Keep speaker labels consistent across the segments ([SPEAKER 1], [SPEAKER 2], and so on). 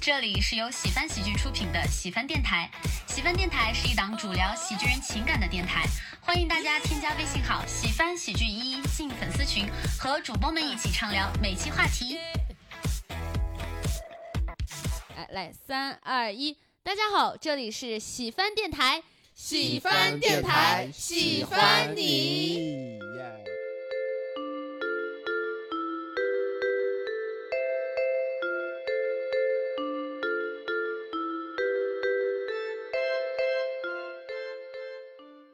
[SPEAKER 1] 这里是由喜翻喜剧出品的喜翻电台。喜翻电台是一档主聊喜剧人情感的电台，欢迎大家添加微信号“喜翻喜剧一”进粉丝群，和主播们一起畅聊每期话题。
[SPEAKER 2] 来来，三二一，大家好，这里是喜翻电台，
[SPEAKER 3] 喜欢电台喜欢你。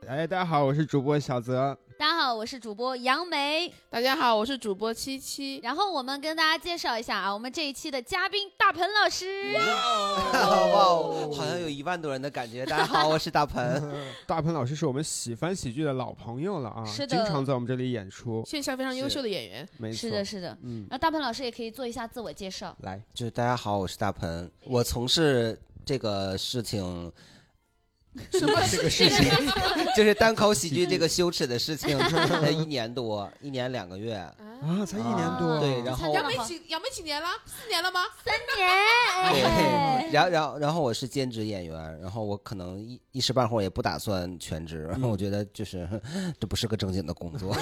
[SPEAKER 4] 哎，大家好，我是主播小泽。
[SPEAKER 2] 大家好，我是主播杨梅。
[SPEAKER 3] 大家好，我是主播七七。
[SPEAKER 2] 然后我们跟大家介绍一下啊，我们这一期的嘉宾大鹏老师。
[SPEAKER 5] 哇哦，好像有一万多人的感觉。大家好，我是大 鹏。
[SPEAKER 4] 大鹏老师是我们喜翻喜剧的老朋友了啊，
[SPEAKER 2] 是的
[SPEAKER 4] 经常在我们这里演出。
[SPEAKER 3] 线下非常优秀的演员，
[SPEAKER 4] 没错，
[SPEAKER 2] 是的，是的。
[SPEAKER 4] 嗯，
[SPEAKER 2] 那大鹏老师也可以做一下自我介 绍。
[SPEAKER 4] 来，
[SPEAKER 5] 就是大家好，我是大鹏。我从事这个事情，
[SPEAKER 3] 什么
[SPEAKER 4] 这个事情
[SPEAKER 5] 就是单口喜剧这个羞耻的事 情，才一年多，一年两个月。
[SPEAKER 3] 哦
[SPEAKER 4] 啊，才一年多，
[SPEAKER 5] 对，然后
[SPEAKER 2] 参加
[SPEAKER 3] 杨
[SPEAKER 2] 了
[SPEAKER 3] 梅几杨梅几年了？四年了吗？
[SPEAKER 4] 哎
[SPEAKER 5] 对，然后然后然后我是兼职演员，然后我可能一一时半会儿也不打算全职，
[SPEAKER 4] 嗯
[SPEAKER 5] 然 后我觉得就是这不是个正经的工作。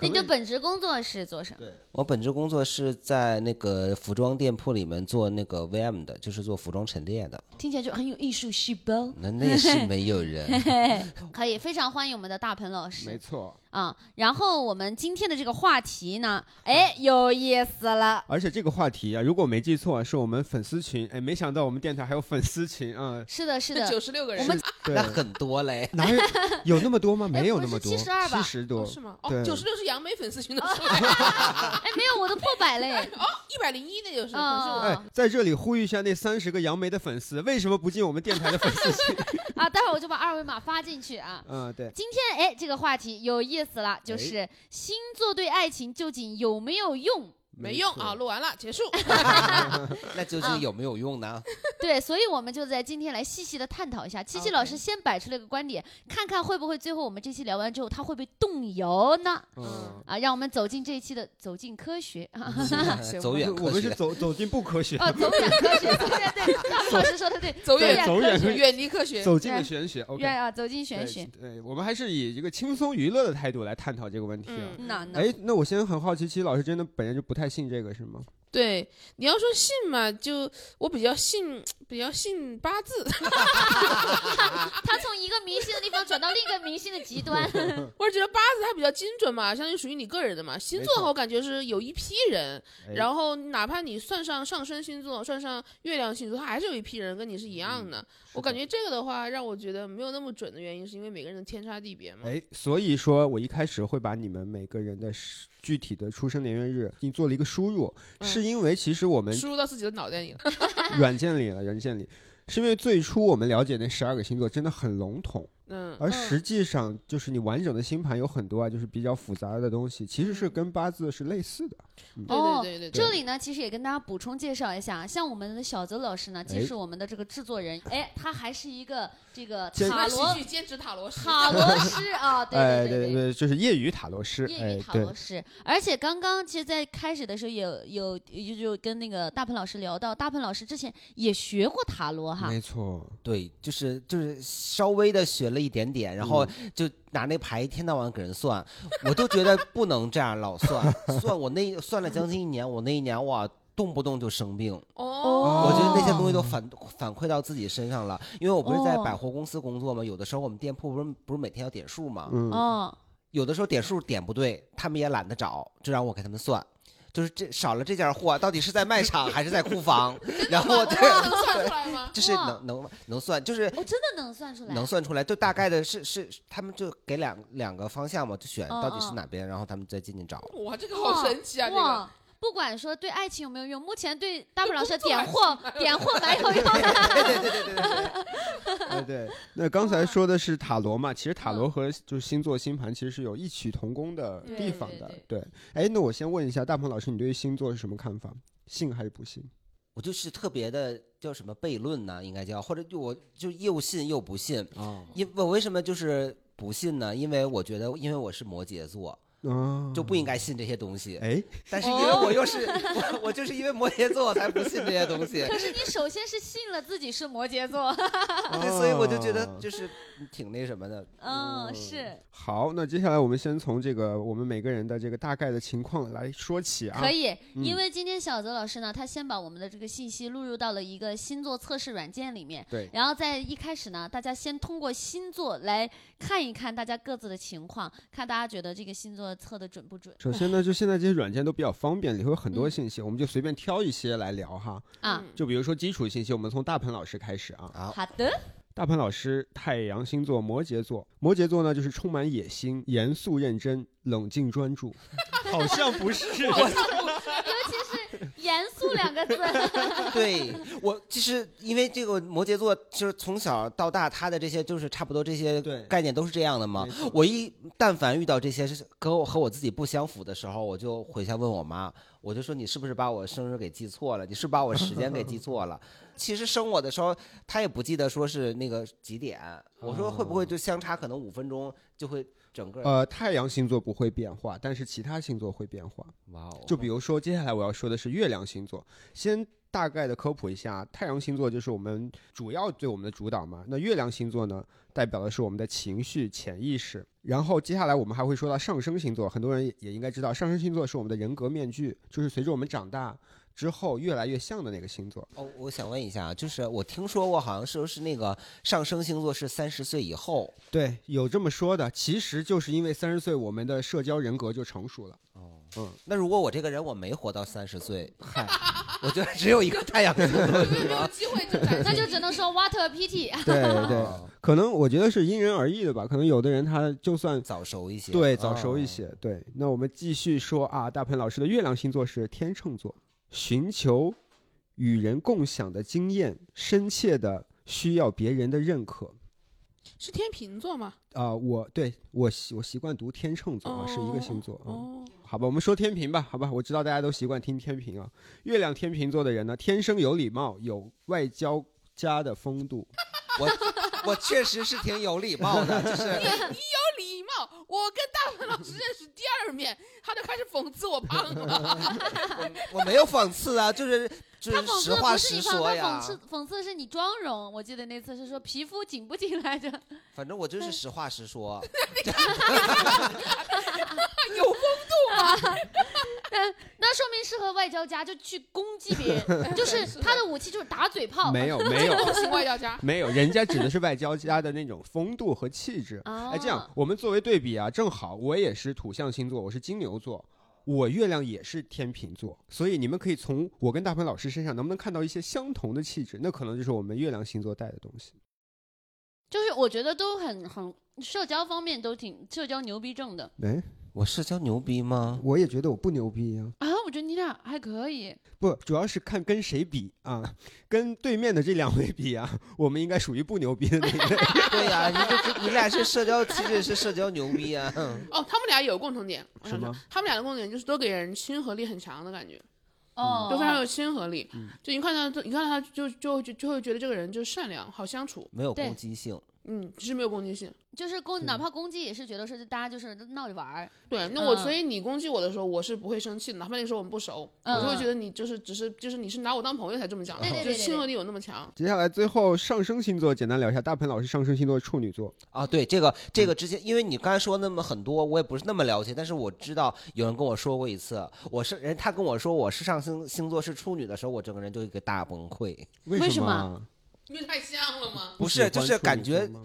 [SPEAKER 2] 你的本职工作是做什么？
[SPEAKER 5] 我本职工作是在那个服装店铺里面做那个 VM 的，就是做服装陈列的。
[SPEAKER 2] 听起来就很有艺术细胞。
[SPEAKER 5] 那那是没 有人。
[SPEAKER 2] 可以，非常欢迎我们的大鹏老
[SPEAKER 4] 没
[SPEAKER 2] 师
[SPEAKER 4] 错。
[SPEAKER 2] 啊、然后我们今天的这个话题呢，哎，
[SPEAKER 4] 嗯
[SPEAKER 2] 有意思了。
[SPEAKER 4] 而且这个话题啊，如果没记错，是我们粉丝群。哎，没想到我们电台还有粉丝群啊。
[SPEAKER 2] 是的，是的，
[SPEAKER 3] 九十六个人，
[SPEAKER 2] 我们
[SPEAKER 4] 对
[SPEAKER 5] 那，很 多嘞。
[SPEAKER 4] 哪有有那么多吗？
[SPEAKER 2] 哎
[SPEAKER 4] 没有那么
[SPEAKER 2] 不
[SPEAKER 4] 多，
[SPEAKER 2] 是72吧
[SPEAKER 4] 十
[SPEAKER 3] 哦
[SPEAKER 4] 多
[SPEAKER 3] 是吗？哦，
[SPEAKER 4] 对
[SPEAKER 3] 九十六是杨梅粉丝群 的数量，
[SPEAKER 2] 哎，没有，我都破百了耶。
[SPEAKER 3] 一百零一那就是。
[SPEAKER 2] 哦
[SPEAKER 3] 可是我
[SPEAKER 4] 哎，在这里呼吁一下那三十个杨梅的粉丝，为什么不进我们电台的粉丝群？
[SPEAKER 2] 啊，待会儿我就把二维码发进去啊。
[SPEAKER 4] 嗯，对，
[SPEAKER 2] 今天哎，这个话题有意思了，
[SPEAKER 3] 哎
[SPEAKER 2] 就是星座对爱情究竟有没有用？
[SPEAKER 3] 没用
[SPEAKER 4] 错
[SPEAKER 3] 啊，。录完了，结 束。
[SPEAKER 5] 那究
[SPEAKER 4] 嗯
[SPEAKER 5] 竟有没有用 呢？
[SPEAKER 2] 对，所以我们就在今天来细细的探讨一下。七七
[SPEAKER 3] OK
[SPEAKER 2] 老师先摆出了一个观点，看看会不会最后我们这期聊完之后，他会不会动摇呢？
[SPEAKER 4] 嗯，
[SPEAKER 2] 啊，让我们走进这一期的走进科学啊。
[SPEAKER 5] 走远
[SPEAKER 4] 我
[SPEAKER 5] 科
[SPEAKER 4] 们是
[SPEAKER 5] 学。
[SPEAKER 4] 走走进不科学，
[SPEAKER 2] 哦，走远科学，对对对，大鹏老师说的对，
[SPEAKER 3] 走远
[SPEAKER 4] 走
[SPEAKER 2] 远
[SPEAKER 4] 远
[SPEAKER 2] 科
[SPEAKER 4] 科
[SPEAKER 2] 学，
[SPEAKER 3] 远离科学，
[SPEAKER 4] 走进了玄学。OK，
[SPEAKER 2] 远啊，走进玄学。
[SPEAKER 4] 对。对，我们还是以一个轻松娱乐的态度来探讨这个问题啊。
[SPEAKER 3] 嗯，
[SPEAKER 2] 那那
[SPEAKER 4] 哎，那我现在很好奇，其实老师真的本人就不太信这个是吗？
[SPEAKER 3] 对，你要说信嘛，就我比较信，比较信八字，
[SPEAKER 2] 他从一个迷信的地方转到另一个迷信的极 端。
[SPEAKER 3] 我是觉得八字它比较精准嘛，相当于属于你个人的嘛。星座的话，
[SPEAKER 4] 没错
[SPEAKER 3] 我感觉是有一批人，
[SPEAKER 4] 哎
[SPEAKER 3] 然后哪怕你算上上升星座，算上月亮星座，它还是有一批人跟你是一样
[SPEAKER 4] 嗯
[SPEAKER 3] 的。我感觉这个的话，让我觉得没有那么准的原因，是因为每个人的天差地别
[SPEAKER 2] 嗯
[SPEAKER 3] 嘛。
[SPEAKER 4] 哎，所以说我一开始会把你们每个人的是具体的出生年月日你做了一个输入，
[SPEAKER 3] 嗯
[SPEAKER 4] 是因为其实我们
[SPEAKER 3] 输入到自己的脑袋里了，
[SPEAKER 4] 软件里了，软件里。是因为最初我们了解那十二个星座真的很笼统，
[SPEAKER 3] 嗯，
[SPEAKER 4] 而实际上就是你完整的星盘有很多啊，就是比较复杂的东西，其实
[SPEAKER 2] 嗯
[SPEAKER 4] 是跟八字是类似的。
[SPEAKER 2] 哦
[SPEAKER 3] 对对对对对，
[SPEAKER 2] 这里呢，其实也跟大家补充介绍一下，像我们的小泽老师呢，既
[SPEAKER 4] 哎
[SPEAKER 2] 是我们的这个制作人，哎，他还是一个这个
[SPEAKER 4] 兼
[SPEAKER 2] 塔
[SPEAKER 3] 喜
[SPEAKER 2] 罗
[SPEAKER 3] 剧兼职塔罗师，
[SPEAKER 2] 塔罗师啊，
[SPEAKER 4] 哎，
[SPEAKER 2] 对
[SPEAKER 4] 对
[SPEAKER 2] 对。
[SPEAKER 4] 对，就是业余塔罗师，
[SPEAKER 2] 业
[SPEAKER 4] 哎
[SPEAKER 2] 余，塔
[SPEAKER 4] 对
[SPEAKER 2] 罗，师，而且刚刚其实，在开始的时候有有有有跟那个大鹏老师聊到，大鹏老师之前也学过塔罗哈，
[SPEAKER 4] 没错，
[SPEAKER 5] 对，就是就是稍微的学了一点点，然后
[SPEAKER 4] 嗯
[SPEAKER 5] 就拿那牌一天到晚给人算，我都觉得不能这样老算， 算我那算了将近一年，我那一年哇。动不动就生病，
[SPEAKER 3] 哦，
[SPEAKER 5] 我觉得那些东西都反反馈到自己身上了。因为我不是在
[SPEAKER 2] 哦
[SPEAKER 5] 百货公司工作嘛，有的时候我们店铺不是不是每天要点数嘛，
[SPEAKER 4] 嗯，
[SPEAKER 2] 哦，
[SPEAKER 5] 有的时候点数点不对，他们也懒得找，就让我给他们算。就是这少了这件货，到底是在卖场还是在 库房？然后我这
[SPEAKER 3] 能算出来吗？
[SPEAKER 5] 就是
[SPEAKER 2] 哇
[SPEAKER 5] 能能能算，就是
[SPEAKER 2] 我哦真的能哎算出来，
[SPEAKER 5] 能算出来，就大概的是是他们就给两两个方向嘛，就选
[SPEAKER 2] 嗯
[SPEAKER 5] 到底是
[SPEAKER 2] 嗯
[SPEAKER 5] 哪边，然后他们再进去 找。
[SPEAKER 3] 哇，这个好神奇啊！这个哎
[SPEAKER 2] 哇，不管说对爱情有没有用，目前对大鹏老师的点货点货蛮 有用的。
[SPEAKER 5] 对对对对对对，
[SPEAKER 4] 对对，那刚才说的是塔罗嘛，其实塔罗和就是星座星盘其实是有异曲同工的地方的。对，哎，那我先问一下大鹏老师，你对于星座是什么看法？信还是不信？
[SPEAKER 5] 我就是特别的叫什么悖论呢、应该叫或者就我就又信又不信。
[SPEAKER 4] 哦，
[SPEAKER 5] 因我为什么就是不信呢？因为我觉得，因为我是摩羯座，
[SPEAKER 4] 嗯，
[SPEAKER 5] 就不应该信这些东西。
[SPEAKER 4] 哎，
[SPEAKER 5] 但是因为我又是 我，我就是因为摩羯座，我才不信这些 东西。
[SPEAKER 2] 可是你首先是信了自己是摩羯座，
[SPEAKER 5] 对，所以我就觉得
[SPEAKER 4] 哦
[SPEAKER 5] 就是挺那什么的。
[SPEAKER 2] 嗯，是
[SPEAKER 4] 好。那接下来我们先从这个我们每个人的这个大概的情况来说起啊。
[SPEAKER 2] 可以，
[SPEAKER 4] 嗯
[SPEAKER 2] 因为今天小泽老师呢，他先把我们的这个信息录入到了一个星座测试软件里面，
[SPEAKER 4] 对，
[SPEAKER 2] 然后在一开始呢，大家先通过星座来看一看大家各自的情况，看大家觉得这个星座测的准不准
[SPEAKER 4] 首先呢，就现在这些软件都比较方便，里头有很多信息，我们就随便挑一些来聊哈。
[SPEAKER 2] 啊？
[SPEAKER 3] 嗯
[SPEAKER 4] 就比如说基础信息，我们从大鹏老师开始啊。
[SPEAKER 5] 啊，
[SPEAKER 2] 好的，
[SPEAKER 4] 大鹏老师，太阳星座摩羯座，摩羯座呢就是充满野心、严肃认真、冷静专注， 好像不是。
[SPEAKER 2] 严肃两个字，
[SPEAKER 5] 对我其实因为这个摩羯座，就是从小到大他的这些就是差不多这些
[SPEAKER 4] 对
[SPEAKER 5] 概念都是这样的嘛
[SPEAKER 4] 没错。
[SPEAKER 5] 我一但凡遇到这些是跟我和我自己不相符的时候，我就回家问我妈，我就说你是不是把我生日给记错了？你是不是把我时间给记错了？ 其实生我的时候，她也不记得说是那个几点。我说会不会就相差可能五分钟就会整个？
[SPEAKER 4] 哦呃，太阳星座不会变化，但是其他星座会变化。
[SPEAKER 5] 哇哦，
[SPEAKER 4] 就比如说，接下来我要说的是月亮星座。先大概的科普一下，太阳星座就是我们主要对我们的主导嘛。那月亮星座呢，代表的是我们的情绪、潜意识。然后接下来我们还会说到上升星座，很多人也也应该知道，上升星座是我们的人格面具，就是随着我们长大之后越来越像的那个星座。
[SPEAKER 5] 哦，我想问一下，就是我听说过，好像是不是那个上升星座是三十岁以后？
[SPEAKER 4] 对，有这么说的，其实就是因为三十岁我们的社交人格就成熟了。
[SPEAKER 5] 哦，
[SPEAKER 4] 嗯，
[SPEAKER 5] 那如果我这个人我没活到三十岁，嗨，我觉得只有一个太阳星座
[SPEAKER 3] 因为
[SPEAKER 5] 是
[SPEAKER 3] 没有
[SPEAKER 5] 吗？
[SPEAKER 3] 机会就展
[SPEAKER 2] 那
[SPEAKER 3] 现。
[SPEAKER 2] 就只能说 what a pity 啊。
[SPEAKER 4] 对 对
[SPEAKER 5] 哦，
[SPEAKER 4] 可能我觉得是因人而异的吧。可能有的人他就算
[SPEAKER 5] 早熟一些，
[SPEAKER 4] 对，早熟一
[SPEAKER 5] 哦。
[SPEAKER 4] 些。对，那我们继续说啊，大鹏老师的月亮星座是天秤座，寻求与人共享的经验，深切的需要别人的认可。
[SPEAKER 3] 是天秤座嘛？
[SPEAKER 4] 啊、我对我习我习惯读天秤座啊，是一个星座。嗯，
[SPEAKER 3] 哦，
[SPEAKER 4] 好吧，我们说天平吧，好吧，我知道大家都习惯听天平啊。月亮天平座的人呢，天生有礼貌，有外交家的风度。
[SPEAKER 5] 我我确实是挺有礼貌的，就是
[SPEAKER 3] 有礼貌。我跟大鹏老师认识第二面，他就开始讽刺 我哦胖了。
[SPEAKER 5] 我没有讽刺啊，就是就
[SPEAKER 2] 他
[SPEAKER 5] 是
[SPEAKER 2] 讽刺
[SPEAKER 5] 实
[SPEAKER 2] 的不
[SPEAKER 5] 话
[SPEAKER 2] 是
[SPEAKER 5] 实
[SPEAKER 2] 你胖，
[SPEAKER 5] 说
[SPEAKER 2] 他
[SPEAKER 5] 呀
[SPEAKER 2] 讽。刺讽刺的是你妆容。我记得那次是说皮肤紧不紧来着？
[SPEAKER 5] 反正我就是实话实说，
[SPEAKER 2] 那说明适合外交家，就去攻击别人，就是他的武器就是打嘴炮。
[SPEAKER 4] 没有，没有，
[SPEAKER 3] 不行，外交家。
[SPEAKER 4] 没有，人家指的是外交家的那种风度和气质。
[SPEAKER 2] 啊
[SPEAKER 4] 哎，这
[SPEAKER 3] 哦
[SPEAKER 4] 样我们作为对比啊，正好我也是土象星座，我是金牛座，我月亮也是天秤座，所以你们可以从我跟大鹏老师身上能不能看到一些相同的气质？那可能就是我们月亮星座带的东西。
[SPEAKER 2] 就是我觉得都很很社交方面都挺社交牛逼症的
[SPEAKER 4] 哎，
[SPEAKER 5] 我社交牛逼吗？
[SPEAKER 4] 我也觉得我不牛逼呀、
[SPEAKER 2] 啊。我觉得你俩还可以，
[SPEAKER 4] 不，主要是看跟谁比啊，跟对面的这两位比啊， 我们应该属于不牛逼的那一类。
[SPEAKER 5] 对呀、你这你俩是社交，其实是社交牛逼啊。
[SPEAKER 3] 哦，他们俩有共同点，我
[SPEAKER 4] 什
[SPEAKER 3] 想
[SPEAKER 4] 么
[SPEAKER 3] 想，他们俩的共同点就是都给人亲和力很强的感觉，
[SPEAKER 2] 哦，
[SPEAKER 3] 嗯
[SPEAKER 2] 嗯
[SPEAKER 3] 都非常有亲和力。就你看到他，你看到他就就会觉就会觉得这个人就善良，好相处，
[SPEAKER 5] 没有
[SPEAKER 2] 对
[SPEAKER 5] 攻击性，
[SPEAKER 3] 嗯，就是没有攻击性。
[SPEAKER 2] 就是攻，哪怕攻击也是觉得是大家就是闹着玩儿。
[SPEAKER 3] 对，那我、
[SPEAKER 2] 嗯
[SPEAKER 3] 所以你攻击我的时候，我是不会生气的，哪怕那个时候我们不熟，我就会
[SPEAKER 2] 嗯
[SPEAKER 3] 觉得你就是只是就是你是拿我当朋友才这么讲的，
[SPEAKER 2] 对对对
[SPEAKER 3] 就
[SPEAKER 2] 对
[SPEAKER 3] 是亲
[SPEAKER 2] 对
[SPEAKER 3] 和力有那么强。
[SPEAKER 4] 接下来最后上升星座简单聊一下，大鹏老师上升星座处女座，
[SPEAKER 5] 啊，对这个这个之前，因为你刚才说那么很多，我也不是那么了解，但是我知道有人跟我说过一次，我是人，他跟我说我是上升星座是处女的时候，我整个人就一个大崩溃。
[SPEAKER 4] 为
[SPEAKER 2] 为什
[SPEAKER 4] 什
[SPEAKER 2] 么
[SPEAKER 4] 啊？
[SPEAKER 3] 因为太像了吗？
[SPEAKER 5] 不
[SPEAKER 4] 喜
[SPEAKER 5] 是，
[SPEAKER 4] 欢
[SPEAKER 5] 就是
[SPEAKER 4] 处
[SPEAKER 5] 感
[SPEAKER 4] 女座
[SPEAKER 5] 觉
[SPEAKER 4] 吗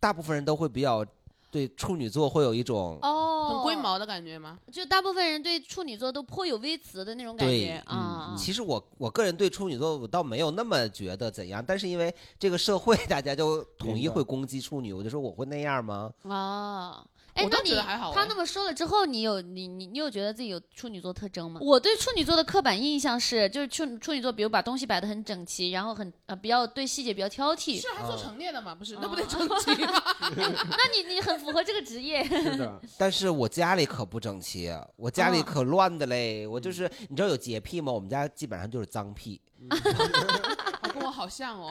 [SPEAKER 5] 大部分人都会比较对处女座会有一种
[SPEAKER 2] 哦，
[SPEAKER 3] 很龟，毛的感觉吗？
[SPEAKER 2] 就大部分人对处女座都颇有微词的那种感觉
[SPEAKER 5] 对
[SPEAKER 3] 嗯
[SPEAKER 2] 啊。
[SPEAKER 5] 其实我我个人对处女座我倒没有那么觉得怎样，但是因为这个社会 大家就统一
[SPEAKER 4] 明白
[SPEAKER 5] 会攻击处女，我就说我会那样吗？
[SPEAKER 2] 哦，哎
[SPEAKER 3] 嗯我，倒
[SPEAKER 2] 那你
[SPEAKER 3] 觉得还好
[SPEAKER 2] 他
[SPEAKER 3] 哎
[SPEAKER 2] 那么说了之后，你有你你你有觉得自己有处女座特征吗？我对处女座的刻板印象是，就是处处女座，比如把东西摆得很整齐，然后很呃比较对细节比较挑剔
[SPEAKER 3] 是。啊，他做
[SPEAKER 5] 啊
[SPEAKER 3] 陈列的嘛，不是？那
[SPEAKER 2] 啊
[SPEAKER 3] 不得整齐 吗？
[SPEAKER 2] 那你你很符合这个职业
[SPEAKER 4] 是的，
[SPEAKER 5] 但是我家里可不整齐，我家里
[SPEAKER 2] 啊
[SPEAKER 5] 可嗯 乱的嘞。我就是你知道有洁癖吗？我们家基本上就是脏癖，
[SPEAKER 3] 跟我好像 哦。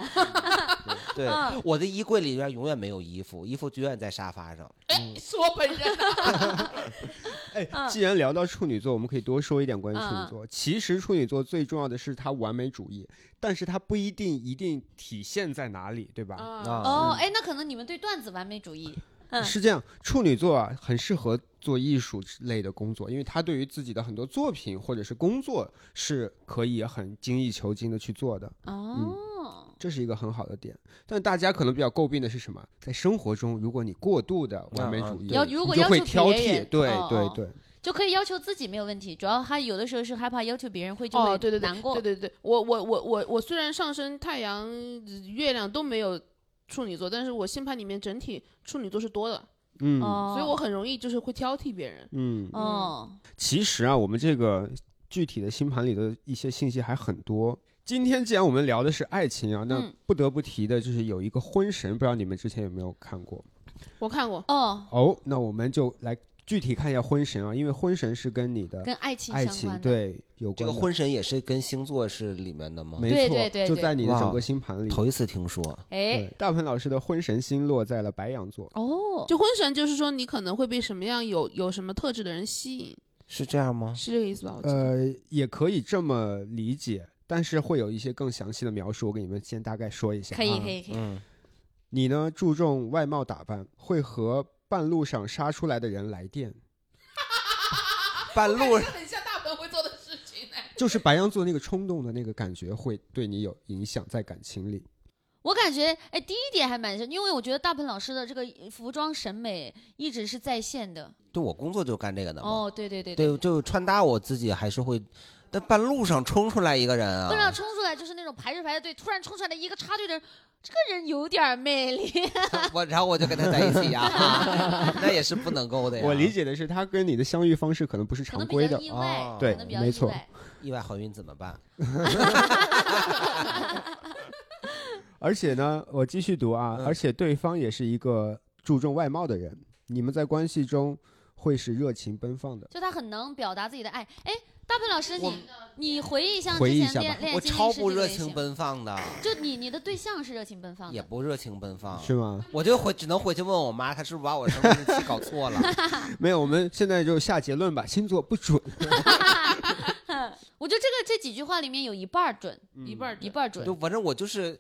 [SPEAKER 5] 对，
[SPEAKER 2] 嗯
[SPEAKER 5] 我的衣柜里边永远没有衣服，衣服永远在沙发上。
[SPEAKER 3] 哎，是我本 人啊。
[SPEAKER 4] 哎
[SPEAKER 2] 嗯，
[SPEAKER 4] 既然聊到处女座，我们可以多说一点关于处
[SPEAKER 2] 嗯嗯
[SPEAKER 4] 女座。其实处女座最重要的是她完美主义，但是她不一定一定体现在哪里，对吧？
[SPEAKER 3] 啊
[SPEAKER 5] 啊
[SPEAKER 2] 哦，哎，那可能你们对段子完美主义，嗯
[SPEAKER 4] 是这样，处女座啊，很适合做艺术之类的工作，因为他对于自己的很多作品或者是工作是可以很精益求精的去做的，
[SPEAKER 2] 哦，
[SPEAKER 4] 这是一个很好的点。但大家可能比较诟病的是什么？在生活中，如果你过度的完美主义，
[SPEAKER 5] 嗯嗯要
[SPEAKER 4] 你
[SPEAKER 2] 如果
[SPEAKER 4] 就
[SPEAKER 2] 要
[SPEAKER 4] 会
[SPEAKER 2] 求
[SPEAKER 4] 挑
[SPEAKER 2] 别
[SPEAKER 4] 剔
[SPEAKER 2] 人，
[SPEAKER 4] 对
[SPEAKER 2] 哦
[SPEAKER 4] 对
[SPEAKER 2] 哦
[SPEAKER 4] 对，
[SPEAKER 2] 就可以要求自己没有问题，主要他有的时候是害怕要求别人会就
[SPEAKER 3] 哦，
[SPEAKER 2] 会
[SPEAKER 3] 对对对，
[SPEAKER 2] 难过，
[SPEAKER 3] 对对对，我我我我我虽然上升太阳、呃月亮都没有处女座，但是我星盘里面整体处女座是多的，
[SPEAKER 4] 嗯。
[SPEAKER 2] 哦，
[SPEAKER 3] 所以我很容易就是会挑剔别人。
[SPEAKER 4] 嗯，
[SPEAKER 2] 哦，
[SPEAKER 4] 其实啊，我们这个具体的星盘里的一些信息还很多。今天既然我们聊的是爱情啊，那
[SPEAKER 2] 嗯
[SPEAKER 4] 不得不提的就是有一个婚神，不知道你们之前有没有看过？
[SPEAKER 3] 我看过，
[SPEAKER 2] 哦，
[SPEAKER 4] 哦，那我们就来具体看一下婚神啊，因为婚神是跟你的
[SPEAKER 2] 跟爱情
[SPEAKER 4] 嗯爱
[SPEAKER 2] 相
[SPEAKER 4] 情
[SPEAKER 2] 关的，
[SPEAKER 4] 对有
[SPEAKER 5] 这
[SPEAKER 4] 关
[SPEAKER 5] 个
[SPEAKER 4] 的，
[SPEAKER 5] 婚神也是跟星座是里面的吗？
[SPEAKER 4] 没
[SPEAKER 2] 对
[SPEAKER 4] 错，
[SPEAKER 2] 对对
[SPEAKER 4] 就
[SPEAKER 2] 对
[SPEAKER 4] 在你的整
[SPEAKER 5] 哇
[SPEAKER 4] 个星盘里。
[SPEAKER 5] 头一次听说。
[SPEAKER 2] 哎
[SPEAKER 4] 对，，大鹏老师的婚神星落在了白羊座。
[SPEAKER 2] 哦，
[SPEAKER 3] 就婚神就是说你可能会被什么样有有什么特质的人吸引，
[SPEAKER 5] 是这样吗？
[SPEAKER 3] 是这个意思吧？我记得
[SPEAKER 4] 呃，也可以这么理解，但是会有一些更详细的描述，我给你们先大概说一下。
[SPEAKER 2] 可以
[SPEAKER 4] 啊
[SPEAKER 2] 可以可以，
[SPEAKER 5] 嗯，
[SPEAKER 4] 你呢注重外貌打扮，会和半路上杀出来的人来电，
[SPEAKER 5] 半路上
[SPEAKER 3] 很像大鹏会做的事情哎。
[SPEAKER 4] 就是白羊座那个冲动的那个感觉，会对你有影响在感情里。
[SPEAKER 2] 我感觉，哎，第一点还蛮像，因为我觉得大鹏老师的这个服装审美一直是在线的。
[SPEAKER 5] 对我工作就干这个的嘛。
[SPEAKER 2] 哦，对对对对，
[SPEAKER 5] 对，就穿搭我自己还是会，但半路上冲出来一个人
[SPEAKER 2] 不知道
[SPEAKER 5] 啊，
[SPEAKER 2] 冲出来就是那种排着排着队，突然冲出来一个插队的人，这个人有点魅力。
[SPEAKER 5] 我然后我就跟他在一起 呀，那也是不能够的呀。
[SPEAKER 4] 我理解的是，他跟你的相遇方式可能不是
[SPEAKER 2] 可
[SPEAKER 4] 常
[SPEAKER 2] 能比
[SPEAKER 4] 规
[SPEAKER 2] 较
[SPEAKER 4] 的。
[SPEAKER 2] 意外
[SPEAKER 5] 哦，
[SPEAKER 2] 可
[SPEAKER 4] 对
[SPEAKER 2] 能比较
[SPEAKER 4] 没
[SPEAKER 2] 意
[SPEAKER 4] 错
[SPEAKER 2] 外。
[SPEAKER 5] 意外怀孕怎么办？
[SPEAKER 4] 而且呢，我继续读啊，
[SPEAKER 5] 嗯
[SPEAKER 4] 而且对方也是一个注重外貌的人，你们在关系中会是热情奔放的。
[SPEAKER 2] 就他很能表达自己的爱。哎，大鹏老师，
[SPEAKER 5] 我
[SPEAKER 2] 你你回忆一下
[SPEAKER 4] 回忆
[SPEAKER 2] 之
[SPEAKER 4] 一下
[SPEAKER 2] 前
[SPEAKER 4] 吧
[SPEAKER 2] 恋恋
[SPEAKER 5] 我
[SPEAKER 2] 爱经历
[SPEAKER 5] 超
[SPEAKER 2] 是
[SPEAKER 5] 不
[SPEAKER 2] 这个
[SPEAKER 5] 热
[SPEAKER 2] 类
[SPEAKER 5] 情
[SPEAKER 2] 型，
[SPEAKER 5] 奔放的，
[SPEAKER 2] 就你你的对象是热情奔放
[SPEAKER 5] 也
[SPEAKER 2] 的，
[SPEAKER 5] 不热情奔放，
[SPEAKER 4] 是吗？
[SPEAKER 5] 我就回只能回去问我妈，她是不是把我生日期搞错 了？
[SPEAKER 4] 没有，我们现在就下结论吧。星座不准，
[SPEAKER 2] 我觉得这个这几句话里面有一半儿准，
[SPEAKER 4] 嗯
[SPEAKER 3] 一半儿
[SPEAKER 2] 一半儿准
[SPEAKER 5] 就。反正我就是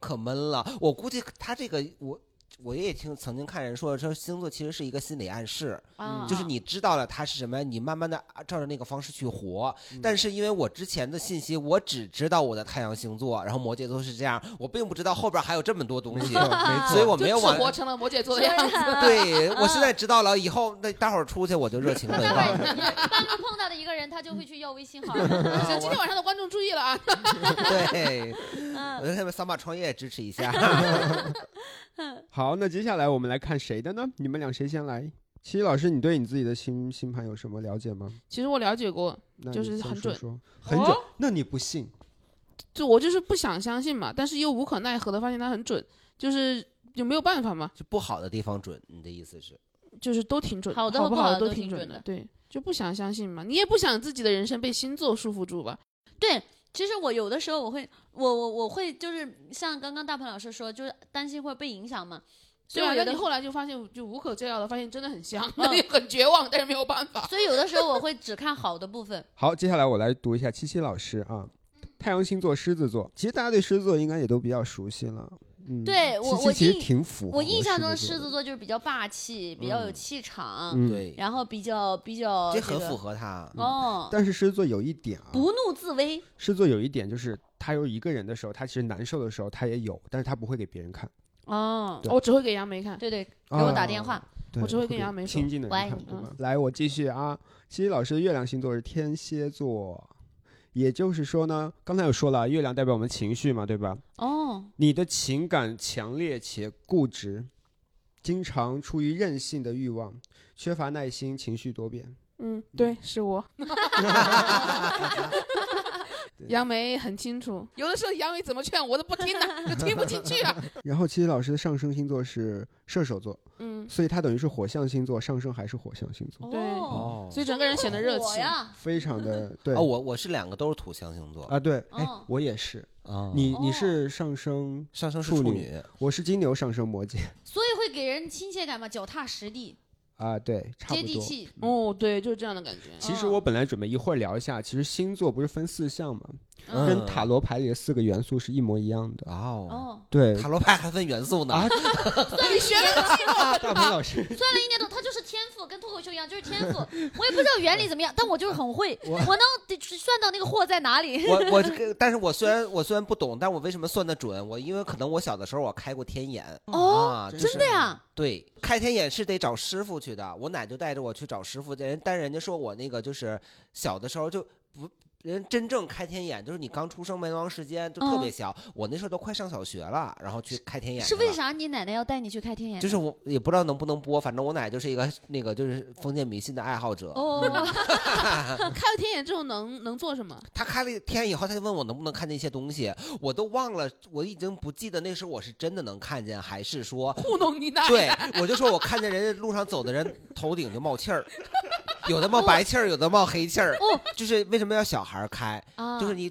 [SPEAKER 5] 可闷了。我估计他这个我。我也听曾经看人说，说星座其实是一个心理暗示，
[SPEAKER 2] 啊，
[SPEAKER 5] 嗯就是你知道了它是什么，你慢慢的照着那个方式去活。
[SPEAKER 4] 嗯
[SPEAKER 5] 但是因为我之前的信息，我只知道我的太阳星座，然后摩羯座是这样，我并不知道后边还有这么多东
[SPEAKER 4] 没
[SPEAKER 5] 西
[SPEAKER 4] 错，，没错。
[SPEAKER 5] 所以我没有
[SPEAKER 3] 就
[SPEAKER 5] 往
[SPEAKER 3] 是。 啊活成了摩羯座的样子。
[SPEAKER 5] 对，我现在知道了，以后那待会儿出去我就热情奔
[SPEAKER 2] 待
[SPEAKER 5] 放。
[SPEAKER 2] 会儿当 他碰到的一个人，他就会去要微信 号嗯了。
[SPEAKER 5] 啊
[SPEAKER 3] 行，今天晚上的观众注意了啊！
[SPEAKER 5] 对，
[SPEAKER 2] 嗯
[SPEAKER 5] 我就他们桑巴创业支持一下。
[SPEAKER 4] 好，那接下来我们来看谁的呢？你们俩谁先来？七老师，你对你自己的星星盘有什么了解吗？
[SPEAKER 3] 其实我了解过，
[SPEAKER 4] 那
[SPEAKER 3] 就
[SPEAKER 4] 你
[SPEAKER 3] 是
[SPEAKER 4] 先
[SPEAKER 3] 很
[SPEAKER 4] 说
[SPEAKER 3] 准
[SPEAKER 4] 说很
[SPEAKER 3] 哦
[SPEAKER 4] 准。
[SPEAKER 2] 哦
[SPEAKER 4] 那你不信？
[SPEAKER 3] 就我就是不想相信嘛，但是又无可奈何的发现它很准，就是就没有办法嘛，
[SPEAKER 5] 就不好的地方准，你的意思是？
[SPEAKER 3] 就是都挺准，
[SPEAKER 2] 好的
[SPEAKER 3] 好
[SPEAKER 2] 和不好
[SPEAKER 3] 好
[SPEAKER 2] 的
[SPEAKER 3] 都
[SPEAKER 2] 都挺
[SPEAKER 3] 准
[SPEAKER 2] 准的
[SPEAKER 3] 对，就不想相信嘛，你也不想自己的人生被星座束缚住吧？
[SPEAKER 2] 对，其实我有的时候我会，我我我会就是像刚刚大鹏老师说，就是担心会被影响嘛，所以我
[SPEAKER 3] 对啊，
[SPEAKER 2] 有
[SPEAKER 3] 那
[SPEAKER 2] 的
[SPEAKER 3] 你后来就发现就无可救药的，发现真的很像，
[SPEAKER 2] 嗯
[SPEAKER 3] 很绝望，但是没有办法。
[SPEAKER 2] 所以有的时候我会只看好的部 分。
[SPEAKER 4] 好，接下来我来读一下七七老师啊，太阳星座狮子座。其实大家对狮子座应该也都比较熟悉了。嗯，
[SPEAKER 2] 对我
[SPEAKER 4] 七七
[SPEAKER 2] 我
[SPEAKER 4] 其实
[SPEAKER 2] 印
[SPEAKER 4] 挺符合
[SPEAKER 2] 我印象中的
[SPEAKER 4] 狮
[SPEAKER 2] 狮
[SPEAKER 4] 座
[SPEAKER 2] 子
[SPEAKER 4] 的。
[SPEAKER 2] 座就是比较霸气，比较有气场，
[SPEAKER 4] 嗯，
[SPEAKER 5] 对，
[SPEAKER 2] 然后比较比较、
[SPEAKER 5] 这
[SPEAKER 2] 这
[SPEAKER 5] 很
[SPEAKER 2] 个
[SPEAKER 5] 符合啊他。
[SPEAKER 2] 哦，
[SPEAKER 4] 但是狮子座有一点啊，
[SPEAKER 2] 不怒自威。
[SPEAKER 4] 狮子座有一点就是，他有一个人的时候，他其实难受的时候他也有，但是他不会给别人看。啊
[SPEAKER 2] 哦，
[SPEAKER 4] 对
[SPEAKER 3] 我只会给杨梅看，
[SPEAKER 2] 对对，
[SPEAKER 4] 给
[SPEAKER 2] 给我打电话。
[SPEAKER 4] 对
[SPEAKER 3] 我只会
[SPEAKER 4] 会
[SPEAKER 3] 跟
[SPEAKER 4] 给
[SPEAKER 3] 杨梅说
[SPEAKER 4] 亲近的
[SPEAKER 2] 我爱
[SPEAKER 4] 人看，
[SPEAKER 2] 你
[SPEAKER 4] 对吧
[SPEAKER 3] 嗯？
[SPEAKER 4] 来，我继续啊。西西老师的月亮星座是天蝎座，也就是说呢，刚才有说了，月亮代表我们情绪嘛，对吧？
[SPEAKER 2] 哦，
[SPEAKER 4] 你的情感强烈且固执，经常出于任性的欲望，缺乏耐心，情绪多变。
[SPEAKER 3] 嗯，对，是 我。杨梅很清楚，有的时候杨梅怎么劝我都不听呢，就听不进去 啊。
[SPEAKER 4] 然后，西西老师的上升星座是射手座，
[SPEAKER 3] 嗯，
[SPEAKER 4] 所以他等于是火象星座，上升还是火象星座，
[SPEAKER 3] 对
[SPEAKER 2] 哦，
[SPEAKER 3] 所以整个人显得热
[SPEAKER 2] 火
[SPEAKER 3] 气。
[SPEAKER 2] 呀。
[SPEAKER 4] 非常的 对
[SPEAKER 5] 哦哦，我我是两个都是土象星座，
[SPEAKER 4] 啊，对，哎
[SPEAKER 2] 哦，
[SPEAKER 4] 我也是，
[SPEAKER 5] 啊，
[SPEAKER 4] 你你
[SPEAKER 2] 哦
[SPEAKER 4] 是上升，
[SPEAKER 5] 上升是
[SPEAKER 4] 处
[SPEAKER 5] 处
[SPEAKER 4] 女
[SPEAKER 5] 女，
[SPEAKER 4] 我是金牛上升摩羯
[SPEAKER 2] 所以会给人亲切感嘛，脚踏实地，
[SPEAKER 4] 啊，对，差不
[SPEAKER 2] 接地
[SPEAKER 4] 多。
[SPEAKER 2] 气。嗯
[SPEAKER 3] 哦，对，就是这样的感觉。
[SPEAKER 4] 其实我本来准备一会儿聊一下，其实星座不是分四项嘛，
[SPEAKER 5] 嗯
[SPEAKER 4] 跟塔罗牌里的四个元素是一模一样的。
[SPEAKER 5] 哦，
[SPEAKER 2] 哦，
[SPEAKER 4] 对
[SPEAKER 5] 塔罗牌还分元素呢
[SPEAKER 4] 嗯啊，
[SPEAKER 3] 你学的
[SPEAKER 4] 大鹏老师，
[SPEAKER 2] 算了一年多，他就是天赋，跟脱口秀一样，就是天赋。我也不知道原理怎么样，但我就是很会，我能得算到那个货在哪里。
[SPEAKER 5] 我我这个，但是我虽然我虽然不懂，但我为什么算得准？我因为可能我小的时候我开过天眼，
[SPEAKER 2] 哦
[SPEAKER 5] 啊，就
[SPEAKER 2] 真的
[SPEAKER 5] 是
[SPEAKER 2] 呀？
[SPEAKER 5] 对，开天眼是得找师傅去的。我奶就带着我去找师傅，人但人家说我那个就是小的时候就不。人真正开天眼，就是你刚出生没多长时间，就特别小。我那时候都快上小学了，然后去开天眼去
[SPEAKER 2] 嗯是
[SPEAKER 5] 了。
[SPEAKER 2] 为啥你奶奶要带你去开天眼？
[SPEAKER 5] 就是我也不知道能不能播，反正我奶就是一个那个就是封建迷信的爱好者。
[SPEAKER 2] 哦，
[SPEAKER 3] 开了天眼之后能能做什么？
[SPEAKER 5] 她开了天以后，她就问我能不能看见一些东西，我都忘了，我已经不记得那时候我是真的能看见，还 是说，
[SPEAKER 3] 糊弄你奶
[SPEAKER 5] 对我就说我看见人家路上走的人头顶就冒气 儿，有的冒白气儿，有的冒黑气儿，
[SPEAKER 2] 哦
[SPEAKER 5] 就是为什么要小孩儿开？
[SPEAKER 2] 啊，
[SPEAKER 5] 就是你，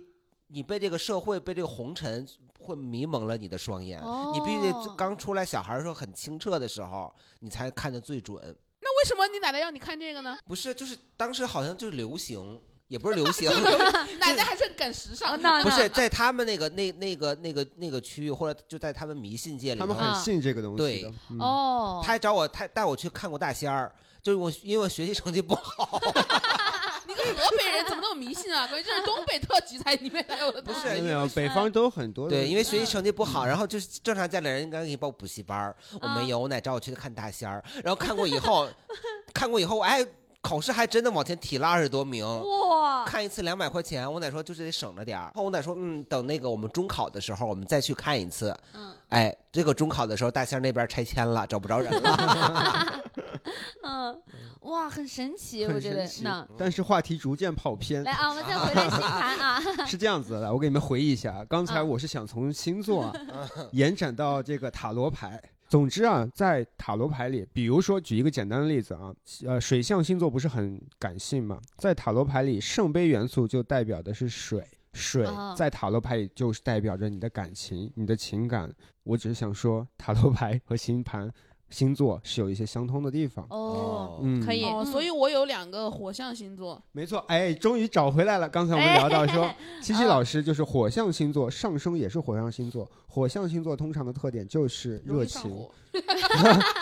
[SPEAKER 5] 你被这个社会被这个红尘会迷蒙了你的双眼，你必须
[SPEAKER 2] 哦
[SPEAKER 5] 得刚出来小孩儿的时候很清澈的时候，你才看得最准。
[SPEAKER 3] 那为什么你奶奶让你看这个 呢？
[SPEAKER 5] 不是，就是当时好像就是流行，也不是流行，
[SPEAKER 3] 奶奶还是很赶时 尚。
[SPEAKER 2] 那
[SPEAKER 5] 不是在他们那个那那个那个那个区域，或者就在他们迷信界里
[SPEAKER 4] 他
[SPEAKER 5] 头，
[SPEAKER 4] 们很信这个东西的。嗯，
[SPEAKER 2] 哦，
[SPEAKER 5] 他还找我，他带我去看过大仙儿。就是我，因为我学习成绩不 好，
[SPEAKER 3] 你个河北人怎么那么迷信 啊？关键这是东北特辑才里面才有的东
[SPEAKER 5] 不
[SPEAKER 3] 西。
[SPEAKER 5] 是
[SPEAKER 4] 没有，北方都很多的
[SPEAKER 5] 对，因为学习成绩不
[SPEAKER 4] 嗯
[SPEAKER 5] 好，然后就是正常家里人应该给你报补习班儿，
[SPEAKER 2] 嗯
[SPEAKER 5] 我没有，我奶找我去看大仙儿，然后看过以后， 看过以后，哎，考试还真的往前提了二十多名，
[SPEAKER 2] 哇，
[SPEAKER 5] 看一次两百块钱，我奶说就是得省着点儿。然后我奶说，嗯，等那个我们中考的时候，我们再去看一次。
[SPEAKER 2] 嗯，
[SPEAKER 5] 哎，这个中考的时候，大仙那边拆迁了，找不着人了。
[SPEAKER 2] 嗯，哇，很神奇，我
[SPEAKER 4] 很
[SPEAKER 2] 觉
[SPEAKER 4] 神
[SPEAKER 2] 得
[SPEAKER 4] 奇
[SPEAKER 2] 那。
[SPEAKER 4] 但是话题逐渐跑偏
[SPEAKER 2] 来，啊，我们再回来星盘啊，
[SPEAKER 4] 是这样子的，来我给你们回忆一下，刚才
[SPEAKER 2] 啊
[SPEAKER 4] 我是想从星座 啊、延展到这个塔罗牌。总之啊，在塔罗牌里，比如说举一个简单的例子啊，呃，水象星座不是很感性嘛，在塔罗牌里，圣杯元素就代表的是水，水
[SPEAKER 2] 哦
[SPEAKER 4] 在塔罗牌里就是代表着你的感情、你的情感。我只是想说，塔罗牌和星盘、星座是有一些相通的地方。
[SPEAKER 2] 哦，
[SPEAKER 4] 嗯，
[SPEAKER 2] 可以
[SPEAKER 3] 哦，
[SPEAKER 2] 嗯
[SPEAKER 3] 所以我有两个火象星座，
[SPEAKER 4] 没错，哎，终于找回来了。刚才我们聊到说，七七
[SPEAKER 2] 嗯
[SPEAKER 4] 老师就是火象星座，上升也是火象星座。火象星座通常的特点就是
[SPEAKER 3] 容
[SPEAKER 4] 热
[SPEAKER 3] 易上
[SPEAKER 4] 情，
[SPEAKER 3] 火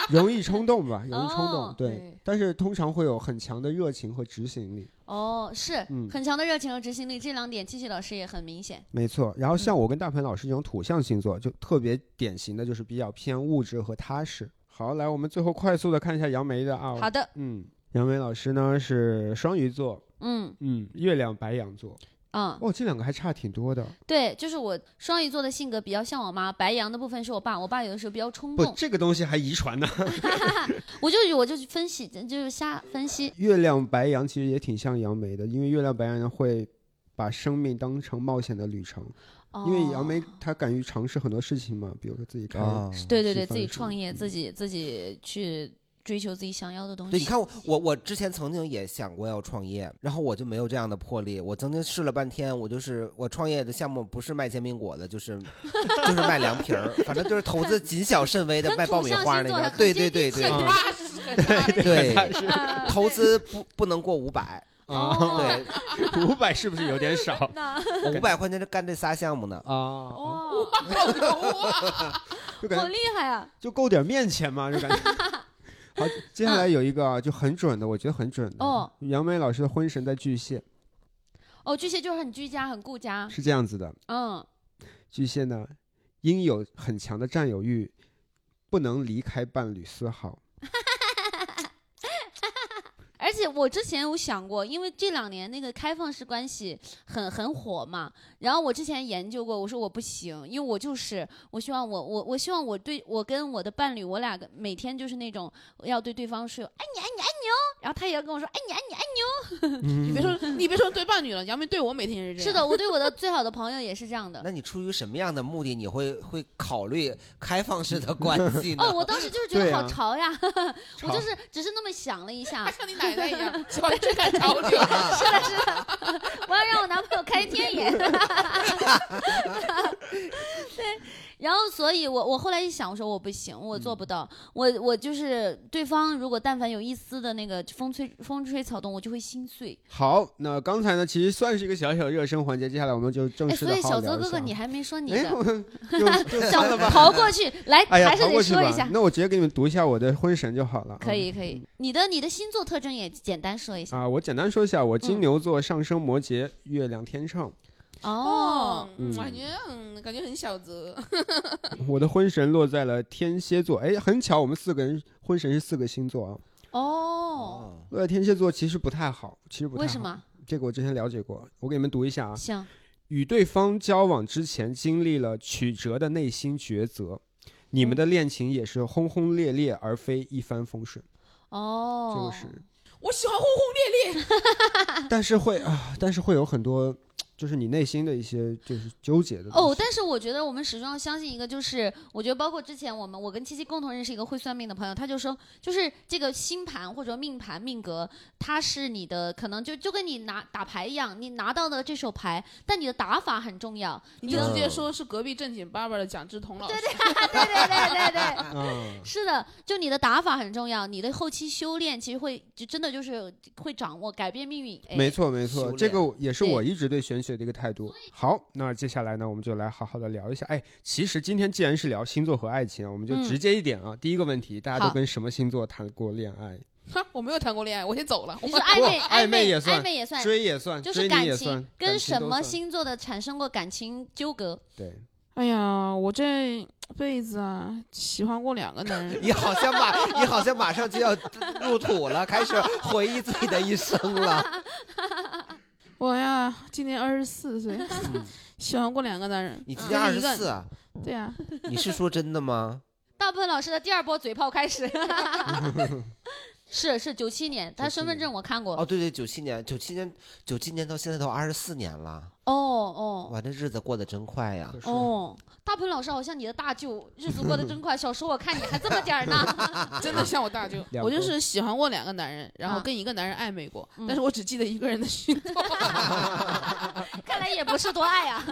[SPEAKER 4] 容易冲动吧，容易冲动。
[SPEAKER 2] 哦
[SPEAKER 4] 对
[SPEAKER 3] 对，
[SPEAKER 4] 但是通常会有很强的热情和执行力。
[SPEAKER 2] 哦，是
[SPEAKER 4] 嗯
[SPEAKER 2] 很强的热情和执行力，这两点七七老师也很明显。
[SPEAKER 4] 没错，然后像我跟大鹏老师这种土象星座，就特别典型的就是比较偏物质和踏实。好，来，我们最后快速的看一下杨梅的啊。
[SPEAKER 2] 好的，
[SPEAKER 4] 嗯，杨梅老师呢是双鱼座，
[SPEAKER 2] 嗯
[SPEAKER 4] 嗯，月亮白羊座。
[SPEAKER 2] 嗯，
[SPEAKER 4] 哦，这两个还差挺多的。
[SPEAKER 2] 对，就是我双鱼座的性格比较像我妈，白羊的部分是我爸，我爸有的时候比较冲
[SPEAKER 4] 不，
[SPEAKER 2] 动，
[SPEAKER 4] 这个东西还遗传呢。
[SPEAKER 2] 我就我就分析，就是瞎分析。
[SPEAKER 4] 月亮白羊其实也挺像杨梅的，因为月亮白羊会把生命当成冒险的旅程，
[SPEAKER 2] 哦、
[SPEAKER 4] 因为杨梅她敢于尝试很多事情嘛，比如说自己开。
[SPEAKER 2] 对对对，
[SPEAKER 4] 西方
[SPEAKER 2] 自己
[SPEAKER 4] 是
[SPEAKER 2] 创业，
[SPEAKER 4] 嗯
[SPEAKER 2] 自己自己去追求自己想要的东西。
[SPEAKER 5] 对，你看我我我之前曾经也想过要创业，然后我就没有这样的魄力。我曾经试了半天，我就是我创业的项目不是卖煎饼果子，就是 就是卖凉皮儿，反正就是投资谨小慎微的
[SPEAKER 2] 跟
[SPEAKER 5] 卖爆
[SPEAKER 2] 土
[SPEAKER 5] 米
[SPEAKER 2] 象星
[SPEAKER 5] 花那
[SPEAKER 2] 座
[SPEAKER 5] 种
[SPEAKER 2] 很。
[SPEAKER 5] 对
[SPEAKER 2] 接
[SPEAKER 5] 对对
[SPEAKER 2] 地
[SPEAKER 5] 对
[SPEAKER 2] 气
[SPEAKER 4] 嗯
[SPEAKER 3] 八十很大的
[SPEAKER 5] 对，
[SPEAKER 2] 啊
[SPEAKER 5] 投资不不能过五百，
[SPEAKER 2] 哦
[SPEAKER 4] 啊，
[SPEAKER 5] 对，
[SPEAKER 4] 五百是不是有点少
[SPEAKER 2] 那
[SPEAKER 5] 我五百块钱就干这仨项目呢。
[SPEAKER 4] 啊？
[SPEAKER 2] 哇，
[SPEAKER 4] 就感
[SPEAKER 2] 好
[SPEAKER 4] 觉
[SPEAKER 2] 厉害啊！
[SPEAKER 4] 就够点面钱嘛，就感觉。 好，接下来有一个啊，就很准的，我觉得很准的。
[SPEAKER 2] 哦，
[SPEAKER 4] 杨梅老师的婚神在巨蟹，
[SPEAKER 2] 哦，巨蟹就是很居家，很顾家，
[SPEAKER 4] 是这样子的。
[SPEAKER 2] 嗯，
[SPEAKER 4] 巨蟹呢，因有很强的占有欲，不能离开伴侣丝毫。
[SPEAKER 2] 而且我之前有想过，因为这两年那个开放式关系很很火嘛，然后我之前研究过，我说我不行，因为我就是我希望我我我希望我对我跟我的伴侣，我俩个每天就是那种要对对方说爱你爱你爱你哦，然后他也要跟我说爱你爱哎你爱
[SPEAKER 3] 你别说，你别说对伴侣了，杨梅对我每天也
[SPEAKER 2] 你。
[SPEAKER 3] 是这样。
[SPEAKER 2] 是的，我对我的最好的朋友也是这样的
[SPEAKER 5] 那。你出于什么样的目的，你会会考虑开放式的关系呢？
[SPEAKER 2] 哦，我当时就是觉得
[SPEAKER 4] 对
[SPEAKER 2] 好
[SPEAKER 4] 啊
[SPEAKER 2] 潮呀，我
[SPEAKER 4] 好
[SPEAKER 2] 就是只是那么想了一下
[SPEAKER 3] 他，像你奶奶一样，喜欢追赶潮 流。
[SPEAKER 2] 是的，是的， 我要让我男朋友开天 眼。对，然后所以我我后来一想，我说我不行，我
[SPEAKER 4] 嗯
[SPEAKER 2] 做不到，我我就是对方如果但凡有一丝的那个风吹风吹草动，我就会心碎。
[SPEAKER 4] 好，那刚才呢，其实算是一个小小热身环节，接下来我们就正
[SPEAKER 2] 哎，
[SPEAKER 4] 式
[SPEAKER 2] 所
[SPEAKER 4] 的
[SPEAKER 2] 以
[SPEAKER 4] 好好
[SPEAKER 2] 小
[SPEAKER 4] 聊
[SPEAKER 2] 泽
[SPEAKER 4] 一下。
[SPEAKER 2] 哥哥，你还没说你
[SPEAKER 4] 哎，
[SPEAKER 2] 的，
[SPEAKER 4] 我们就 就算了
[SPEAKER 2] 想
[SPEAKER 4] 吧。
[SPEAKER 2] 逃过去，来，
[SPEAKER 4] 哎呀，
[SPEAKER 2] 还是
[SPEAKER 4] 逃过
[SPEAKER 2] 得
[SPEAKER 4] 去
[SPEAKER 2] 说一
[SPEAKER 4] 吧
[SPEAKER 2] 下。。
[SPEAKER 4] 那我直接给你们读一下我的婚神就好了。
[SPEAKER 2] 可以可以，你的你的星座特征也简单说一下
[SPEAKER 4] 啊，我简单说一下，我
[SPEAKER 2] 嗯
[SPEAKER 4] 金牛座上升摩羯，月亮天秤。
[SPEAKER 2] 哦，
[SPEAKER 4] 嗯
[SPEAKER 3] 感觉嗯，感觉很小泽，
[SPEAKER 4] 我的婚神落在了天蝎座，哎，很巧，我们四个人婚神是四个星座啊。
[SPEAKER 2] 哦，
[SPEAKER 5] 哦
[SPEAKER 4] 落在天蝎座其实不太好，其实不太好。啊
[SPEAKER 2] 为什？么？
[SPEAKER 4] 这个我之前了解过，我给你们读一下啊。
[SPEAKER 2] 行，
[SPEAKER 4] 与对方交往之前，经历了曲折的内心抉择，
[SPEAKER 2] 嗯
[SPEAKER 4] 你们的恋情也是轰轰烈烈，而非一帆风顺。这
[SPEAKER 2] 哦
[SPEAKER 4] 个，是，
[SPEAKER 3] 我喜欢轰轰烈烈。
[SPEAKER 4] 但是会啊，但是会有很多，就是你内心的一些就是纠结的东西。
[SPEAKER 2] 哦，但是我觉得我们始终要相信一个，就是我觉得包括之前我们，我跟七七共同认识一个会算命的朋友，他就说，就是这个星盘或者命盘命格，它是你的可能就就跟你拿打牌一样，你拿到的这手牌，但你的打法很重要。
[SPEAKER 3] 你
[SPEAKER 2] 你
[SPEAKER 3] 就
[SPEAKER 2] 的
[SPEAKER 3] 直接说是隔壁正经爸爸的蒋志彤老师，
[SPEAKER 2] 对对对对对，
[SPEAKER 4] 嗯，
[SPEAKER 2] 是的，就你的打法很重要，你的后期修炼其实会就真的就是会掌握改变命运。哎、
[SPEAKER 4] 没错没
[SPEAKER 5] 修
[SPEAKER 4] 错，
[SPEAKER 5] 炼
[SPEAKER 4] 这个也是我一直对玄学的一个态度。好，那接下来呢，我们就来好好的聊一下。哎，其实今天既然是聊星座和爱情啊，我们就
[SPEAKER 2] 嗯
[SPEAKER 4] 直接一点啊。第一个问题，大家都
[SPEAKER 2] 好
[SPEAKER 4] 跟什么星座谈过恋爱？
[SPEAKER 3] 哈， 我没有谈过恋爱，我先走了。我
[SPEAKER 2] 你说暧昧
[SPEAKER 4] 哇
[SPEAKER 2] 暧
[SPEAKER 4] 暧昧也算
[SPEAKER 2] 暧昧也算，
[SPEAKER 4] 追也算，
[SPEAKER 2] 就
[SPEAKER 4] 追
[SPEAKER 2] 是
[SPEAKER 4] 你
[SPEAKER 2] 感
[SPEAKER 4] 也算
[SPEAKER 2] 情，跟
[SPEAKER 4] 感情
[SPEAKER 2] 什
[SPEAKER 4] 都
[SPEAKER 2] 么
[SPEAKER 4] 算
[SPEAKER 2] 星座的产生过感情纠葛。
[SPEAKER 4] 对。
[SPEAKER 3] 哎呀，我这辈子啊，喜欢过两个男人。
[SPEAKER 5] 你好像马，你好像马上就要入土了，开始回忆自己的一生了。
[SPEAKER 3] 我呀，今年二十四岁，
[SPEAKER 4] 嗯
[SPEAKER 3] 喜欢过两个男人。
[SPEAKER 5] 你今
[SPEAKER 3] 嗯
[SPEAKER 5] 年二
[SPEAKER 3] 跟
[SPEAKER 5] 十
[SPEAKER 3] 一个
[SPEAKER 5] 四，啊？
[SPEAKER 3] 对呀、
[SPEAKER 5] 你是说真的吗？
[SPEAKER 2] 大部分老师的第二波嘴炮开 始，是是九七年，他
[SPEAKER 4] 97
[SPEAKER 2] 身份证我看过。
[SPEAKER 5] 哦，
[SPEAKER 2] 哦
[SPEAKER 5] 对对，九七年，九七年，九七年到现在都二十四年了，
[SPEAKER 2] 哦
[SPEAKER 5] 哇，这日子过得真快呀
[SPEAKER 4] 可！是，
[SPEAKER 2] 哦，大鹏老师好像你的大舅，日子过得真 快。小时候我看你还这么点儿 呢。
[SPEAKER 3] 真的像我大舅
[SPEAKER 4] 啊两
[SPEAKER 3] 我就
[SPEAKER 4] 个
[SPEAKER 3] 是喜欢过两个男人，然后
[SPEAKER 2] 啊
[SPEAKER 3] 跟一个男人暧昧过，
[SPEAKER 2] 嗯
[SPEAKER 3] 但是我只记得一个人 的星座。
[SPEAKER 2] 看来也不是多爱啊。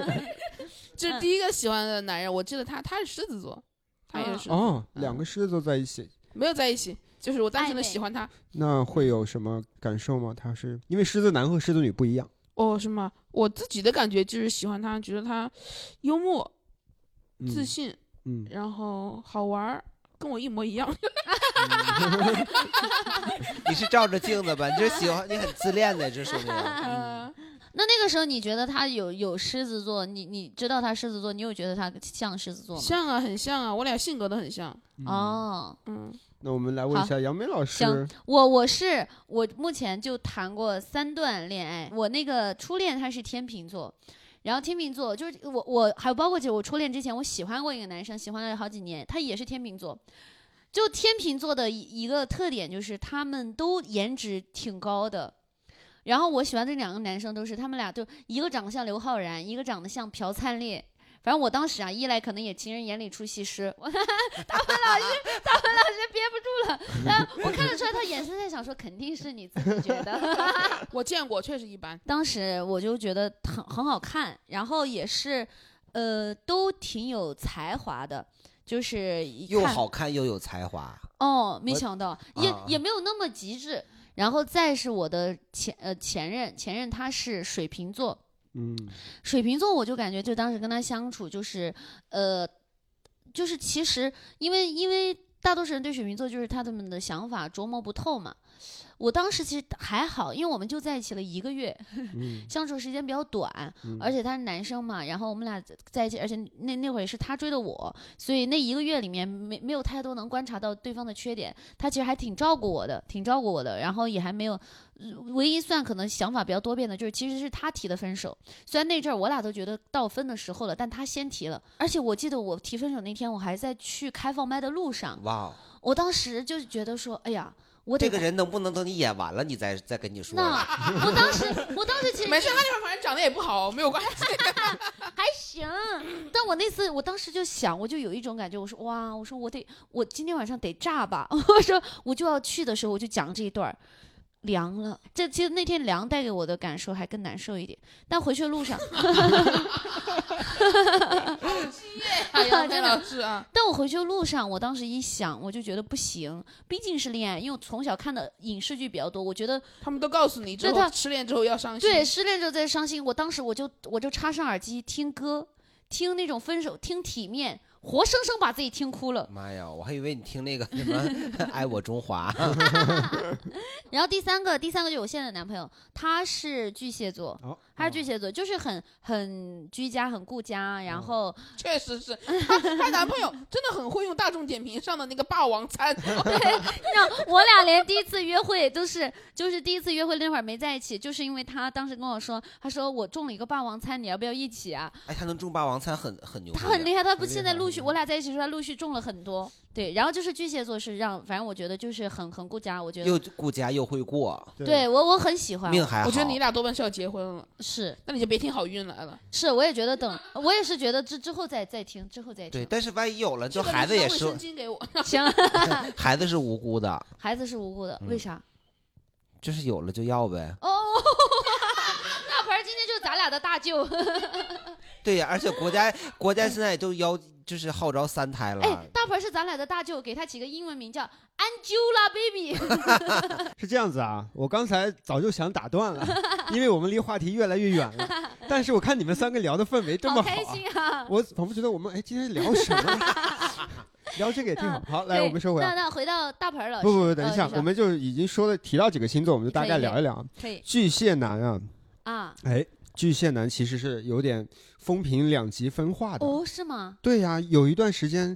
[SPEAKER 3] 这是第一个喜欢的男人，我记得他，他是狮子座，他也是狮
[SPEAKER 2] 啊
[SPEAKER 3] 子座，
[SPEAKER 4] 哦，两
[SPEAKER 2] 嗯
[SPEAKER 4] 个狮子座在一起，
[SPEAKER 3] 没有在一起，就是我单纯的
[SPEAKER 2] 暧昧
[SPEAKER 3] 喜欢他。
[SPEAKER 4] 那会有什么感受吗？他是因为狮子男和狮子女不一样，
[SPEAKER 3] 哦，是吗？我自己的感觉就是喜欢他，觉得他幽默、
[SPEAKER 4] 嗯
[SPEAKER 3] 自信，哦
[SPEAKER 4] 嗯，
[SPEAKER 3] 然后好玩儿，跟我一模一样。
[SPEAKER 5] 你是照着镜子吧？你这喜欢，你很自恋的，这说明。嗯
[SPEAKER 3] 嗯，
[SPEAKER 2] 那那个时候你觉得他有有狮子座，你你知道他狮子座，你有觉得他像狮子座吗？
[SPEAKER 3] 像啊，很像啊，我俩性格都很像。
[SPEAKER 2] 哦，
[SPEAKER 3] 嗯，
[SPEAKER 4] 那我们来问一下杨梅老师
[SPEAKER 2] 行，我我是我目前就谈过三段恋爱，我那个初恋他是天秤座。然后天秤座就是我，我还有包括姐，我初恋之前我喜欢过一个男生，喜欢了好几年，他也是天秤座。就天秤座的一一个特点就是他们都颜值挺高的，然后我喜欢的两个男生都是他们俩就一个长得像刘昊然，一个长得像朴灿烈。反正我当时啊，一来可能也情人眼里出西施， 我大鹏老师，大鹏老师憋不住了， 但我看得出来他眼神在想说，肯定是你自己觉得。
[SPEAKER 3] 我见过，确实一般。
[SPEAKER 2] 当时我就觉得很很好看，然后也是，呃，都挺有才华的，就是一
[SPEAKER 5] 又
[SPEAKER 2] 看
[SPEAKER 5] 好看又有才华，
[SPEAKER 2] 哦，没
[SPEAKER 5] 我
[SPEAKER 2] 想到也、
[SPEAKER 5] 啊
[SPEAKER 2] 也没有那么极致。然后再是我的前呃前任，前任他是水瓶座，
[SPEAKER 4] 嗯，
[SPEAKER 2] 水瓶座我就感觉就当时跟他相处就是，呃，就是其实因为因为大多数人对水瓶座就是他们的想法琢磨不透嘛。我当时其实还好，因为我们就在一起了一个月，
[SPEAKER 4] 嗯
[SPEAKER 2] 相处时间比较短，
[SPEAKER 4] 嗯
[SPEAKER 2] 而且他是男生嘛，然后我们俩在一起，而且那那会儿也是他追的我，所以那一个月里面没没有太多能观察到对方的缺点，他其实还挺照顾我的，挺照顾我的，然后也还没有，呃唯一算可能想法比较多变的就是其实是他提的分手，虽然那阵儿我俩都觉得到分的时候了，但他先提了，而且我记得我提分手那天，我还在去开放麦的路上，
[SPEAKER 5] 哇哦！
[SPEAKER 2] 我当时就觉得说，哎呀，我得
[SPEAKER 5] 这个人能不能等你演完了，你再再跟你说？
[SPEAKER 2] 那我当时我当时其 实
[SPEAKER 3] 没事，他那会儿反正长得也不好，没有关系。
[SPEAKER 2] 还行，但我那次我当时就想，我就有一种感觉，我说哇， 我说我得，我今天晚上得炸吧，我说我就要去的时候我就讲这一段儿，凉了。这其实那天凉带给我的感受还更难受一点，但回去的路上，
[SPEAKER 3] 哎呀，
[SPEAKER 2] 真的
[SPEAKER 3] 麦老师啊，
[SPEAKER 2] 但我回去的路上，我当时一想，我就觉得不行，毕竟是恋爱，因为我从小看的影视剧比较多，我觉得
[SPEAKER 3] 他们都告诉你之
[SPEAKER 2] 那
[SPEAKER 3] 后
[SPEAKER 2] 他
[SPEAKER 3] 失恋之后要伤心，
[SPEAKER 2] 对，失恋之后再伤心，我当时我就我就插上耳机听歌，听那种分手，听体面，活生生把自己听哭了。
[SPEAKER 5] 妈呀，我还以为你听那个什么 《爱我中华》
[SPEAKER 2] 然后第三个，第三个就是我现在的男朋友，他是巨蟹座，
[SPEAKER 4] 哦，哦
[SPEAKER 2] 他是巨蟹座，就是很很居家，很顾家，然后
[SPEAKER 3] 确实是她她男朋友真的很会用大众点评上的那个霸王餐，
[SPEAKER 2] 让我俩连第一次约会都是，就是第一次约会那会儿没在一起，就是因为他当时跟我说，他说我中了一个霸王餐，你要不要一起啊？
[SPEAKER 5] 哎，他能中霸王餐很很牛逼的，
[SPEAKER 2] 他很厉害，他不
[SPEAKER 4] 很厉
[SPEAKER 2] 现在
[SPEAKER 4] 害
[SPEAKER 2] 陆
[SPEAKER 4] 很
[SPEAKER 2] 续
[SPEAKER 4] 厉
[SPEAKER 2] 我俩在一起的时候，他陆续中了很多。对，然后就是巨蟹座是让，反正我觉得就是很很顾家，我觉得
[SPEAKER 5] 又顾家又会过，
[SPEAKER 2] 对我我很喜欢，
[SPEAKER 5] 命还
[SPEAKER 3] 哦
[SPEAKER 5] 好。
[SPEAKER 3] 我觉得你俩多半是要结婚了，
[SPEAKER 2] 是
[SPEAKER 3] 那你就别听好运来了。
[SPEAKER 2] 是，我也觉得等，我也是觉得之之后再再听，之后再
[SPEAKER 5] 对，
[SPEAKER 2] 听。
[SPEAKER 5] 但是万一有了，就
[SPEAKER 3] 这个
[SPEAKER 5] 孩子
[SPEAKER 3] 你
[SPEAKER 5] 也
[SPEAKER 3] 拿卫
[SPEAKER 5] 是
[SPEAKER 3] 生巾给我，
[SPEAKER 2] 行，
[SPEAKER 5] 孩子是无辜的，
[SPEAKER 2] 孩子是无辜的，为
[SPEAKER 5] 嗯
[SPEAKER 2] 啥？
[SPEAKER 5] 就是有了就要呗。
[SPEAKER 2] 哦， 大盆儿今天就是咱俩的大舅。
[SPEAKER 5] 对呀，而且国家国家现在都要就是号召三胎
[SPEAKER 2] 哎
[SPEAKER 5] 了，，
[SPEAKER 2] 大盆儿是咱俩的大舅，给他起个英文名叫 Angelababy。
[SPEAKER 4] 是这样子啊，我刚才早就想打断 了，因为我们离话题越来越远了。但是我看你们三个聊的氛 围这么
[SPEAKER 2] 好
[SPEAKER 4] 好
[SPEAKER 2] 开
[SPEAKER 4] 啊，
[SPEAKER 2] 心啊！
[SPEAKER 4] 我仿佛觉得我们哎今天聊什么了？ 聊这个也挺好。好，
[SPEAKER 2] 嗯
[SPEAKER 4] 来
[SPEAKER 2] 对
[SPEAKER 4] 我们收回啊
[SPEAKER 2] 那
[SPEAKER 4] 来。
[SPEAKER 2] 那回到大盆儿老师，
[SPEAKER 4] 不不不，等
[SPEAKER 2] 呃
[SPEAKER 4] 一下
[SPEAKER 2] 你，说
[SPEAKER 4] 我们就已经说了提到几个星座，我们就大
[SPEAKER 2] 可以
[SPEAKER 4] 概
[SPEAKER 2] 可以
[SPEAKER 4] 聊一聊啊。
[SPEAKER 2] 可以
[SPEAKER 4] 巨蟹男啊，
[SPEAKER 2] 啊。
[SPEAKER 4] 哎，巨蟹男其实是有点风评两极分化的。
[SPEAKER 2] 哦，是吗？
[SPEAKER 4] 对呀、有一段时间，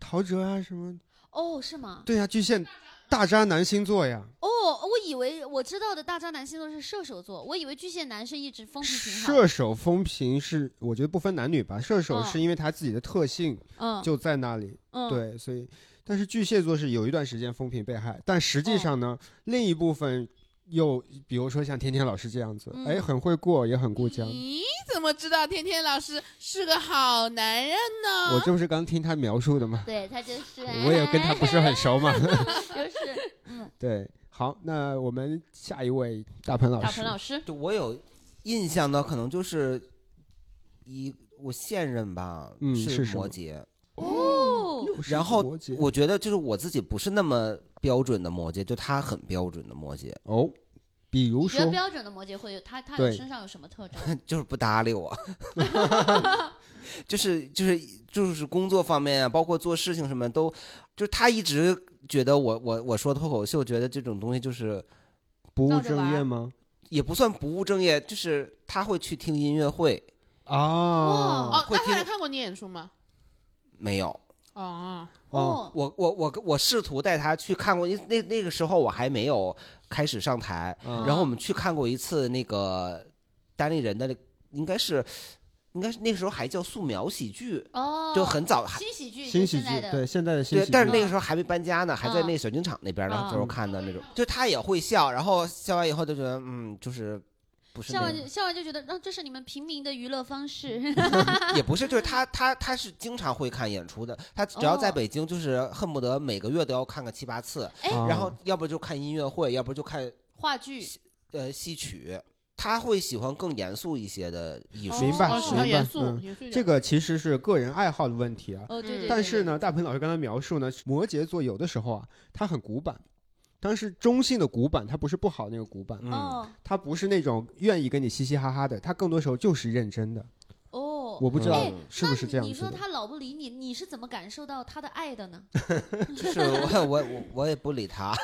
[SPEAKER 4] 陶喆啊什么，
[SPEAKER 2] 哦，是吗？
[SPEAKER 4] 对呀、巨蟹大渣男星座呀，
[SPEAKER 2] 哦，我以为我知道的大渣男星座是射手座，我以为巨蟹男是一直风评挺好的。
[SPEAKER 4] 射手风评是我觉得不分男女吧，射手
[SPEAKER 2] 嗯
[SPEAKER 4] 是因为他自己的特性
[SPEAKER 2] 嗯
[SPEAKER 4] 就在那里，
[SPEAKER 2] 嗯，
[SPEAKER 4] 对，所以但是巨蟹座是有一段时间风评被害，但实际上
[SPEAKER 2] 哦
[SPEAKER 4] 呢，另一部分又比如说像天天老师这样子，
[SPEAKER 2] 嗯
[SPEAKER 4] 哎，很会过，也很顾家。
[SPEAKER 3] 你怎么知道天天老师是个好男人呢？
[SPEAKER 4] 我这不是刚听他描述的吗？
[SPEAKER 2] 对他啊 就是。
[SPEAKER 4] 我也跟他不是很 熟嘛。
[SPEAKER 2] 就是嗯，
[SPEAKER 4] 对，好，那我们下一位大鹏老
[SPEAKER 2] 大
[SPEAKER 4] 师
[SPEAKER 2] 鹏，老师，
[SPEAKER 5] 就我有印象的可能就是一我现任吧，
[SPEAKER 4] 嗯是什
[SPEAKER 5] 摩
[SPEAKER 4] 么
[SPEAKER 5] 羯，
[SPEAKER 2] 哦，
[SPEAKER 4] 又是
[SPEAKER 5] 然后
[SPEAKER 4] 摩羯
[SPEAKER 5] 我觉得就是我自己不是那么标准的摩羯，就他很标准的摩羯，
[SPEAKER 4] 哦，比如
[SPEAKER 2] 你觉得
[SPEAKER 4] 说
[SPEAKER 2] 标准的摩羯会有他他
[SPEAKER 4] 对
[SPEAKER 2] 身上有什么特征？
[SPEAKER 5] 就是不搭理我， 就是就是就是工作方面啊，包括做事情什么都，就是他一直觉得我我我说脱口秀，觉得这种东西就是
[SPEAKER 4] 不务
[SPEAKER 2] 闹着
[SPEAKER 4] 正
[SPEAKER 2] 玩
[SPEAKER 4] 业
[SPEAKER 2] 儿
[SPEAKER 4] 吗？
[SPEAKER 5] 也不算不务正业，就是他会去听音乐会，
[SPEAKER 4] 啊
[SPEAKER 3] 哦，
[SPEAKER 5] 会
[SPEAKER 3] 那他
[SPEAKER 5] 听
[SPEAKER 3] 来看过你演出吗？
[SPEAKER 5] 没有。
[SPEAKER 3] 哦，
[SPEAKER 4] 哦，
[SPEAKER 2] 哦，
[SPEAKER 5] 我我我我试图带他去看过，因为那那个时候我还没有开始上台，
[SPEAKER 4] 嗯
[SPEAKER 5] 然后我们去看过一次那个单立人的那，应该是应该是那个时候还叫素描喜剧，
[SPEAKER 2] 哦，
[SPEAKER 5] 就很早还。
[SPEAKER 2] 新喜剧，
[SPEAKER 4] 新
[SPEAKER 2] 就现
[SPEAKER 4] 喜
[SPEAKER 2] 在
[SPEAKER 4] 剧
[SPEAKER 2] 的
[SPEAKER 4] 对现在的新
[SPEAKER 5] 对
[SPEAKER 4] 喜，剧，
[SPEAKER 5] 但是那个时候还没搬家呢，还在
[SPEAKER 2] 嗯
[SPEAKER 5] 那小剧场那边
[SPEAKER 2] 嗯
[SPEAKER 5] 呢，就是看的那种。就他也会笑，然后笑完以后就觉得，嗯，就是不是
[SPEAKER 2] 笑
[SPEAKER 5] 那
[SPEAKER 2] 完
[SPEAKER 5] 个
[SPEAKER 2] 就，笑完就觉得，啊，这是你们平民的娱乐方式。
[SPEAKER 5] 也不是，就是他他他是经常会看演出的，他只要在
[SPEAKER 2] 哦
[SPEAKER 5] 北京，就是恨不得每个月都要看个七八次，
[SPEAKER 2] 哎
[SPEAKER 4] 啊
[SPEAKER 5] 然后要不就看音乐会，要不就看
[SPEAKER 2] 话剧
[SPEAKER 5] 呃戏曲，他会喜欢更严肃一些的艺术。
[SPEAKER 4] 明白
[SPEAKER 3] 哦
[SPEAKER 4] 明
[SPEAKER 3] 比较
[SPEAKER 4] 白
[SPEAKER 3] 严肃，
[SPEAKER 4] 嗯
[SPEAKER 3] 严肃一点
[SPEAKER 4] 这个其实是个人爱好的问题啊。
[SPEAKER 2] 哦，对对
[SPEAKER 3] 嗯
[SPEAKER 2] 对，
[SPEAKER 4] 但
[SPEAKER 2] 对，
[SPEAKER 4] 是呢，大鹏老师刚才描述呢，摩羯座有的时候啊，他很古板，但是中性的古板，他不是不好那个古板，
[SPEAKER 5] 嗯，
[SPEAKER 2] 哦
[SPEAKER 4] 他不是那种愿意跟你嘻嘻哈哈的，他更多时候就是认真的。
[SPEAKER 2] 哦，
[SPEAKER 4] 我不知道
[SPEAKER 2] 哎
[SPEAKER 4] 是不是
[SPEAKER 2] 那
[SPEAKER 4] 这样
[SPEAKER 2] 你你
[SPEAKER 4] 子
[SPEAKER 2] 说
[SPEAKER 4] 的。
[SPEAKER 2] 他老不理你，你是怎么感受到他的爱的呢？
[SPEAKER 5] 就是我我我我也不 理他，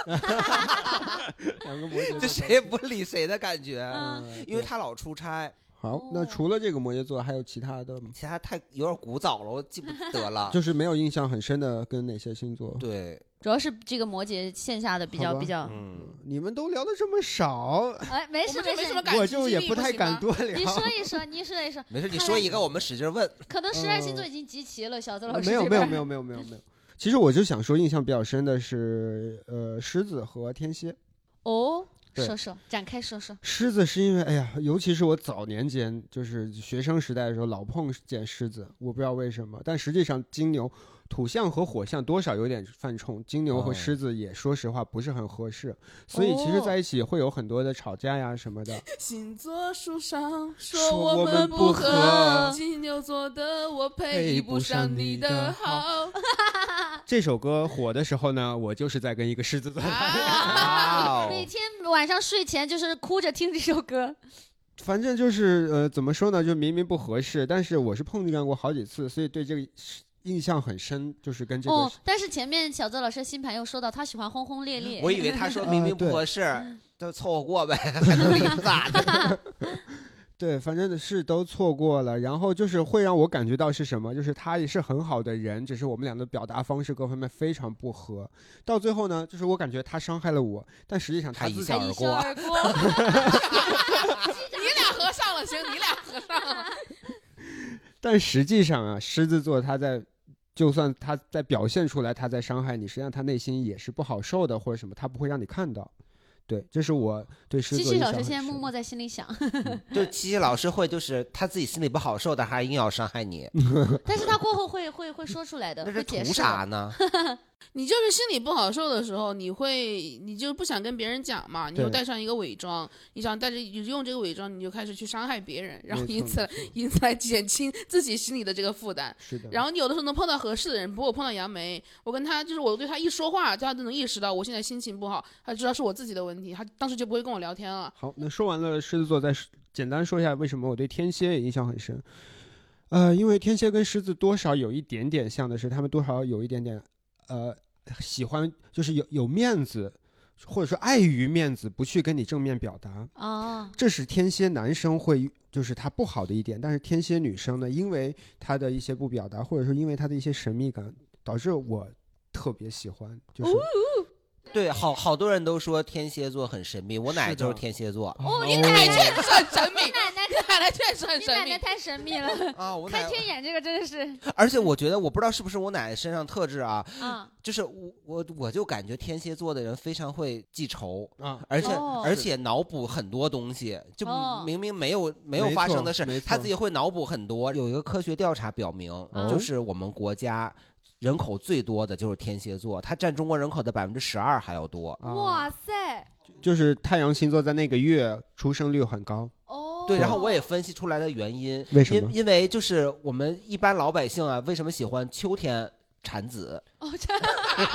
[SPEAKER 4] 两个摩羯
[SPEAKER 5] 就
[SPEAKER 4] 座
[SPEAKER 5] 谁也不理谁的感觉，啊
[SPEAKER 2] 嗯，
[SPEAKER 5] 因为他老出差，
[SPEAKER 4] 好，
[SPEAKER 2] 哦
[SPEAKER 4] 那除了这个摩羯座，还有其他的吗？
[SPEAKER 5] 其他太有点古早了，我记不得了。
[SPEAKER 4] 就是没有印象很深的，跟哪些星座？
[SPEAKER 5] 对，
[SPEAKER 2] 主要是这个摩羯线下的比较
[SPEAKER 4] 好吧
[SPEAKER 2] 比较，
[SPEAKER 5] 嗯，
[SPEAKER 4] 你们都聊的这么少，
[SPEAKER 2] 哎，没
[SPEAKER 3] 我
[SPEAKER 2] 事
[SPEAKER 3] 们这
[SPEAKER 2] 事
[SPEAKER 3] 什，么感情
[SPEAKER 4] 我就也
[SPEAKER 3] 经历
[SPEAKER 4] 不太
[SPEAKER 3] 行吗
[SPEAKER 4] 敢多聊
[SPEAKER 2] 你。 说一说，你说一说，
[SPEAKER 5] 没事，你
[SPEAKER 2] 看
[SPEAKER 5] 说
[SPEAKER 2] 来
[SPEAKER 5] 一个，我们使劲 问。
[SPEAKER 2] 可能十二星座
[SPEAKER 4] 嗯
[SPEAKER 2] 已经集齐了，小泽老师
[SPEAKER 4] 没有
[SPEAKER 2] 这
[SPEAKER 4] 没有
[SPEAKER 2] 边
[SPEAKER 4] 没有没有没有没有。其实我就想说，印象比较深的是，呃，狮子和天蝎。
[SPEAKER 2] 哦，
[SPEAKER 4] 对
[SPEAKER 2] 说说，展开说说。
[SPEAKER 4] 狮子是因为，哎呀，尤其是我早年间，就是学生时代的时候，老碰见狮子，我不知道为什么。但实际上，金牛、土象和火象多少有点犯冲，金牛和
[SPEAKER 5] 哦
[SPEAKER 4] 狮子也说实话不是很合适，所以其实
[SPEAKER 3] 哦
[SPEAKER 4] 在一起会有很多的吵架呀什么的。
[SPEAKER 3] 星座书上
[SPEAKER 4] 说
[SPEAKER 3] 说
[SPEAKER 4] 我
[SPEAKER 3] 我
[SPEAKER 4] 们
[SPEAKER 3] 们
[SPEAKER 4] 不
[SPEAKER 3] 不
[SPEAKER 4] 合
[SPEAKER 3] 合，金牛座的我
[SPEAKER 4] 配
[SPEAKER 3] 配
[SPEAKER 4] 不
[SPEAKER 3] 不
[SPEAKER 4] 上
[SPEAKER 3] 上
[SPEAKER 4] 你
[SPEAKER 3] 你
[SPEAKER 4] 的
[SPEAKER 3] 的好。
[SPEAKER 4] 这首歌火的时候呢，我就是在跟一个狮子座 谈恋爱。
[SPEAKER 2] 啊
[SPEAKER 5] 哇
[SPEAKER 2] 每
[SPEAKER 5] 哦，
[SPEAKER 2] 天晚上睡前就是哭着听这首歌，
[SPEAKER 4] 反正就是呃，怎么说呢，就明明不合适，但是我是碰见过好几次，所以对这个是印象很深，就是跟这个
[SPEAKER 2] 哦
[SPEAKER 4] 是。
[SPEAKER 2] 但是前面小泽老师新盘又说到，他喜欢轰轰烈烈。
[SPEAKER 5] 我以为他说
[SPEAKER 2] 嗯
[SPEAKER 4] 啊
[SPEAKER 5] 明明
[SPEAKER 4] 对
[SPEAKER 5] 不合适，就凑合过呗，还能离 咋的？
[SPEAKER 4] 对，反正是都错过了，然后就是会让我感觉到是什么，就是他也是很好的人，只是我们俩的表达方式各方面非常不合，到最后呢，就是我感觉他伤害了我，但实际上他
[SPEAKER 5] 他一
[SPEAKER 4] 自己
[SPEAKER 5] 下
[SPEAKER 2] 哎
[SPEAKER 5] 耳
[SPEAKER 2] 一笑
[SPEAKER 5] 光
[SPEAKER 2] 而过。
[SPEAKER 3] 你俩合上了，行，你俩合上了。
[SPEAKER 4] 但实际上啊，狮子座他在，就算他在表现出来他在伤害你，实际上他内心也是不好受的，或者什么，他不会让你看到。对，这是我对狮
[SPEAKER 2] 七
[SPEAKER 4] 子座
[SPEAKER 2] 七
[SPEAKER 4] 印象
[SPEAKER 2] 老师
[SPEAKER 4] 很
[SPEAKER 2] 现在默
[SPEAKER 4] 深
[SPEAKER 2] 默在心里想，
[SPEAKER 5] 就是七七老师会，就是他自己心里不好受，但还硬要伤害你，
[SPEAKER 2] 但是他过后会会会说出来的，
[SPEAKER 5] 那
[SPEAKER 2] 嗯会
[SPEAKER 5] 是
[SPEAKER 2] 解
[SPEAKER 5] 图
[SPEAKER 2] 释
[SPEAKER 5] 啥
[SPEAKER 2] 的。
[SPEAKER 5] 呢？
[SPEAKER 3] 你就是心里不好受的时候，你会，你就不想跟别人讲嘛，你就
[SPEAKER 4] 对
[SPEAKER 3] 带上一个伪装，你想带着用这个伪装，你就开始去伤害别人，然后
[SPEAKER 4] 没
[SPEAKER 3] 因
[SPEAKER 4] 错
[SPEAKER 3] 此
[SPEAKER 4] 没错
[SPEAKER 3] 因此来减轻自己心里的这个负担。
[SPEAKER 4] 是的，
[SPEAKER 3] 然后你有的时候能碰到合适的人，不过我碰到杨梅，我跟她就是我对她一说话，她都能意识到我现在心情不好，她知道是我自己的问题，她当时就不会跟我聊天了。
[SPEAKER 4] 好，那说完了狮子座，再说简单说一下为什么我对天蝎也印象很深。呃，因为天蝎跟狮子多少有一点点像的是，他们多少有一点点，呃，喜欢就是有有面子，或者说碍于面子不去跟你正面表达，
[SPEAKER 2] 哦，
[SPEAKER 4] 这是天蝎男生会就是他不好的一点。但是天蝎女生呢，因为她的一些不表达，或者说因为她的一些神秘感，导致我特别喜欢，就是
[SPEAKER 2] 哦
[SPEAKER 5] 对，好好多人都说天蝎座很神秘，我奶
[SPEAKER 4] 是
[SPEAKER 5] 就是
[SPEAKER 4] 的
[SPEAKER 5] 天蝎座
[SPEAKER 2] 哦，你
[SPEAKER 4] 哦
[SPEAKER 2] 奶
[SPEAKER 3] 奶
[SPEAKER 2] 奶，
[SPEAKER 3] 确实很神秘
[SPEAKER 2] 你，奶奶，
[SPEAKER 3] 你奶奶确实很
[SPEAKER 2] 你
[SPEAKER 3] 神
[SPEAKER 2] 奶
[SPEAKER 3] 秘
[SPEAKER 2] 奶。太神秘了。
[SPEAKER 5] 啊，我
[SPEAKER 2] 开
[SPEAKER 5] 奶，
[SPEAKER 2] 天眼这个真的 是
[SPEAKER 5] 而且我觉得我不知道是不是我奶奶身上特质啊，
[SPEAKER 2] 啊，
[SPEAKER 5] 就是我我我就感觉天蝎座的人非常会记仇。
[SPEAKER 4] 啊，
[SPEAKER 5] 而且、
[SPEAKER 2] 哦
[SPEAKER 5] 而且脑补很多东西，就
[SPEAKER 2] 哦
[SPEAKER 5] 明明没有、没有
[SPEAKER 4] 没
[SPEAKER 5] 发
[SPEAKER 4] 错
[SPEAKER 5] 生的事
[SPEAKER 4] 没，
[SPEAKER 5] 他
[SPEAKER 4] 错
[SPEAKER 5] 自己会脑补很多。有一个科学调查表明，
[SPEAKER 2] 嗯
[SPEAKER 5] 就是我们国家人口最多的就是天蝎座，它占中国人口的百分之十二还要多。
[SPEAKER 4] 啊
[SPEAKER 2] 哇塞，
[SPEAKER 4] 就是太阳星座在那个月出生率很高，
[SPEAKER 2] 哦，
[SPEAKER 5] 对，然后我也分析出来的原因，
[SPEAKER 4] 为什么
[SPEAKER 5] 因因为就是我们一般老百姓啊，为什么喜欢秋天产子、
[SPEAKER 2] 哦，这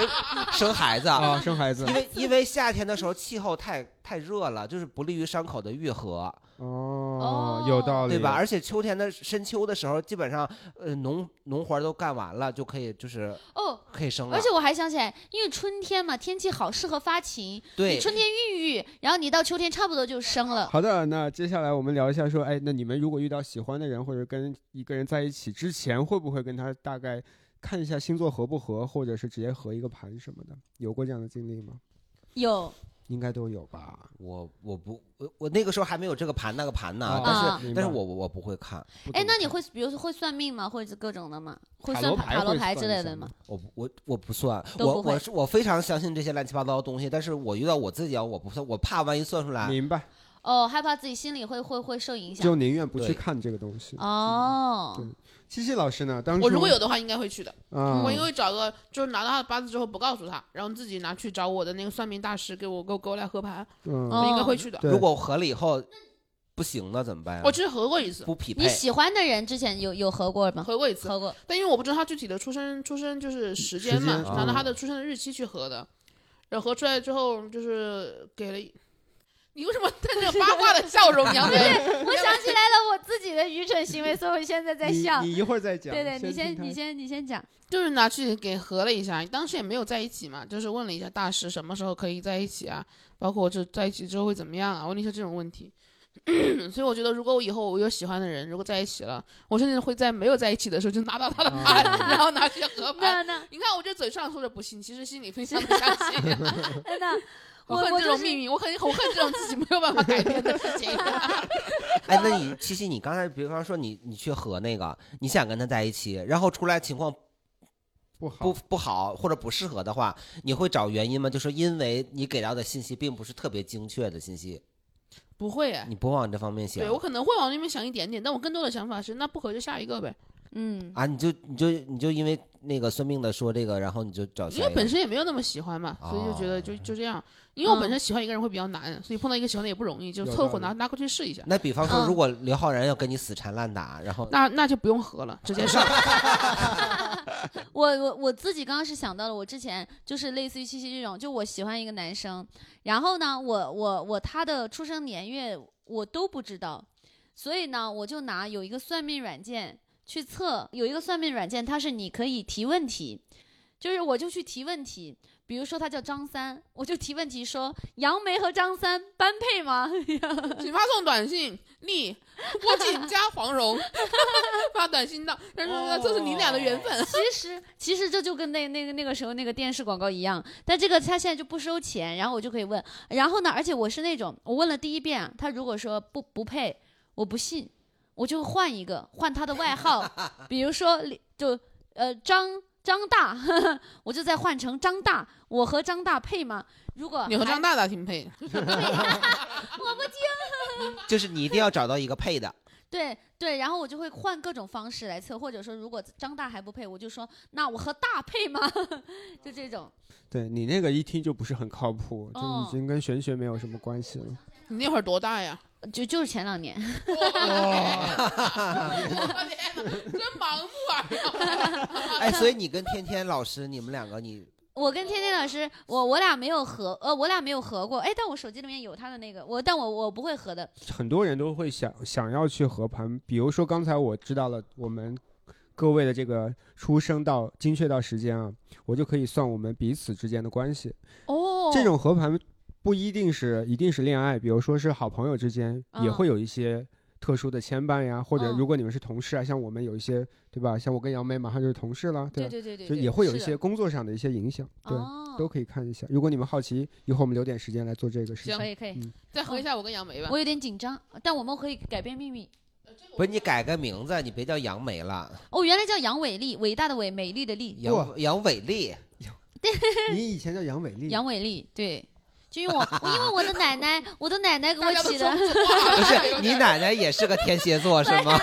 [SPEAKER 5] 生孩子？
[SPEAKER 4] 啊，生孩 子
[SPEAKER 5] 因为因为夏天的时候气候太太热了，就是不利于伤口的愈合，
[SPEAKER 4] 哦，有道理，
[SPEAKER 5] 对吧？？而且秋天的深秋的时候，基本上呃农农活儿都干完了，就可以就是
[SPEAKER 2] 哦。
[SPEAKER 5] 可以生了
[SPEAKER 2] 而。且我还想起来，因为春天嘛，天气好，适合发情。你
[SPEAKER 5] 对，
[SPEAKER 2] 春天孕育，然后你到秋天差不多就生了。
[SPEAKER 4] 好的，那接下来我们聊一下，说，哎，那你们如果遇到喜欢的人，或者跟一个人在一起之前，会不会跟他大概看一下星座合不合，或者是直接合一个盘什么的？有过这样的经历吗？
[SPEAKER 2] 有
[SPEAKER 4] 应该都有吧。
[SPEAKER 5] 我我不我我那个时候还没有这个盘那个盘呢，
[SPEAKER 4] 啊
[SPEAKER 5] 但是、
[SPEAKER 2] 啊
[SPEAKER 4] 明白
[SPEAKER 5] 但是我我我不会看，
[SPEAKER 4] 不
[SPEAKER 2] 哎，
[SPEAKER 4] 懂
[SPEAKER 2] 那你会比如说会算命吗，或者是各种的吗？会
[SPEAKER 4] 塔
[SPEAKER 2] 算
[SPEAKER 4] 罗
[SPEAKER 2] 塔
[SPEAKER 4] 牌
[SPEAKER 2] 塔罗
[SPEAKER 4] 会
[SPEAKER 2] 牌之
[SPEAKER 4] 算一
[SPEAKER 2] 类
[SPEAKER 4] 下
[SPEAKER 2] 的吗
[SPEAKER 4] 吗？
[SPEAKER 5] 我不我我不算，
[SPEAKER 2] 都
[SPEAKER 5] 我
[SPEAKER 2] 不会
[SPEAKER 5] 我是我非常相信这些乱七八糟的东西，但是我遇到我自己啊，我不算，我怕万一算出来，
[SPEAKER 4] 明白，
[SPEAKER 2] 哦，害怕自己心里会会会受影响
[SPEAKER 4] 就。宁愿不去
[SPEAKER 5] 对
[SPEAKER 4] 看这个东西。
[SPEAKER 2] 哦，
[SPEAKER 4] 对七七老师呢？当时
[SPEAKER 3] 我如果有的话，应该会去的。
[SPEAKER 4] 啊，
[SPEAKER 3] 我应该会找个，就是拿到他的八字之后不告诉他，然后自己拿去找我的那个算命大师给我给我给我来合盘，
[SPEAKER 4] 嗯，
[SPEAKER 3] 我应该
[SPEAKER 2] 哦
[SPEAKER 3] 会去的。
[SPEAKER 4] 对
[SPEAKER 5] 如果合了以后不行了怎么办呀？
[SPEAKER 3] 我只是合过一次，
[SPEAKER 5] 不匹配
[SPEAKER 2] 你，喜欢的人之前有有合过吗？
[SPEAKER 3] 合过一次，
[SPEAKER 2] 合过。
[SPEAKER 3] 但因为我不知道他具体的出生出生就是时间嘛，
[SPEAKER 4] 时
[SPEAKER 5] 间
[SPEAKER 3] 拿到他
[SPEAKER 5] 哦
[SPEAKER 3] 的出生的日期去合的，然后合出来之后就是给了一。 你为什么带着八卦的笑容？ 杨梅，
[SPEAKER 2] 我想起来了，我自己的愚蠢行为，所以我现在在
[SPEAKER 4] 你
[SPEAKER 2] 笑。
[SPEAKER 4] 你一会儿再讲。
[SPEAKER 2] 对对，你
[SPEAKER 4] 先
[SPEAKER 2] 先
[SPEAKER 4] 听
[SPEAKER 2] 你
[SPEAKER 4] 他
[SPEAKER 2] 先你先讲。
[SPEAKER 3] 就是拿去给合了一下，当时也没有在一起嘛，就是问了一下大师什么时候可以在一起啊，包括这在一起之后会怎么样啊，问了一下这种问题。 所以我觉得，如果我以后我有喜欢的人，如果在一起了，我甚至会在没有在一起的时候就拿到他的盘，然后拿去合盘。
[SPEAKER 2] 那那
[SPEAKER 3] 你看，我这嘴上说着不信，其实心里非常的相 信。
[SPEAKER 2] 哎那那，我
[SPEAKER 3] 我恨
[SPEAKER 2] 我
[SPEAKER 3] 这
[SPEAKER 2] 就
[SPEAKER 3] 种
[SPEAKER 2] 是
[SPEAKER 3] 命运，我很我恨这种自己没有办法改变的事情。
[SPEAKER 5] 哎，那你七七，你刚才比方说你你去和那个，你想跟他在一起，然后出来情况
[SPEAKER 4] 不好，
[SPEAKER 5] 不不好或者不适合的话，你会找原因吗？就是因为你给到的信息并不是特别精确的信息，
[SPEAKER 3] 不会哎，
[SPEAKER 5] 你不往这方面想
[SPEAKER 3] 对我可能会往那边想一点点，但我更多的想法是，那不合就下一个呗，
[SPEAKER 2] 嗯，
[SPEAKER 5] 啊，你就你就你就因为那个算命的说这个，然后你就找
[SPEAKER 3] 因
[SPEAKER 5] 下
[SPEAKER 3] 为
[SPEAKER 5] 一
[SPEAKER 3] 本
[SPEAKER 5] 个。
[SPEAKER 3] 身也没有那么喜欢嘛，所以就觉
[SPEAKER 5] 哦
[SPEAKER 3] 得就就这样。因为
[SPEAKER 2] 嗯
[SPEAKER 3] 我本身喜欢一个人会比较难，所以碰到一个喜欢的也不容易，就
[SPEAKER 4] 有
[SPEAKER 3] 凑
[SPEAKER 4] 道
[SPEAKER 3] 合
[SPEAKER 4] 理
[SPEAKER 3] 拿拿过去试一下。
[SPEAKER 5] 那比方说，
[SPEAKER 2] 嗯
[SPEAKER 5] 如果刘昊然要跟你死缠烂打，然后
[SPEAKER 3] 那那就不用合了，直接上。
[SPEAKER 2] 我我我自己刚刚是想到了，我之前就是类似于七七这种，就我喜欢一个男生，然后呢，我我我他的出生年月我都不知道，所以呢，我就拿有一个算命软件去测，有一个算命软件，它是你可以提问题，就是我就去提问题，比如说他叫张三，我就提问题说杨梅和张三般配吗？
[SPEAKER 3] 请发送短信，你郭靖加黄蓉， 发短信到，他
[SPEAKER 5] 哦
[SPEAKER 3] 说这是你俩的缘分。
[SPEAKER 2] 其实其实这就跟那那个那个时候那个电视广告一样，但这个他现在就不收钱，然后我就可以问，然后呢，而且我是那种我问了第一遍啊，他如果说不不配，我不信，我就换一个，换他的外号，比如说就呃张。张大， 我就再换成张大，我和张大配吗？如果
[SPEAKER 3] 你和
[SPEAKER 2] 还
[SPEAKER 3] 张大大挺配的，
[SPEAKER 5] 就是你一定要找到一个配
[SPEAKER 2] 啊
[SPEAKER 5] 的，
[SPEAKER 2] 对对，然后我就会换各种方式来测，或者说如果张大还不配，我就说那我和大配吗？ 就这种。
[SPEAKER 4] 对你那个一听就不是很靠谱，就
[SPEAKER 2] 哦
[SPEAKER 4] 已经跟玄学没有什么关系了。
[SPEAKER 3] 你那会儿多大 呀？
[SPEAKER 2] 就就是前两年，
[SPEAKER 3] 我的天哪，真盲目啊！
[SPEAKER 5] 哎，所以你跟天天老师，你们两个你
[SPEAKER 2] 我跟天天老师，我我俩没有合，呃，我俩没有合过，哎，但我手机里面有他的那个，我但我我不会合的，
[SPEAKER 4] 很多人都会想想要去合盘，比如说刚才我知道了我们各位的这个出生到精确到时间啊，我就可以算我们彼此之间的关系。
[SPEAKER 2] 哦
[SPEAKER 4] 这种合盘不一定是一定是恋爱，比如说是好朋友之间
[SPEAKER 2] 嗯
[SPEAKER 4] 也会有一些特殊的牵绊呀，或者
[SPEAKER 2] 嗯
[SPEAKER 4] 如果你们是同事啊，像我们有一些对吧？像我跟杨梅马上就是同事了，
[SPEAKER 2] 对
[SPEAKER 4] 吧？
[SPEAKER 2] 对对对，
[SPEAKER 4] 就
[SPEAKER 2] 对
[SPEAKER 4] 啊也会有一
[SPEAKER 2] 是
[SPEAKER 4] 些
[SPEAKER 2] 的
[SPEAKER 4] 工作上的一些影响，对，
[SPEAKER 2] 哦，
[SPEAKER 4] 都可以看一下。如果你们好奇，一会儿我们留点时间来做这个事情
[SPEAKER 3] 行。
[SPEAKER 2] 可以可以，
[SPEAKER 4] 嗯
[SPEAKER 3] 再合一下我跟杨梅吧。
[SPEAKER 2] 我有点紧张，但我们可以改变命运。
[SPEAKER 5] 不是你改个名字，你别叫杨梅了，
[SPEAKER 2] 哦，原来叫杨伟丽，伟大的伟，美丽的丽，
[SPEAKER 5] 杨杨伟 丽。
[SPEAKER 4] 你以前叫杨伟丽，
[SPEAKER 2] 杨伟丽，对，就因为我我因为我的奶奶，我的奶奶给我
[SPEAKER 3] 大家都
[SPEAKER 2] 起
[SPEAKER 3] 说
[SPEAKER 2] 的，
[SPEAKER 3] 不出话了
[SPEAKER 5] 不
[SPEAKER 3] 有
[SPEAKER 5] 是你
[SPEAKER 3] 点
[SPEAKER 5] 奶奶也是个天蝎 座是吗？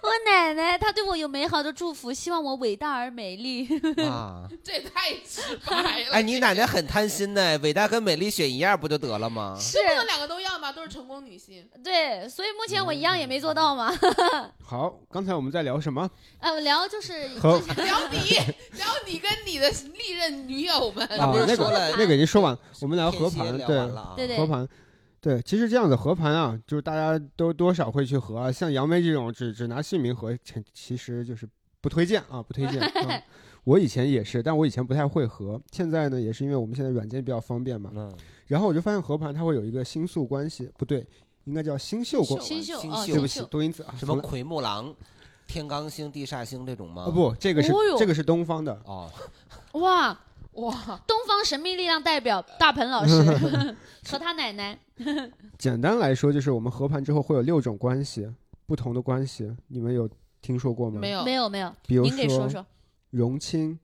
[SPEAKER 2] 我奶奶她对我有美好的祝福，希望我伟大而美丽。
[SPEAKER 5] 啊，
[SPEAKER 3] 这也太直白了。
[SPEAKER 5] 哎，你奶奶很贪心呢，伟大跟美丽选一样不就得了吗？
[SPEAKER 2] 是
[SPEAKER 3] 这不能两个都要吗？都是成功女性。
[SPEAKER 2] 对，所以目前我一样也没做到嘛。
[SPEAKER 4] 好，刚才我们在聊什么？
[SPEAKER 2] 呃，聊就是
[SPEAKER 4] 和
[SPEAKER 3] 聊你，聊你跟你的历任女友们。
[SPEAKER 4] 啊，
[SPEAKER 5] 不是
[SPEAKER 4] 那
[SPEAKER 5] 说
[SPEAKER 4] 个
[SPEAKER 5] 了
[SPEAKER 4] 那个已经说完了，我们聊合盘，
[SPEAKER 5] 天蝎聊
[SPEAKER 4] 对
[SPEAKER 5] 完，了啊
[SPEAKER 2] 对对
[SPEAKER 4] 合盘，对，其实这样的合盘啊，就是大家都多少会去合啊，像杨梅这种只只拿姓名合，其其实就是不推荐啊，不推荐。嗯我以前也是，但我以前不太会合，现在呢，也是因为我们现在软件比较方便嘛。
[SPEAKER 5] 嗯，
[SPEAKER 4] 然后我就发现合盘它会有一个星宿关系，不对，应该叫星宿关，
[SPEAKER 2] 新秀
[SPEAKER 5] 新
[SPEAKER 2] 哦，
[SPEAKER 5] 秀
[SPEAKER 4] 对不
[SPEAKER 2] 新
[SPEAKER 4] 起，
[SPEAKER 2] 秀，
[SPEAKER 4] 多音字啊，
[SPEAKER 5] 什么
[SPEAKER 4] 重来
[SPEAKER 5] 奎木狼、天罡星、地煞星这种吗？
[SPEAKER 4] 啊？不，这个是
[SPEAKER 2] 哦哟
[SPEAKER 4] 这个是东方的，
[SPEAKER 5] 哦，
[SPEAKER 2] 哇，
[SPEAKER 3] 哇，
[SPEAKER 2] 东方神秘力量代表大鹏老师 和他奶奶。
[SPEAKER 4] 简单来说，就是我们合盘之后会有六种关系，不同的关系，你们有听说过吗？
[SPEAKER 3] 没，有
[SPEAKER 2] 没，有没有，
[SPEAKER 4] 比如
[SPEAKER 2] 您给说说。
[SPEAKER 4] 荣亲、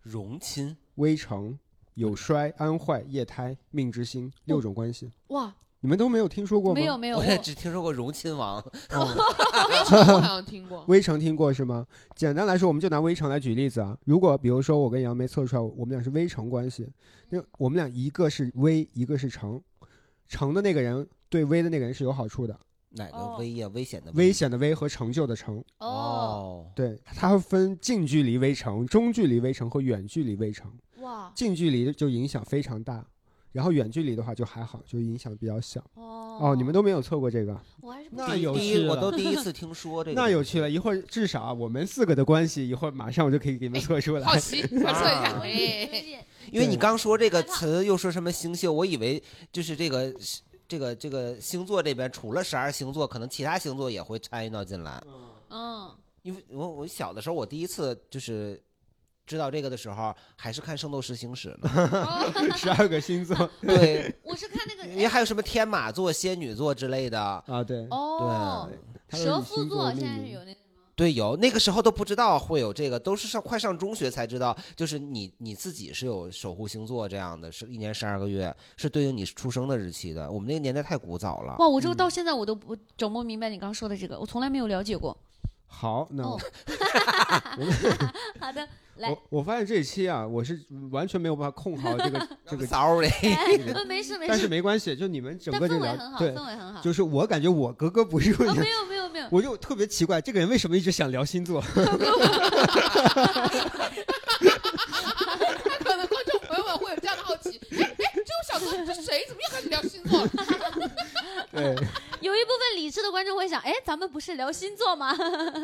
[SPEAKER 5] 荣亲
[SPEAKER 4] 微成、有衰、安坏、液胎、命之星六种关系，
[SPEAKER 3] 哇，
[SPEAKER 4] 你们都没有听说过吗？
[SPEAKER 2] 没有没有，
[SPEAKER 5] 我
[SPEAKER 2] 我
[SPEAKER 5] 也只听说过荣亲王，
[SPEAKER 4] 哦
[SPEAKER 3] 我好像听过。
[SPEAKER 4] 微成听过是吗？简单来说，我们就拿微成来举例子啊。如果比如说我跟杨梅测出来，我们俩是微成关系，那我们俩一个是微，一个是成，成的那个人对微的那个人是有好处的，
[SPEAKER 5] 哪个危呀？危险的
[SPEAKER 4] 危险的危和成就的成。
[SPEAKER 2] 哦
[SPEAKER 4] 对，它会分近距离微成、中距离微成和远距离微成。
[SPEAKER 2] 哇
[SPEAKER 4] 近距离就影响非常大，然后远距离的话就还好，就影响比较小。
[SPEAKER 2] 哦
[SPEAKER 4] 哦，你们都没有测过这个，
[SPEAKER 2] 我还是不
[SPEAKER 4] 那
[SPEAKER 5] 第 一
[SPEAKER 4] 有
[SPEAKER 5] 第
[SPEAKER 4] 趣
[SPEAKER 5] 一，我
[SPEAKER 4] 了
[SPEAKER 5] 都第一次听 说这个。
[SPEAKER 4] 那有趣了。一会儿至少啊我们四个的关系，一会儿马上我就可以给你们测出来。
[SPEAKER 3] 好奇，我测一下
[SPEAKER 2] 有
[SPEAKER 5] 啊。
[SPEAKER 3] 哎，
[SPEAKER 2] 点
[SPEAKER 5] 因为你
[SPEAKER 4] 对
[SPEAKER 5] 刚说这个词，又说什么星宿，我以为就是这个这个这个星座这边，除了十二星座，可能其他星座也会参与到进来。
[SPEAKER 2] 嗯
[SPEAKER 5] 因为我我小的时候，我第一次就是知道这个的时候，还是看《圣斗士星矢》 呢。
[SPEAKER 4] 十二个星座
[SPEAKER 5] 对，
[SPEAKER 2] 哦我是看那个
[SPEAKER 5] 因为还有什么天马座、仙女座之类的。
[SPEAKER 4] 啊，对，
[SPEAKER 2] 哦
[SPEAKER 5] 对，
[SPEAKER 4] 它都是
[SPEAKER 2] 蛇
[SPEAKER 4] 以
[SPEAKER 2] 夫
[SPEAKER 4] 星
[SPEAKER 2] 座
[SPEAKER 4] 命
[SPEAKER 2] 现在是
[SPEAKER 4] 名
[SPEAKER 2] 有那
[SPEAKER 5] 对对，有那个时候都不知道会有这个，都是上快上中学才知道，就是你你自己是有守护星座这样的，是一年十二个月，是对应你出生的日期的。我们那个年代太古早
[SPEAKER 4] 啊
[SPEAKER 5] 了。
[SPEAKER 2] 哇，我这
[SPEAKER 4] 嗯
[SPEAKER 2] 个到现在我都不整不明白你刚说的这个，我从来没有了解过。
[SPEAKER 4] 好，那我
[SPEAKER 2] 哦好的，来
[SPEAKER 4] 我我发现这一期啊，我是完全没有办法控好这 个这个，
[SPEAKER 5] sorry，
[SPEAKER 4] 这个
[SPEAKER 2] 哎， 没事没
[SPEAKER 4] 但是
[SPEAKER 2] 事，
[SPEAKER 4] 没关系，就你们整
[SPEAKER 2] 但
[SPEAKER 4] 个这
[SPEAKER 2] 氛
[SPEAKER 4] 个
[SPEAKER 2] 围
[SPEAKER 4] 聊
[SPEAKER 2] 很好，
[SPEAKER 4] 对，
[SPEAKER 2] 氛围很好。
[SPEAKER 4] 就是我感觉我格格不入，
[SPEAKER 2] 啊，没有没有没有，
[SPEAKER 4] 我就特别奇怪，这个人为什么一直想聊星座？
[SPEAKER 3] 那可能观众朋友们会有这样的好奇，哎哎，这我想说，这谁怎么又开始聊星座了？
[SPEAKER 4] 对，
[SPEAKER 2] 有一部分理智的观众会想，哎，咱们不是聊星座吗？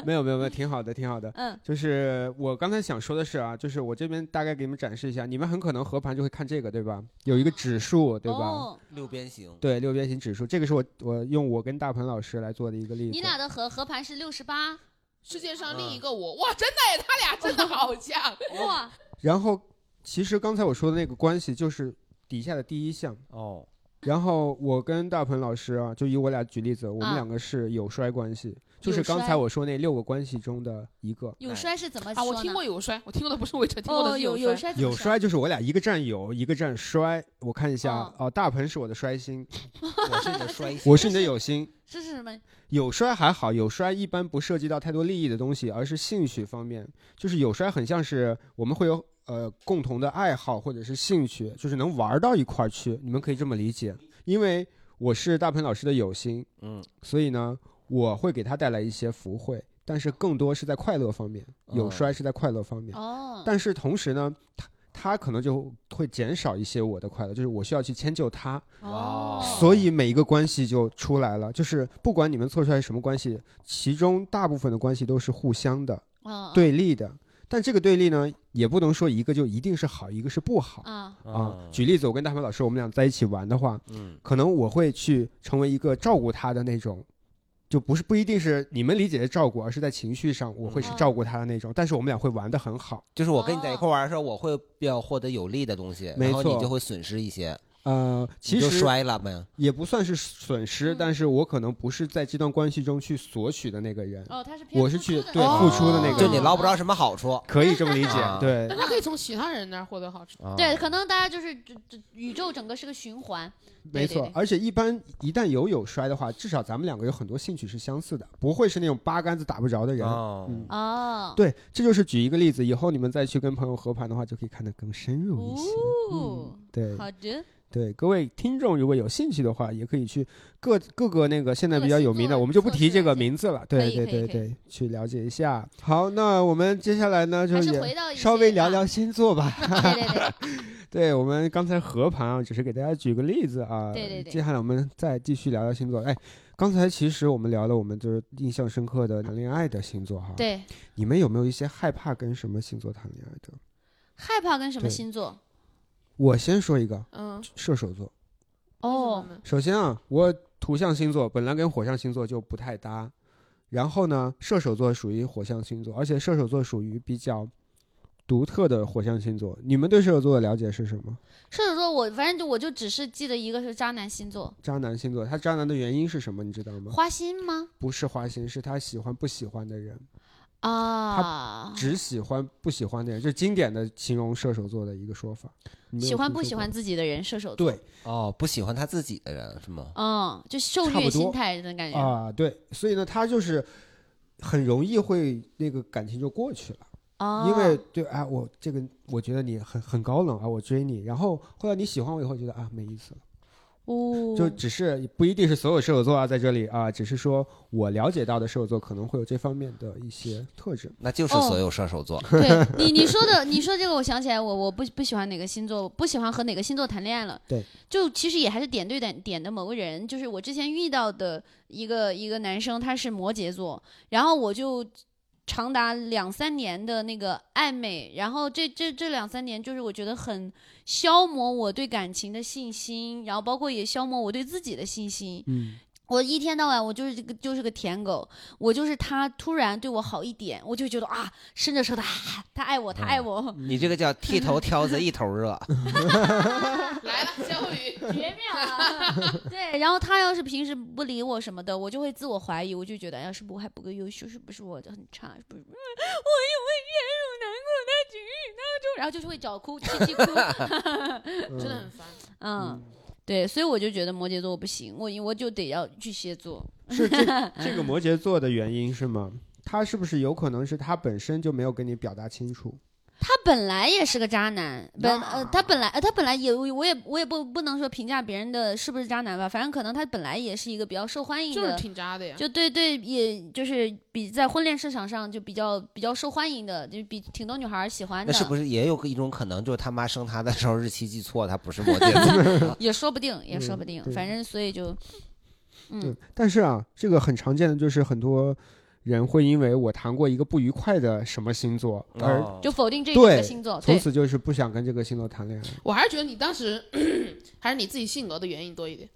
[SPEAKER 4] 没有没有没有，挺好的，挺好的。
[SPEAKER 2] 嗯，
[SPEAKER 4] 就是我刚才想说的是啊，就是我这边大概给你们展示一下，你们很可能合盘就会看这个，对吧？有一个指数，对吧？
[SPEAKER 2] 哦，
[SPEAKER 5] 六边形。
[SPEAKER 4] 对，六边形指数，这个是我我用我跟大鹏老师来做的一个例子。
[SPEAKER 2] 你俩的合合盘是六十八，
[SPEAKER 3] 世界上另一个我，哇，真的耶，他俩真的好像。
[SPEAKER 4] 哦
[SPEAKER 2] 哇，
[SPEAKER 4] 然后，其实刚才我说的那个关系就是底下的第一项。
[SPEAKER 5] 哦，
[SPEAKER 4] 然后我跟大鹏老师啊，就以我俩举例子，我们
[SPEAKER 2] 啊
[SPEAKER 4] 两个是嗯有衰关系，就是
[SPEAKER 2] 有
[SPEAKER 4] 刚才
[SPEAKER 2] 衰
[SPEAKER 4] 我说那六个关系中的一个。
[SPEAKER 2] 有衰是怎么
[SPEAKER 3] 啊，
[SPEAKER 2] 说呢？
[SPEAKER 3] 我听过有摔，我听过的不是魏晨，听过的
[SPEAKER 2] 哦，
[SPEAKER 3] 是
[SPEAKER 2] 有
[SPEAKER 3] 有
[SPEAKER 2] 衰怎么
[SPEAKER 4] 有
[SPEAKER 2] 说，
[SPEAKER 4] 衰就是我俩一个占有，一个占衰。我看一下
[SPEAKER 2] 哦
[SPEAKER 4] 哦、大鹏是我的衰星，
[SPEAKER 5] 我是你 的衰星，
[SPEAKER 4] 我是你的有星。
[SPEAKER 2] 这是什么？
[SPEAKER 4] 有衰还好，有衰一般不涉及到太多利益的东西，而是兴趣方面。就是有衰很像是我们会有呃共同的爱好或者是兴趣，就是能玩到一块儿去。你们可以这么理解，因为我是大鹏老师的有心，
[SPEAKER 5] 嗯，
[SPEAKER 4] 所以呢，我会给他带来一些福慧，但是更多是在快乐方面。有
[SPEAKER 5] 哦
[SPEAKER 4] 衰是在快乐方面，
[SPEAKER 2] 哦，
[SPEAKER 4] 但是同时呢，他他可能就会减少一些我的快乐，就是我需要去迁就他。
[SPEAKER 2] 哦，
[SPEAKER 4] 所以每一个关系就出来了，就是不管你们测出来什么关系，其中大部分的关系都是互相的、
[SPEAKER 2] 哦
[SPEAKER 4] 对立的。但这个对立呢，也不能说一个就一定是好，一个是不好
[SPEAKER 2] 啊，
[SPEAKER 4] 啊。举例子，我跟大鹏老师，我们俩在一起玩的话，
[SPEAKER 5] 嗯，
[SPEAKER 4] 可能我会去成为一个照顾他的那种，就不是不一定是你们理解的照顾，而是在情绪上我会是
[SPEAKER 2] 嗯
[SPEAKER 4] 照顾他的那种。但是我们俩会玩的很好。
[SPEAKER 5] 就是我跟你在一块玩的时候，我会比较获得有利的东西，
[SPEAKER 4] 没
[SPEAKER 5] 然后你
[SPEAKER 4] 错
[SPEAKER 5] 就会损失一些，
[SPEAKER 4] 呃，其
[SPEAKER 5] 你就
[SPEAKER 4] 实
[SPEAKER 5] 摔了呗。
[SPEAKER 4] 也不算是损失，
[SPEAKER 2] 嗯
[SPEAKER 4] 但是我可能不是在这段关系中去索取的那个人。
[SPEAKER 2] 哦，他是偏
[SPEAKER 4] 我是
[SPEAKER 2] 付
[SPEAKER 4] 去
[SPEAKER 2] 出的哦
[SPEAKER 4] 对
[SPEAKER 2] 那
[SPEAKER 4] 付
[SPEAKER 2] 种
[SPEAKER 4] 出的那个，
[SPEAKER 5] 就你捞不着什么好处。
[SPEAKER 4] 可以这么理解
[SPEAKER 5] 啊，
[SPEAKER 4] 对
[SPEAKER 3] 但他可以从其他人那儿获得好处。
[SPEAKER 5] 啊
[SPEAKER 2] 对，可能大家就是这这宇宙整个是个循环，
[SPEAKER 4] 没
[SPEAKER 2] 对
[SPEAKER 4] 错
[SPEAKER 2] 对。
[SPEAKER 4] 而且一般一旦有有摔的话，至少咱们两个有很多兴趣是相似的，不会是那种八竿子打不着的人。
[SPEAKER 5] 哦
[SPEAKER 4] 嗯，
[SPEAKER 2] 哦，
[SPEAKER 4] 对，这就是举一个例子，以后你们再去跟朋友合盘的话，就可以看得更深入一些。
[SPEAKER 2] 哦
[SPEAKER 4] 嗯，对
[SPEAKER 2] 好的，
[SPEAKER 4] 对，各位听众如果有兴趣的话，也可以去各各个那个现在比较有名
[SPEAKER 2] 各个星
[SPEAKER 4] 的，
[SPEAKER 2] 座
[SPEAKER 4] 我们就不
[SPEAKER 2] 测
[SPEAKER 4] 提
[SPEAKER 2] 试
[SPEAKER 4] 这个
[SPEAKER 2] 了解
[SPEAKER 4] 名字了。
[SPEAKER 2] 可
[SPEAKER 4] 对
[SPEAKER 2] 以
[SPEAKER 4] 对
[SPEAKER 2] 可以
[SPEAKER 4] 对
[SPEAKER 2] 可以
[SPEAKER 4] 对，去了解一下。好，那我们接下来呢，就
[SPEAKER 2] 还是回
[SPEAKER 4] 也
[SPEAKER 2] 到一
[SPEAKER 4] 稍微
[SPEAKER 2] 些
[SPEAKER 4] 聊
[SPEAKER 2] 啊
[SPEAKER 4] 聊星 座吧。
[SPEAKER 2] 对对对，
[SPEAKER 4] 对我们刚才合盘啊，只是给大家举个例子啊。
[SPEAKER 2] 对对对
[SPEAKER 4] 接下来我们再继续聊聊星座。哎，刚才其实我们聊了我们就是印象深刻的谈恋爱的星座哈。。
[SPEAKER 2] 对，
[SPEAKER 4] 你们有没有一些害怕跟什么星座谈恋爱的？
[SPEAKER 2] 害怕跟什么
[SPEAKER 4] 对
[SPEAKER 2] 星座？
[SPEAKER 4] 我先说一个
[SPEAKER 3] 嗯，
[SPEAKER 4] 射手座。
[SPEAKER 2] 哦，
[SPEAKER 4] 首先啊，我土象星座本来跟火象星座就不太搭，然后呢，射手座属于火象星座，而且射手座属于比较独特的火象星座。你们对射手座的了解是什么？
[SPEAKER 2] 射手座我反正就我就只是记得一个是渣男星座，
[SPEAKER 4] 渣男星座，他渣男的原因是什么？你知道吗？
[SPEAKER 2] 花心吗？
[SPEAKER 4] 不是花心，是他喜欢不喜欢的人，
[SPEAKER 2] 啊，
[SPEAKER 4] 只喜欢不喜欢的人，这是经典的形容射手座的一个说法。你没有
[SPEAKER 2] 喜欢
[SPEAKER 4] 听
[SPEAKER 2] 不
[SPEAKER 4] 说
[SPEAKER 2] 喜
[SPEAKER 4] 过
[SPEAKER 2] 欢
[SPEAKER 4] 吗？
[SPEAKER 2] 自己的人，射手座，
[SPEAKER 4] 对
[SPEAKER 5] 哦，不喜欢他自己的人是吗？
[SPEAKER 2] 嗯，就受
[SPEAKER 4] 差不
[SPEAKER 2] 虐
[SPEAKER 4] 多
[SPEAKER 2] 心态的感觉。
[SPEAKER 4] 啊，对，所以呢，他就是很容易会那个感情就过去了，
[SPEAKER 2] 哦，
[SPEAKER 4] 因为对啊，我这个我觉得你很很高冷啊，我追你，然后后来你喜欢我以后，觉得啊没意思了，
[SPEAKER 2] 哦，
[SPEAKER 4] 就只是不一定是所有射手座啊，在这里啊，只是说我了解到的射手座可能会有这方面的一些特质。
[SPEAKER 5] 那就是
[SPEAKER 2] 哦
[SPEAKER 5] 所有射手座。
[SPEAKER 2] 对你你说的，你说这个，我想起来我，我不不喜欢哪个星座，我不喜欢和哪个星座谈恋爱了。
[SPEAKER 4] 对，
[SPEAKER 2] 就其实也还是点对点点的某个人，就是我之前遇到的一个一个男生，他是摩羯座，然后我就。长达两三年的那个暧昧，然后这这这两三年，就是我觉得很消磨我对感情的信心，然后包括也消磨我对自己的信心。
[SPEAKER 4] 嗯，
[SPEAKER 2] 我一天到晚我就是这个就是个舔狗，我就是他突然对我好一点，我就觉得啊，伸着舌头，啊他爱我，他爱我。
[SPEAKER 5] 你这个叫剃头挑子一头热，
[SPEAKER 3] 来了，教育。
[SPEAKER 2] 绝妙啊！对，然后他要是平时不理我什么的，我就会自我怀疑，我就觉得，哎呀，是不是我还不够优秀？是不是我很差？是不 是我有没有陷入难过的境遇当中？然后就是会找哭， 气气哭。
[SPEAKER 4] 嗯
[SPEAKER 3] 真的很烦。
[SPEAKER 2] 嗯，对，所以我就觉得摩羯座我不行，我我就得要巨蟹座。
[SPEAKER 4] 是这这个摩羯座的原因是吗？他是不是有可能是他本身就没有跟你表达清楚？
[SPEAKER 2] 他本来也是个渣男，本呃，他本来呃，他本来也我也我也不不能说评价别人的是不是渣男吧，反正可能他本来也是一个比较受欢迎的，
[SPEAKER 3] 就是挺渣的呀。
[SPEAKER 2] 就对对，也就是比在婚恋市场上就比较比较受欢迎的，就比挺多女孩儿喜欢
[SPEAKER 5] 那
[SPEAKER 2] 的，？
[SPEAKER 5] 是不是也有一种可能，就是他妈生他的时候日期记错，他不是 摩羯座
[SPEAKER 2] 也说不定，也说不定，
[SPEAKER 4] 对
[SPEAKER 2] 反正所以就，嗯
[SPEAKER 4] 对，但是啊，这个很常见的就是很多人会因为我谈过一个不愉快的什么星座，而
[SPEAKER 5] 哦
[SPEAKER 2] 就否定这
[SPEAKER 4] 对
[SPEAKER 2] 个星座，
[SPEAKER 4] 从
[SPEAKER 2] 对，
[SPEAKER 4] 此就是不想跟这个星座谈恋爱。
[SPEAKER 3] 我还是觉得你当时 还是你自己性格的原因多一点。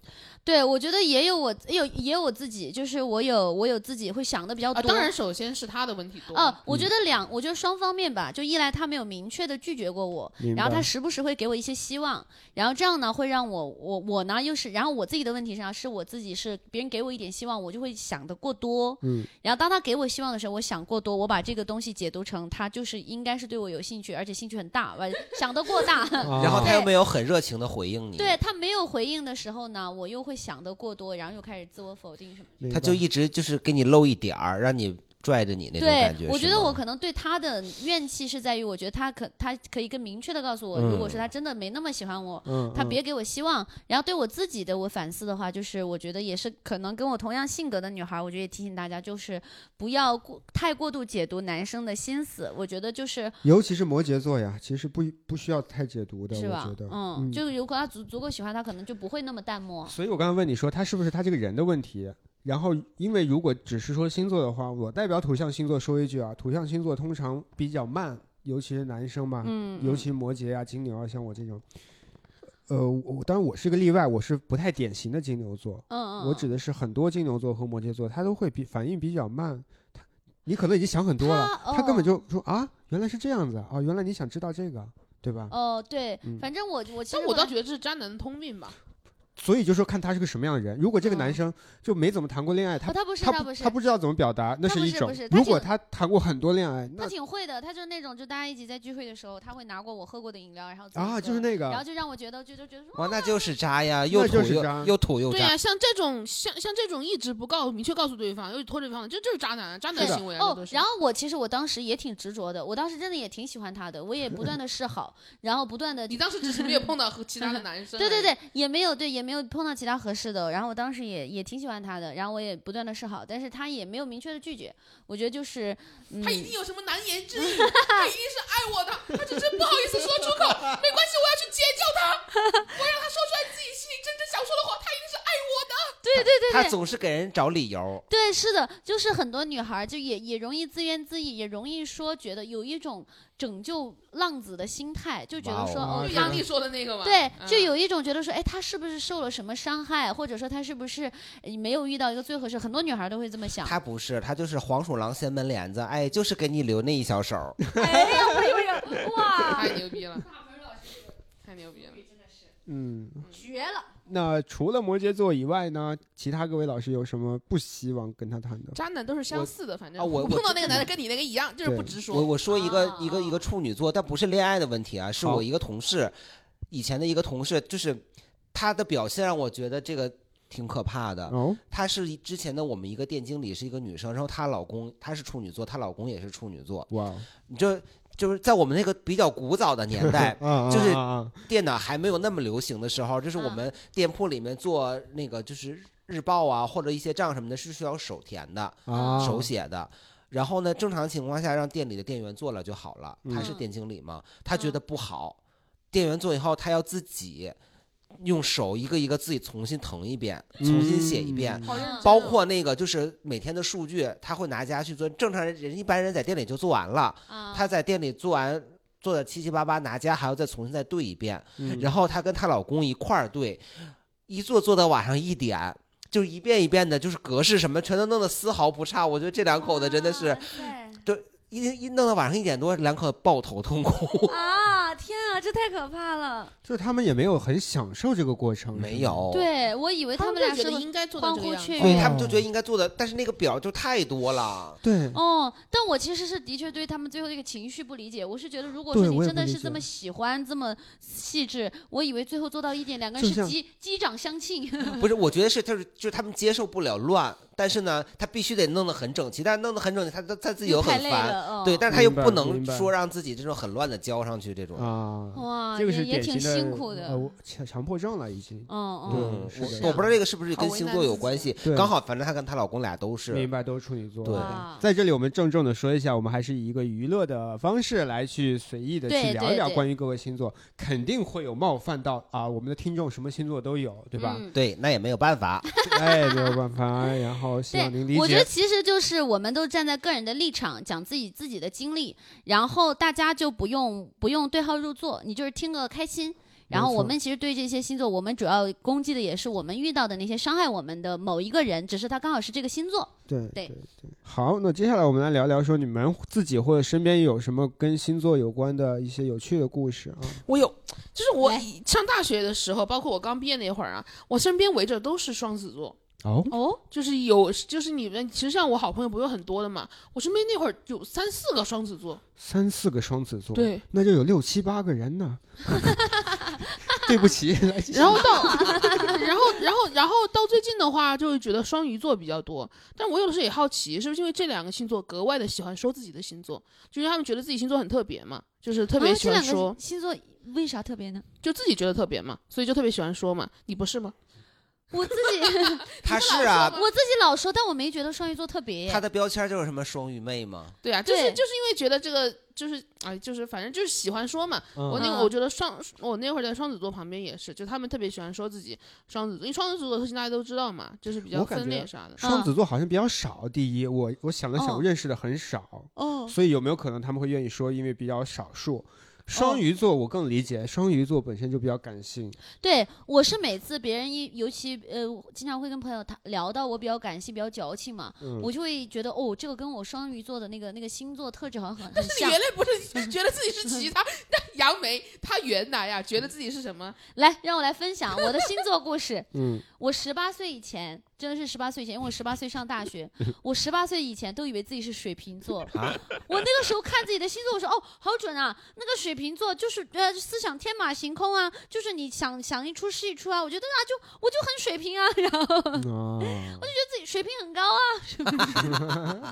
[SPEAKER 2] 对我觉得也有我也有也有我自己，就是我有我有自己会想的比较
[SPEAKER 3] 啊，
[SPEAKER 2] 哦多，
[SPEAKER 3] 当然，首先是他的问题多。
[SPEAKER 2] 哦，我觉得两，我觉得双方面吧，就一来他没有明确的拒绝过我，
[SPEAKER 4] 明
[SPEAKER 2] 然后他
[SPEAKER 4] 白
[SPEAKER 2] 时不时会给我一些希望，然后这样呢会让我我我呢又是，然后我自己的问题上是我自己是别人给我一点希望，我就会想的过多，
[SPEAKER 4] 嗯，
[SPEAKER 2] 然后当他给我希望的时候，我想过多，我把这个东西解读成他就是应该是对我有兴趣，而且兴趣很大，完想得过大。
[SPEAKER 5] 然后
[SPEAKER 4] 啊
[SPEAKER 5] 他又没有很热情的回应你，
[SPEAKER 2] 对他没有回应的时候呢，我又会想得过多，然后又开始自我否定什么。
[SPEAKER 4] 明
[SPEAKER 5] 他
[SPEAKER 4] 白
[SPEAKER 5] 就一直就是给你露一点儿，让你拽着你那种
[SPEAKER 2] 对
[SPEAKER 5] 感觉。，
[SPEAKER 2] 我觉
[SPEAKER 5] 是
[SPEAKER 2] 得
[SPEAKER 5] 吗
[SPEAKER 2] 我可能对他的怨气是在于，我觉得他可他可以更明确的告诉我，
[SPEAKER 5] 嗯
[SPEAKER 2] 如果是他真的没那么喜欢我，
[SPEAKER 4] 嗯，
[SPEAKER 2] 他
[SPEAKER 4] 嗯
[SPEAKER 2] 别给我希望。然后对我自己的我反思的话，就是我觉得也是可能跟我同样性格的女孩，我觉得也提醒大家，就是不要过太过度解读男生的心思。我觉得就是
[SPEAKER 4] 尤其是摩羯座呀，其实不不需要太解读的，
[SPEAKER 2] 是
[SPEAKER 4] 我
[SPEAKER 2] 吧
[SPEAKER 4] 觉得，，
[SPEAKER 2] 嗯，就如果他足足够喜欢他，可能就不会那么淡漠。
[SPEAKER 4] 所以我刚才问你说他是不是他这个人的问题，然后因为如果只是说星座的话，我代表土象星座说一句啊，土象星座通常比较慢，尤其是男生嘛，
[SPEAKER 2] 嗯，
[SPEAKER 4] 尤其摩羯啊、金牛啊，像我这种，呃，我当然我是个例外，我是不太典型的金牛座，
[SPEAKER 2] 嗯嗯，
[SPEAKER 4] 我指的是很多金牛座和摩羯座，他都会比反应比较慢，他你可能已经想很多了，
[SPEAKER 2] 他
[SPEAKER 4] 他根本
[SPEAKER 2] 哦
[SPEAKER 4] 就说啊，原来是这样子啊，原来你想知道这个，对吧？
[SPEAKER 2] 哦对
[SPEAKER 4] 嗯，
[SPEAKER 2] 反正我我其
[SPEAKER 3] 但
[SPEAKER 2] 实
[SPEAKER 3] 我
[SPEAKER 2] 可
[SPEAKER 3] 倒
[SPEAKER 2] 能
[SPEAKER 3] 觉得这是渣男的通病吧。
[SPEAKER 4] 所以就说看他是个什么样的人。如果这个男
[SPEAKER 2] 嗯
[SPEAKER 4] 生就没怎么谈过恋爱，他
[SPEAKER 2] 哦他不是
[SPEAKER 4] 他
[SPEAKER 2] 他
[SPEAKER 4] 不
[SPEAKER 2] 不是
[SPEAKER 4] 他不知道怎么表达，那
[SPEAKER 2] 他不
[SPEAKER 4] 一
[SPEAKER 2] 是
[SPEAKER 4] 种
[SPEAKER 2] 不是。他
[SPEAKER 4] 如果
[SPEAKER 2] 挺
[SPEAKER 4] 他谈过很多恋爱，
[SPEAKER 2] 他
[SPEAKER 4] 那
[SPEAKER 2] 挺会的，他就是那种，就大家一起在聚会的时候，他会拿过我喝过的饮料，然后自己
[SPEAKER 4] 啊
[SPEAKER 2] 喝
[SPEAKER 4] 就是那
[SPEAKER 2] 然后
[SPEAKER 4] 个，啊
[SPEAKER 2] 就让我觉得就就觉得说，
[SPEAKER 5] 哇，那就是渣呀，又土
[SPEAKER 4] 就是渣
[SPEAKER 5] 又又土又
[SPEAKER 3] 对
[SPEAKER 5] 渣
[SPEAKER 3] 呀、。像这种像像这种一直不告明确告诉对方，又拖对方，这就是渣男，渣男
[SPEAKER 4] 是的
[SPEAKER 3] 行为啊，这
[SPEAKER 2] 哦
[SPEAKER 3] 都，是。
[SPEAKER 2] 然后我其实我当时也挺执着的，我当时真的也挺喜欢他的，我也不断的示好，然后不断 的，
[SPEAKER 3] 你
[SPEAKER 2] 对
[SPEAKER 3] 当时只是没有碰到和其他的男生。
[SPEAKER 2] 对，对，也没有对也没有碰到其他合适的，然后我当时也也挺喜欢他的，然后我也不断的示好，但是他也没有明确的拒绝，我觉得就是，嗯
[SPEAKER 3] 他，一定有什么难言之隐，他一定是爱我的，他只是不好意思说出口。没关系，我要去解救他，我让他说出来自己心里真正想说的话。他一定是爱我的。
[SPEAKER 2] 对对对
[SPEAKER 5] 他
[SPEAKER 2] 对，
[SPEAKER 5] 总是给人找理由，
[SPEAKER 2] 对，是的，就是很多女孩儿就也也容易自怨自艾，也容易说觉得有一种拯救浪子的心态，就觉得说
[SPEAKER 4] 哇哦
[SPEAKER 2] 哦
[SPEAKER 4] 啊
[SPEAKER 3] 就
[SPEAKER 4] 这
[SPEAKER 2] 他
[SPEAKER 3] 杨
[SPEAKER 4] 个
[SPEAKER 3] 丽说的那个嘛。
[SPEAKER 2] 对，就
[SPEAKER 3] 嗯
[SPEAKER 2] 有一种觉得说，哎，他是不是受了什么伤害，或者说他是不是呃没有遇到一个最合适？很多女孩儿都会这么想。
[SPEAKER 5] 他不是，他就是黄鼠狼掀门帘子，哎，就是给你留那一小手儿。
[SPEAKER 2] 哎呀，我有点哇，
[SPEAKER 3] 太牛逼了，太牛逼了。
[SPEAKER 4] 嗯，
[SPEAKER 2] 绝了！
[SPEAKER 4] 那除了摩羯座以外呢，其他各位老师有什么不希望跟他谈的？
[SPEAKER 3] 渣男都是相似的，反正
[SPEAKER 5] 啊我我
[SPEAKER 3] 碰到那个男的跟你那个一样，就是不直
[SPEAKER 5] 我
[SPEAKER 3] 说。
[SPEAKER 5] 我说一个、
[SPEAKER 2] 啊
[SPEAKER 5] 一个一个处女座，但不是恋爱的问题啊，是
[SPEAKER 4] 好
[SPEAKER 5] 我一个同事，以前的一个同事，就是他的表现让我觉得这个挺可怕的。
[SPEAKER 4] 哦，
[SPEAKER 5] 她是之前的我们一个店经理是一个女生，然后她老公她是处女座，她老公也是处女座，
[SPEAKER 4] 哇，，
[SPEAKER 5] 你就就是在我们那个比较古早的年 代
[SPEAKER 4] 啊，
[SPEAKER 5] 就是
[SPEAKER 4] 啊啊
[SPEAKER 5] 电脑还没有那么流行的时候，就是我们店铺里面做那个就是日报啊或者一些账什么的，是需要手填的。
[SPEAKER 4] 啊
[SPEAKER 5] 手写的。然后呢，正常情况下让店里的店员做了就好了。他是
[SPEAKER 2] 嗯
[SPEAKER 5] 店经理嘛，他觉得不好，店员做以后他要自己用手一个一个自己重新腾一遍，重新写一遍。
[SPEAKER 4] 嗯
[SPEAKER 3] 好
[SPEAKER 2] 啊
[SPEAKER 3] 认真
[SPEAKER 5] 包括那个就是每天的数据，他会拿家去做。正常人人一般人在店里就做完了，
[SPEAKER 2] 啊，
[SPEAKER 5] 他在店里做完做的七七八八，拿家还要再重新再对一遍。
[SPEAKER 4] 嗯
[SPEAKER 5] 然后她跟她老公一块儿对，一坐坐到晚上一点，就是一遍一遍的，就是格式什么全都弄得丝毫不差。我觉得这两口子真的是
[SPEAKER 2] 哇塞
[SPEAKER 5] 一一弄到晚上一点多，两口子抱头 痛哭。
[SPEAKER 2] 啊！天啊，这太可怕了！
[SPEAKER 4] 就是他们也没有很享受这个过程，
[SPEAKER 5] 没
[SPEAKER 4] 是吗，
[SPEAKER 5] 有，
[SPEAKER 2] 对我以为
[SPEAKER 3] 他
[SPEAKER 2] 他
[SPEAKER 3] 们
[SPEAKER 2] 们俩
[SPEAKER 3] 就觉
[SPEAKER 2] 是
[SPEAKER 3] 得
[SPEAKER 2] 会
[SPEAKER 3] 应该做到这个
[SPEAKER 2] 欢呼
[SPEAKER 3] 样子
[SPEAKER 2] 雀
[SPEAKER 5] 所以
[SPEAKER 2] 跃
[SPEAKER 5] 哦他们
[SPEAKER 4] 哦
[SPEAKER 5] 就觉得应该做的，但是那个表就太多了。
[SPEAKER 4] 对，
[SPEAKER 2] 哦，但我其实是的确对他们最后这个情绪不理解。我是觉得，如果
[SPEAKER 4] 对
[SPEAKER 2] 说你
[SPEAKER 4] 我也
[SPEAKER 2] 真
[SPEAKER 4] 不
[SPEAKER 2] 的
[SPEAKER 4] 理
[SPEAKER 2] 是这
[SPEAKER 4] 解
[SPEAKER 2] 么喜欢、这么细致，我以为最后做到一点，两个
[SPEAKER 4] 就
[SPEAKER 2] 人是
[SPEAKER 4] 像
[SPEAKER 2] 击击掌相庆。
[SPEAKER 5] 不是，我觉得是，就是就是他们接受不了乱，但是呢，他必须得弄得很整齐，但是弄得很整齐，他他他自己又
[SPEAKER 2] 太
[SPEAKER 5] 很
[SPEAKER 2] 累
[SPEAKER 5] 烦，
[SPEAKER 2] 了，嗯、
[SPEAKER 5] 对，但是他又
[SPEAKER 4] 明白
[SPEAKER 5] 不
[SPEAKER 4] 明
[SPEAKER 5] 能
[SPEAKER 4] 白
[SPEAKER 5] 说让自己这种很乱的交上去这种。
[SPEAKER 4] 啊，
[SPEAKER 2] 哇，
[SPEAKER 4] 这个
[SPEAKER 2] 也
[SPEAKER 4] 是
[SPEAKER 2] 也
[SPEAKER 4] 典
[SPEAKER 2] 挺
[SPEAKER 4] 型
[SPEAKER 2] 辛苦
[SPEAKER 4] 的
[SPEAKER 2] 的。
[SPEAKER 4] 呃我强强迫症了已经。
[SPEAKER 2] 嗯
[SPEAKER 4] 对
[SPEAKER 2] 嗯，
[SPEAKER 5] 嗯，
[SPEAKER 4] 是
[SPEAKER 5] 我
[SPEAKER 4] 这
[SPEAKER 2] 样
[SPEAKER 5] 我不知道这个是不是跟星座有关
[SPEAKER 4] 好
[SPEAKER 5] 系
[SPEAKER 4] 为难自己对，
[SPEAKER 5] 刚好反正她跟她老公俩都是
[SPEAKER 4] 明白，都是处女座。
[SPEAKER 5] 对
[SPEAKER 2] 哇
[SPEAKER 4] 在这里我们郑重的说一下，我们还是以一个娱乐的方式来去随意的
[SPEAKER 2] 对
[SPEAKER 4] 去聊一聊
[SPEAKER 2] 对对
[SPEAKER 4] 关于各个星座，肯定会有冒犯到啊，我们的听众什么星座都有，对吧？
[SPEAKER 2] 嗯
[SPEAKER 5] 对，那也没有办 法，
[SPEAKER 4] 哎，没有办法，然后希望您理
[SPEAKER 2] 对，我觉得
[SPEAKER 4] 解。
[SPEAKER 2] 其实就是我们都站在个人的立场讲自己自己的经历，然后大家就不用不用对号入座，你就是听个开心。然后
[SPEAKER 4] 没错
[SPEAKER 2] 我们其实对这些星座，我们主要攻击的也是我们遇到的那些伤害我们的某一个人，只是他刚好是这个星座。
[SPEAKER 4] 对
[SPEAKER 2] 对
[SPEAKER 4] 对。好，那接下来我们来聊聊说你们自己或者身边有什么跟星座有关的一些有趣的 故事啊？
[SPEAKER 3] 我有，就是我
[SPEAKER 2] 来
[SPEAKER 3] 以上大学的时候，包括我刚毕业那会儿啊，我身边围着都是双子座，
[SPEAKER 4] 哦，
[SPEAKER 2] 哦，
[SPEAKER 3] 就是有，就是你们其实像我好朋友不是有很多的嘛，我身边那会儿有三四个双子座，
[SPEAKER 4] 三四个双子座，
[SPEAKER 3] 对，
[SPEAKER 4] 那就有六七八个人呢。 对不起，来继续
[SPEAKER 3] 然后 到，然后然后然后到最近的话，就会觉得双鱼座比较多，但我有的时候也好奇，是不是因为这两个星座格外的喜欢说自己的星座，就是他们觉得自己星座很特别嘛，就是特别
[SPEAKER 2] 啊
[SPEAKER 3] 喜
[SPEAKER 2] 这
[SPEAKER 3] 欢
[SPEAKER 2] 两
[SPEAKER 3] 说，
[SPEAKER 2] 个星座为啥特别呢？
[SPEAKER 3] 就自己觉得特别嘛，所以就特别喜欢说嘛，你不是吗？
[SPEAKER 2] 我自己我
[SPEAKER 5] 她是啊，
[SPEAKER 2] 自己老说，但我没觉得双鱼座特别耶。
[SPEAKER 5] 她的标签就是什么双鱼妹嘛，
[SPEAKER 3] 对啊，就是
[SPEAKER 2] 对
[SPEAKER 3] 就是因为觉得这个就是哎，就是反正就是喜欢说嘛。我那
[SPEAKER 2] 嗯
[SPEAKER 3] 个我觉得双我那会儿在双子座旁边也是，就他们特别喜欢说自己双子座，因为双子座的特性大家都知道嘛，就是比较
[SPEAKER 4] 我感
[SPEAKER 3] 分裂
[SPEAKER 4] 觉
[SPEAKER 3] 啥的。
[SPEAKER 4] 双子座好像比较少。第一，我我想了想，
[SPEAKER 2] 嗯哦
[SPEAKER 4] 我认识的很少，
[SPEAKER 2] 哦，
[SPEAKER 4] 所以有没有可能他们会愿意说，因为比较少数？
[SPEAKER 2] 哦
[SPEAKER 4] 双鱼座我更理解，双鱼座本身就比较感性，
[SPEAKER 2] 对，我是每次别人一，尤其呃，经常会跟朋友谈聊到我比较感性、比较矫情嘛，
[SPEAKER 4] 嗯
[SPEAKER 2] 我就会觉得哦，这个跟我双鱼座的那个那个星座特质好像 很很
[SPEAKER 3] 但是你
[SPEAKER 2] 像
[SPEAKER 3] 原。来不是觉得自己是其他，那杨梅她原来呀觉得自己是什么？
[SPEAKER 2] 来，让我来分享我的星座故事。
[SPEAKER 4] 嗯，
[SPEAKER 2] 我十八岁以前，真的是十八岁以前，因为我十八岁上大学，我十八岁以前都以为自己是水瓶座。
[SPEAKER 5] 啊
[SPEAKER 2] 我那个时候看自己的星座，我说哦，好准啊！那个水瓶座就是呃思想天马行空啊，就是你想想一出是一出啊。我觉得啊，就我就很水瓶啊，然后
[SPEAKER 4] 啊，
[SPEAKER 2] 自己水平很高啊。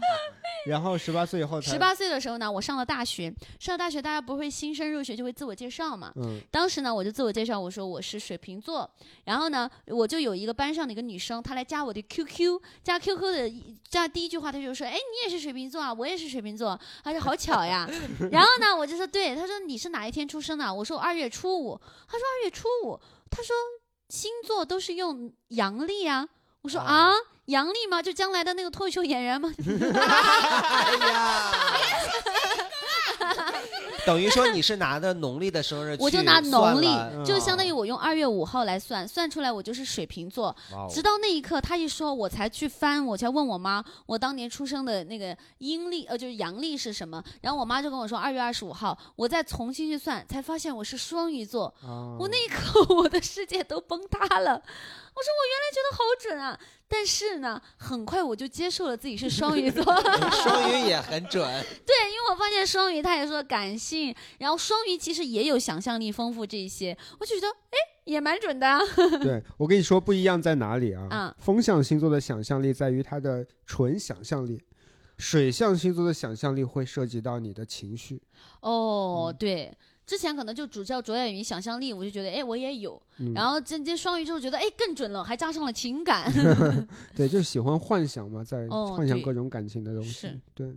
[SPEAKER 4] 然后十八岁以后才
[SPEAKER 2] 十，八岁的时候呢，我上了大学。上了大学，大家不会新生入学就会自我介绍嘛？
[SPEAKER 4] 嗯
[SPEAKER 2] 当时呢，我就自我介绍，我说我是水瓶座。然后呢，我就有一个班上的一个女生，她来加我的 QQ，加 QQ 的一加第一句话，她就说：“哎，你也是水瓶座啊，我也是水瓶座。”她说：“好巧呀。” 然后呢，我就说：“对。”她说：“你是哪一天出生的？”啊我说：“我二月初五。”她说：“二月初五。”她说：“星座都是用阳历啊。”我说：“
[SPEAKER 5] 啊
[SPEAKER 2] 啊，阳历吗？就将来的那个脱口秀演员吗？”
[SPEAKER 5] 哎呀，等于说你是拿着农历的生日去
[SPEAKER 2] 我
[SPEAKER 5] 算了，
[SPEAKER 2] 就拿农历，
[SPEAKER 4] 嗯
[SPEAKER 2] 就相当于我用二月五号来算，算出来我就是水瓶座。
[SPEAKER 5] 哇哦
[SPEAKER 2] 直到那一刻，他一说，我才去翻，我才问我妈，我当年出生的那个阴历，呃，就是阳历是什么？然后我妈就跟我说二月二十五号，我再重新去算，才发现我是双鱼座。
[SPEAKER 4] 啊，
[SPEAKER 2] 我那一刻，我的世界都崩塌了。我说我原来觉得好准啊，但是呢，很快我就接受了自己是双鱼座。
[SPEAKER 5] 双鱼也很 准，
[SPEAKER 2] 对，因为我发现双鱼他也说感性，然后双鱼其实也有想象力丰富这一些，我就觉得哎也蛮准的啊。
[SPEAKER 4] 对我跟你说不一样在哪里啊？
[SPEAKER 2] 嗯
[SPEAKER 4] 风象星座的想象力在于它的纯想象力，水象星座的想象力会涉及到你的情绪，嗯
[SPEAKER 2] 哦，对，之前可能就主叫着眼于想象力，我就觉得哎我也有，
[SPEAKER 4] 嗯，
[SPEAKER 2] 然后这这双鱼就觉得哎更准了，还加上了情 感。
[SPEAKER 4] 对，就是喜欢幻想嘛，在
[SPEAKER 2] 哦
[SPEAKER 4] 幻想
[SPEAKER 2] 对
[SPEAKER 4] 各种感情的东西。
[SPEAKER 2] 是
[SPEAKER 4] 对，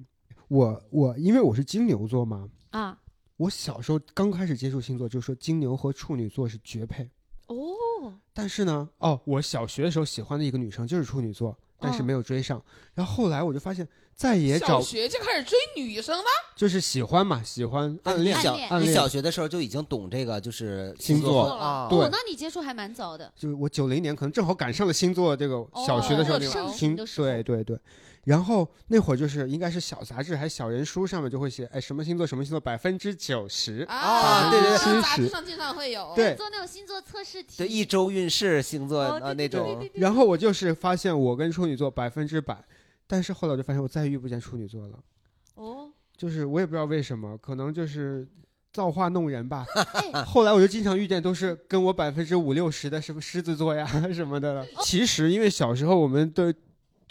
[SPEAKER 4] 我我因为我是金牛座嘛，
[SPEAKER 2] 啊，
[SPEAKER 4] 我小时候刚开始接触星座，就说金牛和处女座是绝配。
[SPEAKER 2] 哦，
[SPEAKER 4] 但是呢，哦，我小学的时候喜欢的一个女生就是处女座，但是
[SPEAKER 2] 嗯
[SPEAKER 4] 没有追上。然后后来我就发现再 也
[SPEAKER 3] 小
[SPEAKER 4] 找
[SPEAKER 3] 学就开始追女生了，
[SPEAKER 4] 就是喜欢嘛，喜欢
[SPEAKER 5] 那
[SPEAKER 4] 暗
[SPEAKER 5] 你
[SPEAKER 4] 恋
[SPEAKER 2] 暗
[SPEAKER 5] 小
[SPEAKER 2] 恋
[SPEAKER 4] 暗
[SPEAKER 5] 你
[SPEAKER 4] 恋
[SPEAKER 5] 小学的时候就已经懂这个，就是
[SPEAKER 4] 星
[SPEAKER 5] 座
[SPEAKER 4] 座
[SPEAKER 5] 了啊，
[SPEAKER 4] 对
[SPEAKER 2] 哦，那你接触还蛮早的，
[SPEAKER 4] 就是我九零年可能正好赶上了星座这个小学的时候
[SPEAKER 3] 哦
[SPEAKER 4] 那个
[SPEAKER 3] 盛
[SPEAKER 4] 星
[SPEAKER 2] 行的时候
[SPEAKER 4] 对对对，然后那会儿就是应该是小杂志还是小人书上面就会写哎什么星座什么星座百分之九十，
[SPEAKER 5] 啊对对
[SPEAKER 4] 对
[SPEAKER 3] 杂
[SPEAKER 4] 知
[SPEAKER 3] 志
[SPEAKER 4] 识
[SPEAKER 3] 上经常会有。
[SPEAKER 4] 对
[SPEAKER 2] 做那种星座测试题，
[SPEAKER 5] 就一周运势星座
[SPEAKER 2] 哦对
[SPEAKER 5] 啊那
[SPEAKER 2] 对对对
[SPEAKER 5] 种
[SPEAKER 2] 对，对
[SPEAKER 4] 然后我就是发现我跟处女座百分之百，但是后来我就发现我再也遇不见处女座了，
[SPEAKER 2] 哦，
[SPEAKER 4] 就是我也不知道为什么，可能就是造化弄人吧
[SPEAKER 2] 哎。
[SPEAKER 4] 后来我就经常遇见都是跟我百分之五六十的什么狮子座呀 什么的了。
[SPEAKER 2] 哦
[SPEAKER 4] 其实因为小时候我们的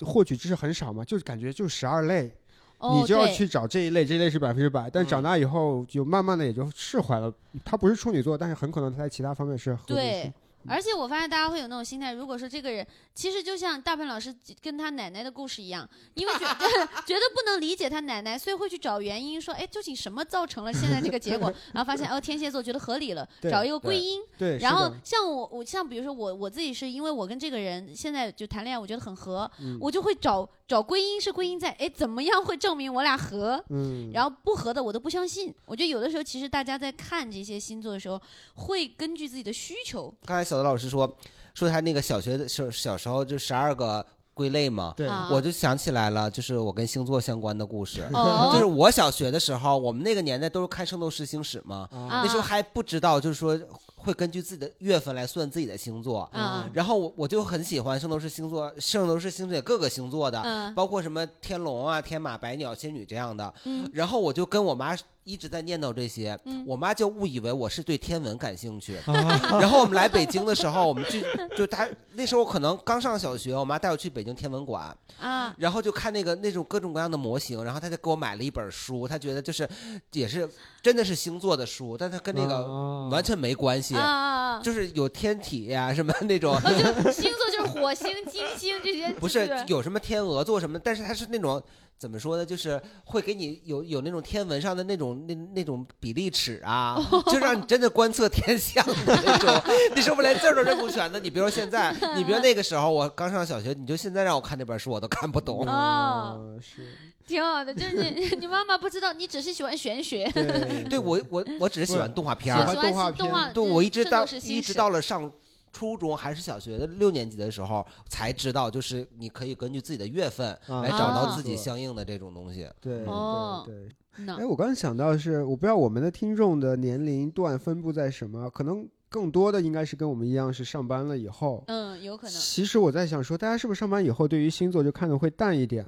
[SPEAKER 4] 获取知识很少嘛，就是感觉就十二类。
[SPEAKER 2] 哦，
[SPEAKER 4] 你就要
[SPEAKER 2] 对
[SPEAKER 4] 去找这一类，这一类是百分之百。但
[SPEAKER 5] 嗯
[SPEAKER 4] 长大以后就慢慢的也就释怀了。他不是处女座，但是很可能他在其他方面是合理
[SPEAKER 2] 对
[SPEAKER 4] 性。
[SPEAKER 2] 而且我发现大家会有那种心态，如果说这个人，其实就像大鹏老师跟他奶奶的故事一样，因为觉得 觉得不能理解他奶奶，所以会去找原因，说，哎，究竟什么造成了现在这个结 果？然后发现，哦，天蝎座觉得合理了，
[SPEAKER 4] 对
[SPEAKER 2] 找一个归
[SPEAKER 5] 对
[SPEAKER 2] 因。
[SPEAKER 4] 对，
[SPEAKER 2] 然
[SPEAKER 4] 是
[SPEAKER 2] 后
[SPEAKER 4] 的
[SPEAKER 2] 像我，我像比如说我我自己是因为我跟这个人现在就谈恋爱，我觉得很合，
[SPEAKER 4] 嗯
[SPEAKER 2] 我就会找找归因是归因在，哎，怎么样会证明我俩合？
[SPEAKER 4] 嗯，
[SPEAKER 2] 然后不合的我都不相信。我觉得有的时候其实大家在看这些星座的时候，会根据自己的需求
[SPEAKER 5] 刚才小德老师说说他那个小学的时候小时候就十二个归类嘛，
[SPEAKER 4] 对，
[SPEAKER 2] 啊，
[SPEAKER 5] 我就想起来了，就是我跟星座相关的故 事。
[SPEAKER 2] 哦，
[SPEAKER 5] 就是我小学的时候，我们那个年代都是看《圣斗士星矢》嘛，
[SPEAKER 4] 啊
[SPEAKER 2] 啊
[SPEAKER 5] 那时候还不知道，就是说会根据自己的月份来算自己的星座。
[SPEAKER 2] 啊
[SPEAKER 5] 然后我我就很喜欢《圣斗士星座》，《圣斗士星矢》各个星座的，
[SPEAKER 2] 嗯
[SPEAKER 5] 包括什么天龙啊、天马、白鸟、仙女这样的。
[SPEAKER 2] 嗯
[SPEAKER 5] 然后我就跟我妈一直在念叨这些，
[SPEAKER 2] 嗯
[SPEAKER 5] 我妈就误以为我是对天文感兴 趣。
[SPEAKER 4] 啊
[SPEAKER 5] 然后我们来北京的时候，我们去就她那时候我可能刚上小学，我妈带我去北京天文馆，
[SPEAKER 2] 啊，
[SPEAKER 5] 然后就看那个那种各种各样的模型，然后她就给我买了一本书，她觉得就是也是真的是星座的书，但她跟 那个
[SPEAKER 4] 啊
[SPEAKER 5] 完全没关系
[SPEAKER 2] 啊，啊，啊。
[SPEAKER 5] 就是有天体呀、什么那种
[SPEAKER 2] 哦就星座就是火星、金星这些，
[SPEAKER 5] 不是有什么天鹅座什么，但是它是那种怎么说呢，就是会给你有有那种天文上的那种那那种比例尺啊，就让你真的观测天象的那种。 那时候我连字儿都认不全的，你别说现在，你别说那个时候我刚上小学，你就现在让我看那本书我都看不懂。
[SPEAKER 2] 哦
[SPEAKER 4] 啊是，
[SPEAKER 2] 挺好的，就是你 你妈妈不知道，你只是喜欢玄学，
[SPEAKER 4] 对
[SPEAKER 5] 对我我我只是喜欢动画片
[SPEAKER 4] 喜
[SPEAKER 5] 儿
[SPEAKER 4] 欢，
[SPEAKER 2] 喜欢
[SPEAKER 4] 动画
[SPEAKER 2] 动
[SPEAKER 4] 片
[SPEAKER 2] 画，
[SPEAKER 5] 对我一直到一直
[SPEAKER 2] 到
[SPEAKER 5] 到了上。初中还是小学的六年级的时候，才知道就是你可以根据自己的月份
[SPEAKER 4] 啊
[SPEAKER 5] 来找到
[SPEAKER 2] 啊
[SPEAKER 5] 自己相应的这种东西。
[SPEAKER 4] 对对
[SPEAKER 2] 哦
[SPEAKER 4] 对。
[SPEAKER 2] 呢
[SPEAKER 4] 哎，，我刚想到是，我不知道我们的听众的年龄段分布在什么，可能更多的应该是跟我们一样是上班了以后。
[SPEAKER 2] 嗯，有可能，
[SPEAKER 4] 其实我在想说，大家是不是上班以后对于星座就看的会淡一点？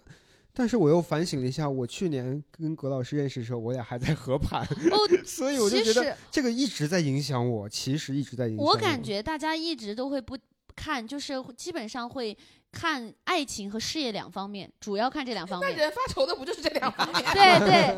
[SPEAKER 4] 但是我又反省了一下，我去年跟葛老师认识的时候，我俩还在合盘，
[SPEAKER 2] 哦，
[SPEAKER 4] 所以我就
[SPEAKER 2] 其
[SPEAKER 4] 觉得
[SPEAKER 2] 实
[SPEAKER 4] 这个一直在影响我，其实一直在影响
[SPEAKER 2] 我感觉大家一直都会不看，就是基本上会看爱情和事业两方面，主要看这两方
[SPEAKER 3] 那
[SPEAKER 2] 面。
[SPEAKER 3] 人发愁的不就是这两方面？
[SPEAKER 2] 对对，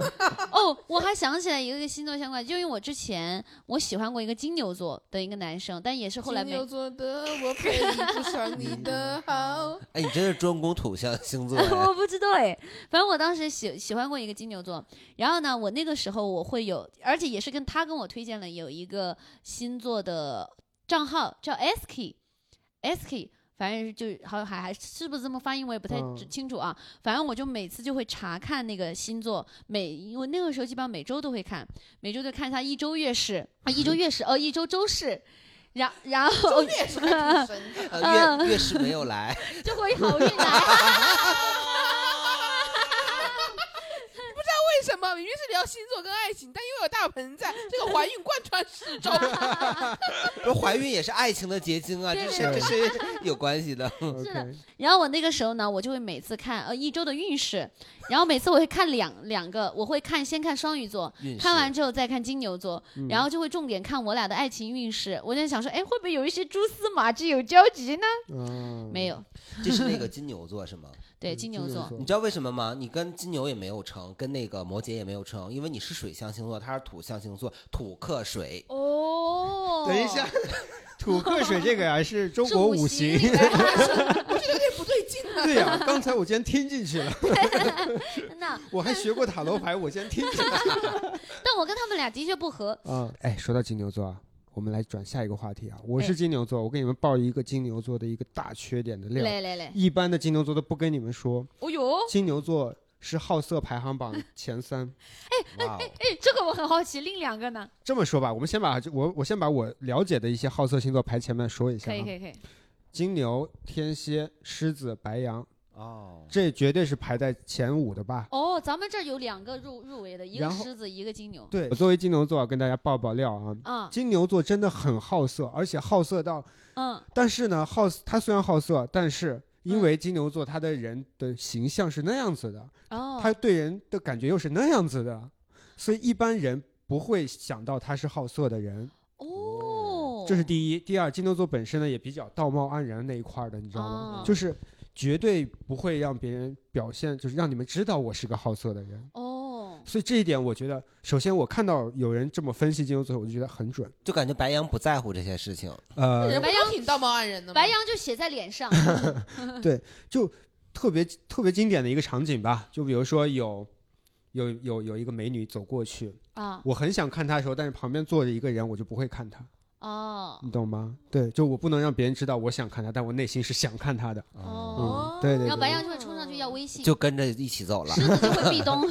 [SPEAKER 2] 哦，我还想起来一个跟星座相关，就因为我之前我喜欢过一个金牛座的一个男生，但也是后来
[SPEAKER 3] 金
[SPEAKER 2] 没
[SPEAKER 3] 牛座的我配不上你的 好。
[SPEAKER 5] 哎，你真是专攻土象星座、哎。
[SPEAKER 2] 我不知道哎，反正我当时喜喜欢过一个金牛座，然后呢，我那个时候我会有，而且也是跟他跟我推荐了有一个星座的账号叫 SK，SK，反正就是好像还还是不是这么发音我也不太
[SPEAKER 4] 嗯
[SPEAKER 2] 知清楚啊，反正我就每次就会查看那个星座，每因为那个时候基本上每周都会看，每周就看一下一周月事啊，一周月事哦，一周周事。然然后
[SPEAKER 3] 周也是还挺深的。
[SPEAKER 2] 嗯
[SPEAKER 5] 呃，月月事没有来，
[SPEAKER 2] 就会好运来，
[SPEAKER 3] 为什么明明是聊星座跟爱情，但又有大盆在，这个怀孕贯穿 始终。
[SPEAKER 5] 说怀孕也是爱情的结晶啊，
[SPEAKER 2] 对
[SPEAKER 5] 这是
[SPEAKER 4] 对
[SPEAKER 5] 这是有关 系的。
[SPEAKER 4] o
[SPEAKER 2] 是的
[SPEAKER 4] k
[SPEAKER 2] 然后我那个时候呢，我就会每次看呃一周的运势，然后每次我会看两两个，我会看先看双鱼座，
[SPEAKER 5] 运势
[SPEAKER 2] 看完之后再看金牛座，
[SPEAKER 4] 嗯
[SPEAKER 2] 然后就会重点看我俩的爱情运势。我在想说，哎，会不会有一些蛛丝马迹有交集呢？
[SPEAKER 4] 嗯，
[SPEAKER 2] 没有，
[SPEAKER 5] 这是那个金牛座是吗？
[SPEAKER 2] 对金牛座，哦
[SPEAKER 5] 你知道为什么吗？你跟金牛也没有成，跟那个摩羯也没有成，因为你是水象星座，他是土象星座，土克水。
[SPEAKER 2] 哦，
[SPEAKER 4] 等一下，土克水这个呀、是中
[SPEAKER 2] 是
[SPEAKER 4] 国
[SPEAKER 2] 五
[SPEAKER 4] 五
[SPEAKER 2] 行
[SPEAKER 4] 行。
[SPEAKER 2] 里边
[SPEAKER 3] 我觉得有点不对劲呢、
[SPEAKER 4] 对呀、刚才我竟然听进去了，
[SPEAKER 2] 真的，
[SPEAKER 4] 我还学过塔罗牌，我竟然听进去了。
[SPEAKER 2] 但我跟他们俩的确不合。
[SPEAKER 4] 啊，哎，说到金牛座啊，我们来转下一个话题啊。我
[SPEAKER 2] 哎
[SPEAKER 4] 是金牛座，我给你们报一个金牛座的一个大缺点的料。
[SPEAKER 2] 来来来，
[SPEAKER 4] 一般的金牛座都不跟你们说，
[SPEAKER 2] 哦呦，
[SPEAKER 4] 金牛座是好色排行榜前三。
[SPEAKER 5] 哇哦，
[SPEAKER 2] 哎，这个我很好奇，另两个 呢？
[SPEAKER 4] 这么说吧，我们先把我我先把我了解的一些好色星座排前面说一下、
[SPEAKER 2] 可
[SPEAKER 4] 啊。
[SPEAKER 2] 以可以可以，
[SPEAKER 4] 金牛、天蝎、狮子、白羊，
[SPEAKER 5] 哦，
[SPEAKER 4] 这绝对是排在前五的吧？
[SPEAKER 2] 哦，咱们这儿有两个入入围的，一个
[SPEAKER 4] 然后
[SPEAKER 2] 狮子，一个金牛，
[SPEAKER 4] 对，我作为金牛座，啊跟大家爆爆料啊。
[SPEAKER 2] 啊，
[SPEAKER 4] 金牛座真的很好色，而且好色到，
[SPEAKER 2] 嗯，
[SPEAKER 4] 但是呢，好他虽然好色，但是因为金牛座他的人的形象是那样子的，
[SPEAKER 2] 哦，
[SPEAKER 4] 他对人的感觉又是那样子的，所以一般人不会想到他是好色的人，
[SPEAKER 2] 哦，
[SPEAKER 4] 这是第一。第二，金牛座本身呢也比较道貌岸然那一块儿的，你知道吗？
[SPEAKER 2] 哦
[SPEAKER 4] 就是绝对不会让别人表现，就是让你们知道我是个好色的人。
[SPEAKER 2] 哦，
[SPEAKER 4] 所以这一点，我觉得，首先我看到有人这么分析金牛座，我就觉得很准。
[SPEAKER 5] 就感觉白羊不在乎这些事情，
[SPEAKER 4] 呃，
[SPEAKER 3] 人不
[SPEAKER 2] 白
[SPEAKER 3] 都挺道貌岸然的吗？
[SPEAKER 2] 白羊就写在脸 上，
[SPEAKER 4] 就特别特别经典的一个场景吧，就比如说有有有有一个美女走过去，
[SPEAKER 2] 啊，
[SPEAKER 4] 我很想看她的时候，但是旁边坐着一个人，我就不会看她，
[SPEAKER 2] 哦，
[SPEAKER 4] 你懂吗？对，就我不能让别人知道我想看她，但我内心是想看她的。嗯
[SPEAKER 2] 哦，
[SPEAKER 4] 对对对
[SPEAKER 2] 然后白羊就会冲上去要微信，
[SPEAKER 5] 就跟着一起走了。
[SPEAKER 2] 狮子就会壁 咚，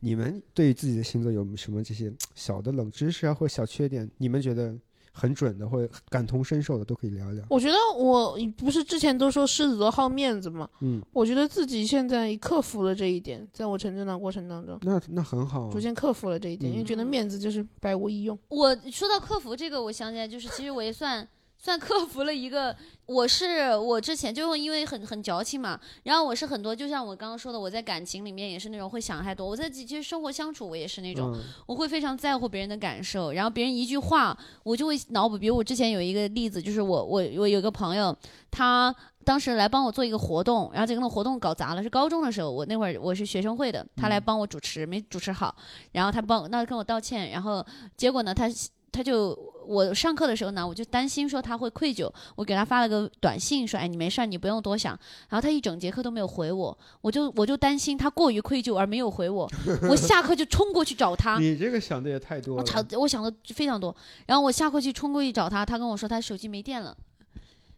[SPEAKER 4] 你们对于自己的星座有什么这些小的冷知识啊，或者小缺点，你们觉得很准的或者感同身受的，都可以聊一聊。
[SPEAKER 3] 我觉得我不是之前都说狮子座好面子吗？
[SPEAKER 4] 嗯，
[SPEAKER 3] 我觉得自己现在克服了这一点，在我成长的过程当中，
[SPEAKER 4] 那那很好、啊
[SPEAKER 3] 逐，渐克服了这一点，因为觉得
[SPEAKER 2] 嗯
[SPEAKER 3] 面子就是百无一用。
[SPEAKER 2] 我说到客服这个，我想起来就是，其实我也算算克服了一个，我是我之前就因为很很矫情嘛，然后我是很多，就像我刚刚说的，我在感情里面也是那种会想太多，我在其实生活相处我也是那种，
[SPEAKER 4] 嗯
[SPEAKER 2] 我会非常在乎别人的感受，然后别人一句话，我就会脑补。比如我之前有一个例子，就是我我我有一个朋友，他当时来帮我做一个活动，然后这个活动搞砸了，是高中的时候，我那会儿我是学生会的，他来帮我主持，没主持好，然后他帮那跟我道歉，然后结果呢，他他就我上课的时候呢，我就担心说他会愧疚，我给他发了个短信说，哎，你没事儿，你不用多想。然后他一整节课都没有回我，我就我就担心他过于愧疚而没有回我，我下课就冲过去找他。
[SPEAKER 4] 你这个想的也太
[SPEAKER 2] 啊
[SPEAKER 4] 多
[SPEAKER 2] 我吵
[SPEAKER 4] 了。，
[SPEAKER 2] 我想的非常多。然后我下课去冲过去找他，他跟我说他手机没电了，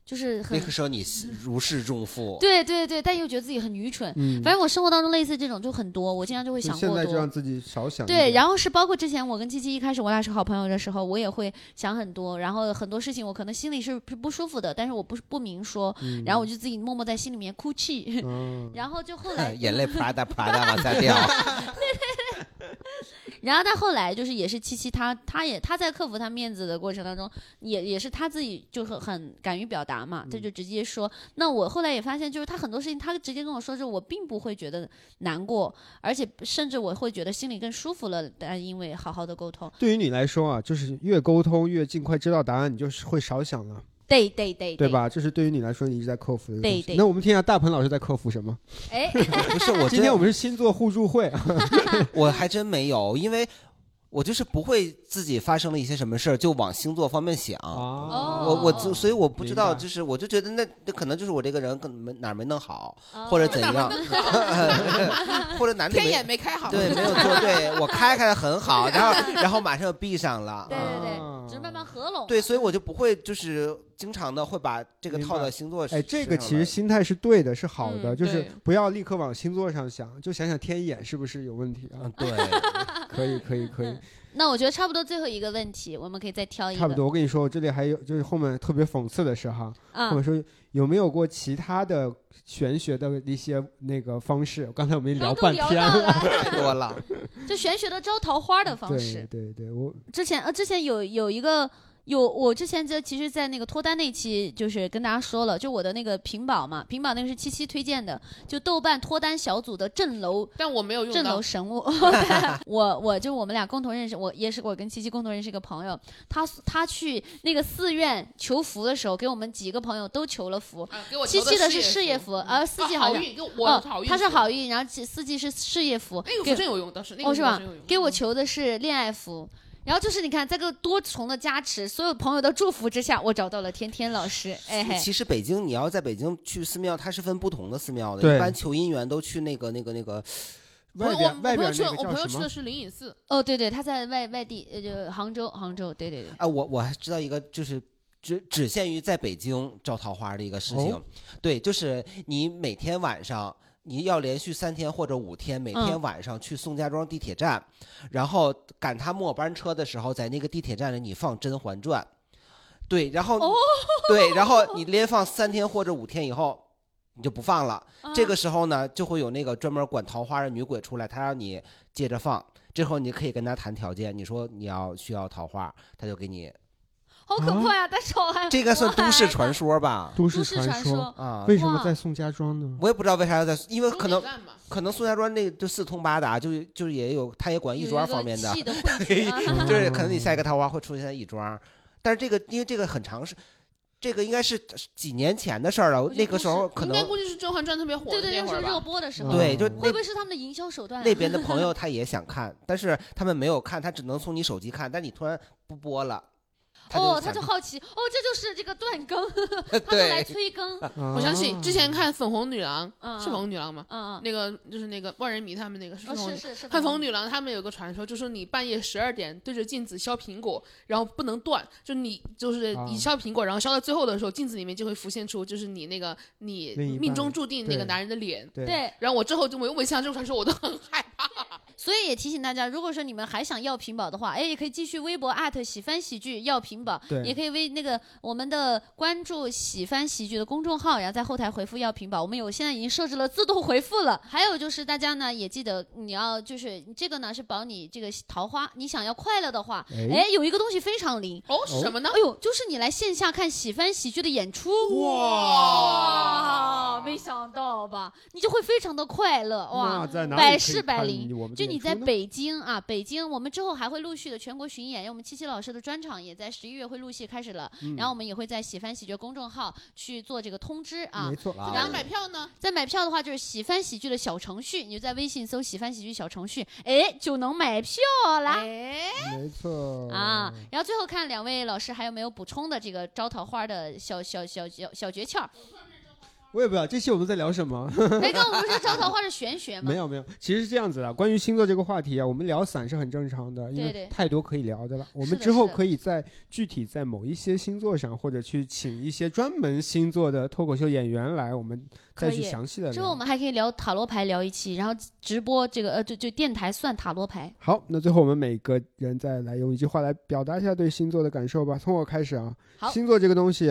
[SPEAKER 2] 就是
[SPEAKER 5] 那
[SPEAKER 2] 很
[SPEAKER 5] 个时候你如释重负，
[SPEAKER 2] 对对对，但又觉得自己很愚蠢。
[SPEAKER 4] 嗯，
[SPEAKER 2] 反正我生活当中类似这种就很多，我经常就会
[SPEAKER 4] 就
[SPEAKER 2] 想
[SPEAKER 4] 现
[SPEAKER 2] 过
[SPEAKER 4] 在就让
[SPEAKER 2] 多。
[SPEAKER 4] 自己少想一点。
[SPEAKER 2] 对，然后是包括之前我跟七七一开始我俩是好朋友的时候，我也会想很多，然后很多事情我可能心里是不不舒服的，但是我不是不明说，
[SPEAKER 4] 嗯，
[SPEAKER 2] 然后我就自己默默在心里面哭泣，
[SPEAKER 4] 嗯
[SPEAKER 2] 然后就后来
[SPEAKER 5] 呃眼泪啪嗒啪嗒往下掉。
[SPEAKER 2] 然后他后来就是也是七七他，他也他在克服他面子的过程当中，也也是他自己就很很敢于表达
[SPEAKER 5] 嗯
[SPEAKER 2] 嘛，他就直接说。那我后来也发现，就是他很多事情他直接跟我说之后，我并不会觉得难过，而且甚至我会觉得心里更舒服了。但因为好好的沟通，
[SPEAKER 4] 对于你来说啊，就是越沟通越尽快知道答案，你就是会少想了，
[SPEAKER 2] 对对对
[SPEAKER 4] 对？吧？这是对于你来说你一直在克服的一个东西
[SPEAKER 2] 对对
[SPEAKER 4] 那我们听一下大鹏老师在克服什么？
[SPEAKER 2] 哎，
[SPEAKER 5] 不是我啊
[SPEAKER 4] 今
[SPEAKER 5] 真
[SPEAKER 4] 天我们是星座互助会，
[SPEAKER 5] 我还真没有，因为我就是不会自己发生了一些什么事儿就往星座方面想。
[SPEAKER 2] 哦
[SPEAKER 5] 我我就所以我不知道，
[SPEAKER 4] 明白
[SPEAKER 5] 就是我就觉得那那可能就是我这个人可能没哪儿没弄好，
[SPEAKER 2] 哦
[SPEAKER 5] 或者怎样， 或者哪里
[SPEAKER 3] 天
[SPEAKER 5] 没
[SPEAKER 3] 眼没开好，
[SPEAKER 5] 对没有做对，我开开的很好，然后然后马上又闭上了。嗯
[SPEAKER 2] 对对
[SPEAKER 4] 啊
[SPEAKER 2] 对，只是慢慢合拢。
[SPEAKER 5] 对，所以我就不会就是经常的会把这个
[SPEAKER 4] 明
[SPEAKER 5] 套
[SPEAKER 4] 白
[SPEAKER 5] 到星座身
[SPEAKER 4] 哎，
[SPEAKER 5] 上来。
[SPEAKER 4] 这个其实心态是对的，是好的，
[SPEAKER 3] 嗯
[SPEAKER 4] 就是
[SPEAKER 3] 对
[SPEAKER 4] 不要立刻往星座上想，就想想天眼是不是有问题啊
[SPEAKER 5] 嗯？ 对，
[SPEAKER 4] 可以，可以，可以，
[SPEAKER 2] 那我觉得差不多最后一个问题，我们可以再挑一个。
[SPEAKER 4] 差不多。我跟你说，我这里还有就是后面特别讽刺的是哈，
[SPEAKER 2] 啊
[SPEAKER 4] 后面，说有没有过其他的玄学的一些那个方式？刚才我们
[SPEAKER 2] 刚
[SPEAKER 4] 聊
[SPEAKER 2] 都
[SPEAKER 4] 半
[SPEAKER 2] 聊
[SPEAKER 4] 天
[SPEAKER 2] 到
[SPEAKER 4] 了，
[SPEAKER 2] 了，
[SPEAKER 5] 太多了。
[SPEAKER 2] 就玄学的招桃花的方式
[SPEAKER 4] 对。对对，我
[SPEAKER 2] 之前呃，之前有有一个有我之前就其实，在那个脱单那期就是跟大家说了，就我的那个屏保嘛，屏保那个是七七推荐的，就豆瓣脱单小组的镇楼
[SPEAKER 3] 但我没有用
[SPEAKER 2] 镇
[SPEAKER 3] 到
[SPEAKER 2] 楼。神 物。 我我就我们俩共同认识，我也是我跟七七共同认识一个朋友，他他去那个寺院求福的时候，给我们几个朋友都求了福，
[SPEAKER 3] 啊给我
[SPEAKER 2] 七
[SPEAKER 3] 求
[SPEAKER 2] 七的是
[SPEAKER 3] 事
[SPEAKER 2] 事业福，呃，四季
[SPEAKER 3] 啊
[SPEAKER 2] 好
[SPEAKER 3] 好
[SPEAKER 2] 像。
[SPEAKER 3] 运，给我我
[SPEAKER 2] 哦
[SPEAKER 3] 好，运，
[SPEAKER 2] 他是好，运，然后七四季是事业福，
[SPEAKER 3] 那个
[SPEAKER 2] 给
[SPEAKER 3] 福真有用，倒是那
[SPEAKER 2] 哦
[SPEAKER 3] 个福
[SPEAKER 2] 是吧
[SPEAKER 3] 真有用？
[SPEAKER 2] 给我求的是恋爱福。然后就是你看，在这个多重的加持，所有朋友的祝福之下，我找到了天天老师。 哎嘿，
[SPEAKER 5] 其实北京你要在北京去寺庙，它是分不同的寺庙的。
[SPEAKER 4] 对
[SPEAKER 5] 一般求姻缘都去那个那个那个
[SPEAKER 3] 我
[SPEAKER 4] 外
[SPEAKER 3] 我
[SPEAKER 4] 边
[SPEAKER 3] 我
[SPEAKER 4] 外
[SPEAKER 3] 朋友
[SPEAKER 4] 边
[SPEAKER 3] 去
[SPEAKER 4] 那
[SPEAKER 3] 了，
[SPEAKER 4] 个
[SPEAKER 3] 我
[SPEAKER 4] 叫
[SPEAKER 3] 朋友
[SPEAKER 4] 什
[SPEAKER 3] 去
[SPEAKER 4] 么
[SPEAKER 3] 的？是灵隐寺，
[SPEAKER 2] 哦，对对，他在外外地，呃，就杭州，杭州，对对对，
[SPEAKER 5] 哎，我我还知道一个，就是只只限于在北京招桃花的一个事情。
[SPEAKER 4] 哦
[SPEAKER 5] 对，就是你每天晚上，你要连续三天或者五天，每天
[SPEAKER 2] 嗯
[SPEAKER 5] 晚上去宋家庄地铁站，然后赶他末班车的时候，在那个地铁站里你放《甄嬛传》。对，然后、
[SPEAKER 2] 哦
[SPEAKER 5] 对，然后你连放三天或者五天以后，你就不放了。这个
[SPEAKER 2] 啊
[SPEAKER 5] 时候呢，就会有那个专门管桃花的女鬼出来，她让你接着放。这后你可以跟她谈条件，你说你要需要桃花，她就给你。
[SPEAKER 2] 好可怕呀！但是我还
[SPEAKER 5] 这个算
[SPEAKER 2] 我
[SPEAKER 5] 都市
[SPEAKER 2] 还
[SPEAKER 5] 传说吧？
[SPEAKER 4] 都
[SPEAKER 2] 都
[SPEAKER 4] 市
[SPEAKER 2] 市
[SPEAKER 4] 传
[SPEAKER 2] 传说，
[SPEAKER 5] 啊，
[SPEAKER 4] 为什么
[SPEAKER 2] 哇
[SPEAKER 4] 在宋家庄呢？
[SPEAKER 5] 我也不知道为啥要在，
[SPEAKER 4] 呃
[SPEAKER 5] 因为
[SPEAKER 3] 终
[SPEAKER 5] 可
[SPEAKER 3] 点
[SPEAKER 5] 能
[SPEAKER 3] 站吧
[SPEAKER 5] 可能宋家庄那就四通八达，就是就是也有，他也管
[SPEAKER 2] 有
[SPEAKER 5] 亦
[SPEAKER 2] 一
[SPEAKER 5] 庄
[SPEAKER 2] 个
[SPEAKER 5] 方面的，
[SPEAKER 2] 气汇 聚啊
[SPEAKER 5] 就是可能你下一个桃花会出现在亦庄，但是这个因为这个很长时，这个应该是几年前的事儿了
[SPEAKER 3] 我，觉得
[SPEAKER 5] 那个时候
[SPEAKER 4] 哦
[SPEAKER 3] 估计
[SPEAKER 5] 可
[SPEAKER 3] 应该
[SPEAKER 5] 能
[SPEAKER 3] 估计是《甄嬛传》特别火
[SPEAKER 2] 对
[SPEAKER 3] 的
[SPEAKER 2] 对，
[SPEAKER 3] 那
[SPEAKER 2] 就
[SPEAKER 3] 会
[SPEAKER 2] 是
[SPEAKER 3] 儿
[SPEAKER 2] 热
[SPEAKER 3] 吧。
[SPEAKER 2] 播的时
[SPEAKER 4] 嗯
[SPEAKER 2] 候，
[SPEAKER 5] 对就
[SPEAKER 2] 会不会是他们的营销手段啊？
[SPEAKER 5] 那边的朋友 他也想看，但是他们没有看，他只能从你手机看，但你突然不播了，
[SPEAKER 2] 哦，他
[SPEAKER 5] 他
[SPEAKER 2] 就
[SPEAKER 5] 就
[SPEAKER 2] 好奇，哦，这就是这个断 更，他
[SPEAKER 5] 想
[SPEAKER 2] 就来
[SPEAKER 5] 对，
[SPEAKER 2] 催更，嗯
[SPEAKER 4] 我
[SPEAKER 3] 我想起
[SPEAKER 4] 啊
[SPEAKER 3] 之前看《粉红女郎》，
[SPEAKER 2] 嗯
[SPEAKER 3] 是《粉红女郎》吗？
[SPEAKER 2] 嗯，
[SPEAKER 3] 那个就是那个万人迷他们那个是
[SPEAKER 2] 哦
[SPEAKER 3] 粉红女
[SPEAKER 2] 是是是，
[SPEAKER 3] 看红女郎，他们有个传说，就说你半夜十二点对着镜子削苹果，然后不能断，就你就是
[SPEAKER 4] 啊
[SPEAKER 3] 你削苹果，然后削到最后的时候，镜子里面就会浮现出就是你那个你
[SPEAKER 4] 另一半
[SPEAKER 3] 命中注定那个
[SPEAKER 4] 对
[SPEAKER 3] 男人的脸。
[SPEAKER 4] 对
[SPEAKER 2] 对，
[SPEAKER 3] 然后我之后就我又没想到这个传说，我都很害怕。
[SPEAKER 2] 所以也提醒大家，如果说你们还想要屏保的话，哎，也可以继续微博喜翻喜剧要屏保，
[SPEAKER 4] 对
[SPEAKER 2] 也可以微那个我们的关注喜翻喜剧的公众号，然后在后台回复要屏保，我们有现在已经设置了自动回复了。还有就是大家呢也记得你要就是这个呢是保你这个桃花，你想要快乐的话，
[SPEAKER 4] 哎
[SPEAKER 2] 哎，有一个东西非常灵，
[SPEAKER 3] 哦，是什么呢？
[SPEAKER 2] 哎呦，就是你来线下看喜翻喜剧的演出，哇，没想到吧？你就会非常的快乐哇。
[SPEAKER 4] 那在哪
[SPEAKER 2] 百
[SPEAKER 4] 里可以
[SPEAKER 2] 试百
[SPEAKER 4] 看
[SPEAKER 2] 灵
[SPEAKER 4] 我们的
[SPEAKER 2] 就
[SPEAKER 4] 演
[SPEAKER 2] 你
[SPEAKER 4] 出
[SPEAKER 2] 在
[SPEAKER 4] 呢
[SPEAKER 2] 北京啊，北京，我们之后还会陆续的全国巡演，因为我们七七老师的专场也在十一月会陆续开始了，
[SPEAKER 4] 嗯
[SPEAKER 2] 然后我们也会在喜翻喜剧公众号去做这个通知啊
[SPEAKER 4] 没。错，
[SPEAKER 5] 哇
[SPEAKER 3] 然
[SPEAKER 5] 哦
[SPEAKER 3] 后买票呢？
[SPEAKER 2] 在买票的话，就是喜翻喜剧的小程序，你就在微信搜“喜翻喜剧”小程序，哎，就能买票啦。
[SPEAKER 3] 哎，
[SPEAKER 4] 没错
[SPEAKER 2] 啊，然后最后看两位老师还有没有补充的这个招桃花的小小小小小诀窍？
[SPEAKER 4] 我也不知道这期我们在聊什 么。
[SPEAKER 2] 哎，刚刚我们说招桃花是玄 学吗？
[SPEAKER 4] 没有没有，其实是这样子的。关于星座这个话题啊，我们聊散是很正常的，因
[SPEAKER 2] 对
[SPEAKER 4] 为
[SPEAKER 2] 对
[SPEAKER 4] 太多可以聊的了。我
[SPEAKER 2] 是
[SPEAKER 4] 们
[SPEAKER 2] 的
[SPEAKER 4] 之后
[SPEAKER 2] 是的
[SPEAKER 4] 可以在具体在某一些星座上，或者去请一些专门星座的脱口秀演员来，我们再
[SPEAKER 2] 可
[SPEAKER 4] 去
[SPEAKER 2] 以
[SPEAKER 4] 详细的
[SPEAKER 2] 之后我
[SPEAKER 4] 聊。
[SPEAKER 2] 们还可以聊塔罗牌聊一期，然后直播这个呃，就就电台算塔罗牌。
[SPEAKER 4] 好，那最后我们每个人再来用一句话来表达一下对星座的感受吧。 从我开始啊，
[SPEAKER 2] 好
[SPEAKER 4] 星座这个东西，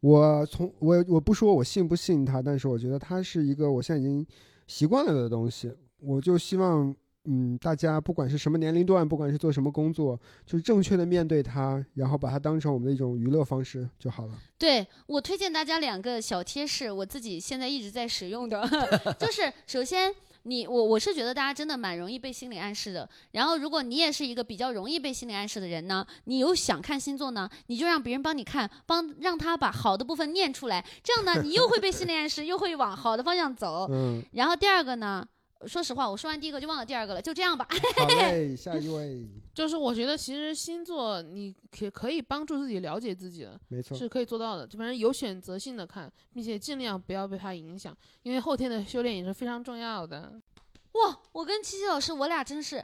[SPEAKER 4] 我从我我不说我信不信它，但是我觉得它是一个我现在已经习惯了的东西。我就希望，嗯，大家不管是什么年龄段，不管是做什么工作，就是正确的面对它，然后把它当成我们的一种娱乐方式就好了。
[SPEAKER 2] 对我推荐大家两个小贴士，我自己现在一直在使用的， 就是首先。你我我是觉得大家真的蛮容易被心理暗示的。然后，如果你也是一个比较容易被心理暗示的人呢，你又想看星座呢，你就让别人帮你看，帮让他把好的部分念出来，这样呢，你又会被心理暗示，又会往好的方向走。
[SPEAKER 4] 嗯，
[SPEAKER 2] 然后第二个呢，说实话，我说完第一个就忘了第二个了，就这样吧。
[SPEAKER 4] 好嘞，下一位，
[SPEAKER 3] 就是我觉得其实星座你可可以帮助自己了解自己的，
[SPEAKER 4] 没错，
[SPEAKER 3] 是可以做到的，就反正有选择性的看，并且尽量不要被它影响，因为后天的修炼也是非常重要的。
[SPEAKER 2] 哇，我跟七七老师，我俩真是，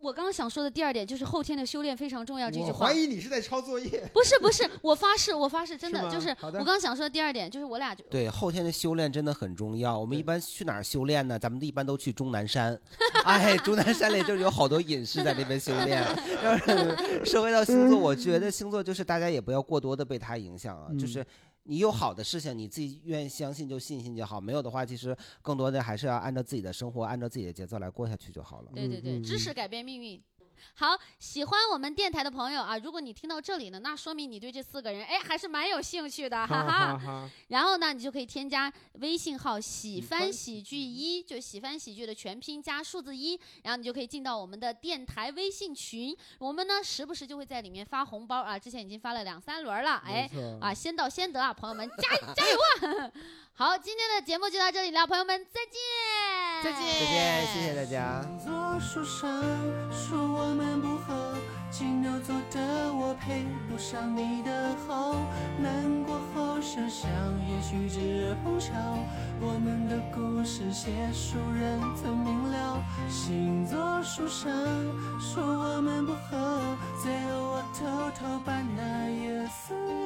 [SPEAKER 2] 我刚刚想说的第二点就是后天的修炼非常重 要这句
[SPEAKER 4] 我
[SPEAKER 2] 话
[SPEAKER 4] 怀。疑你是在抄 作业。
[SPEAKER 2] 不是不 是，我发誓，我发誓，真
[SPEAKER 4] 是
[SPEAKER 2] 的
[SPEAKER 4] 吗
[SPEAKER 2] 就是
[SPEAKER 4] 好的
[SPEAKER 2] 我刚想说的第二点，就是我俩就
[SPEAKER 5] 对，后天的修炼真的很重要。我们一
[SPEAKER 4] 对
[SPEAKER 5] 般去哪儿修炼呢？咱们一般都去终南山。 哎，终南山里就是有好多隐士在那边修 炼。要是说回到星座，我觉得星座就是大家也不要过多的被它影响啊，
[SPEAKER 4] 嗯
[SPEAKER 5] 就是。你有好的事情，你自己愿意相信就信信就好；没有的话，其实更多的还是要按照自己的生活，按照自己的节奏来过下去就好了。
[SPEAKER 2] 对对对，
[SPEAKER 4] 嗯嗯
[SPEAKER 2] 知识改变命运。好，喜欢我们电台的朋友啊，如果你听到这里呢，那说明你对这四个人哎还是蛮有兴趣的，哈哈。
[SPEAKER 4] 哈，
[SPEAKER 2] 然后呢，你就可以添加微信号“喜
[SPEAKER 4] 翻
[SPEAKER 2] 翻
[SPEAKER 4] 喜
[SPEAKER 2] 喜
[SPEAKER 4] 剧
[SPEAKER 2] 剧
[SPEAKER 4] 嗯
[SPEAKER 2] 一”，就喜翻喜剧的全拼加数字一，然后你就可以进到我们的电台微信群。我们呢，时不时就会在里面发红包啊，之前已经发了两三轮了，哎
[SPEAKER 4] 没，错
[SPEAKER 2] 啊，，先到先得啊，朋友们，加油 加油啊！好，今天的节目就到这里了，朋友们，再见，
[SPEAKER 3] 再见
[SPEAKER 5] 再见，谢谢大家。
[SPEAKER 6] 星座书上说我们不合，金牛座的我配不上你的好，难过后想想，也许只有着哄笑，我们的故事写书人曾明了，星座书上说我们不合，最后我偷偷把那页撕了。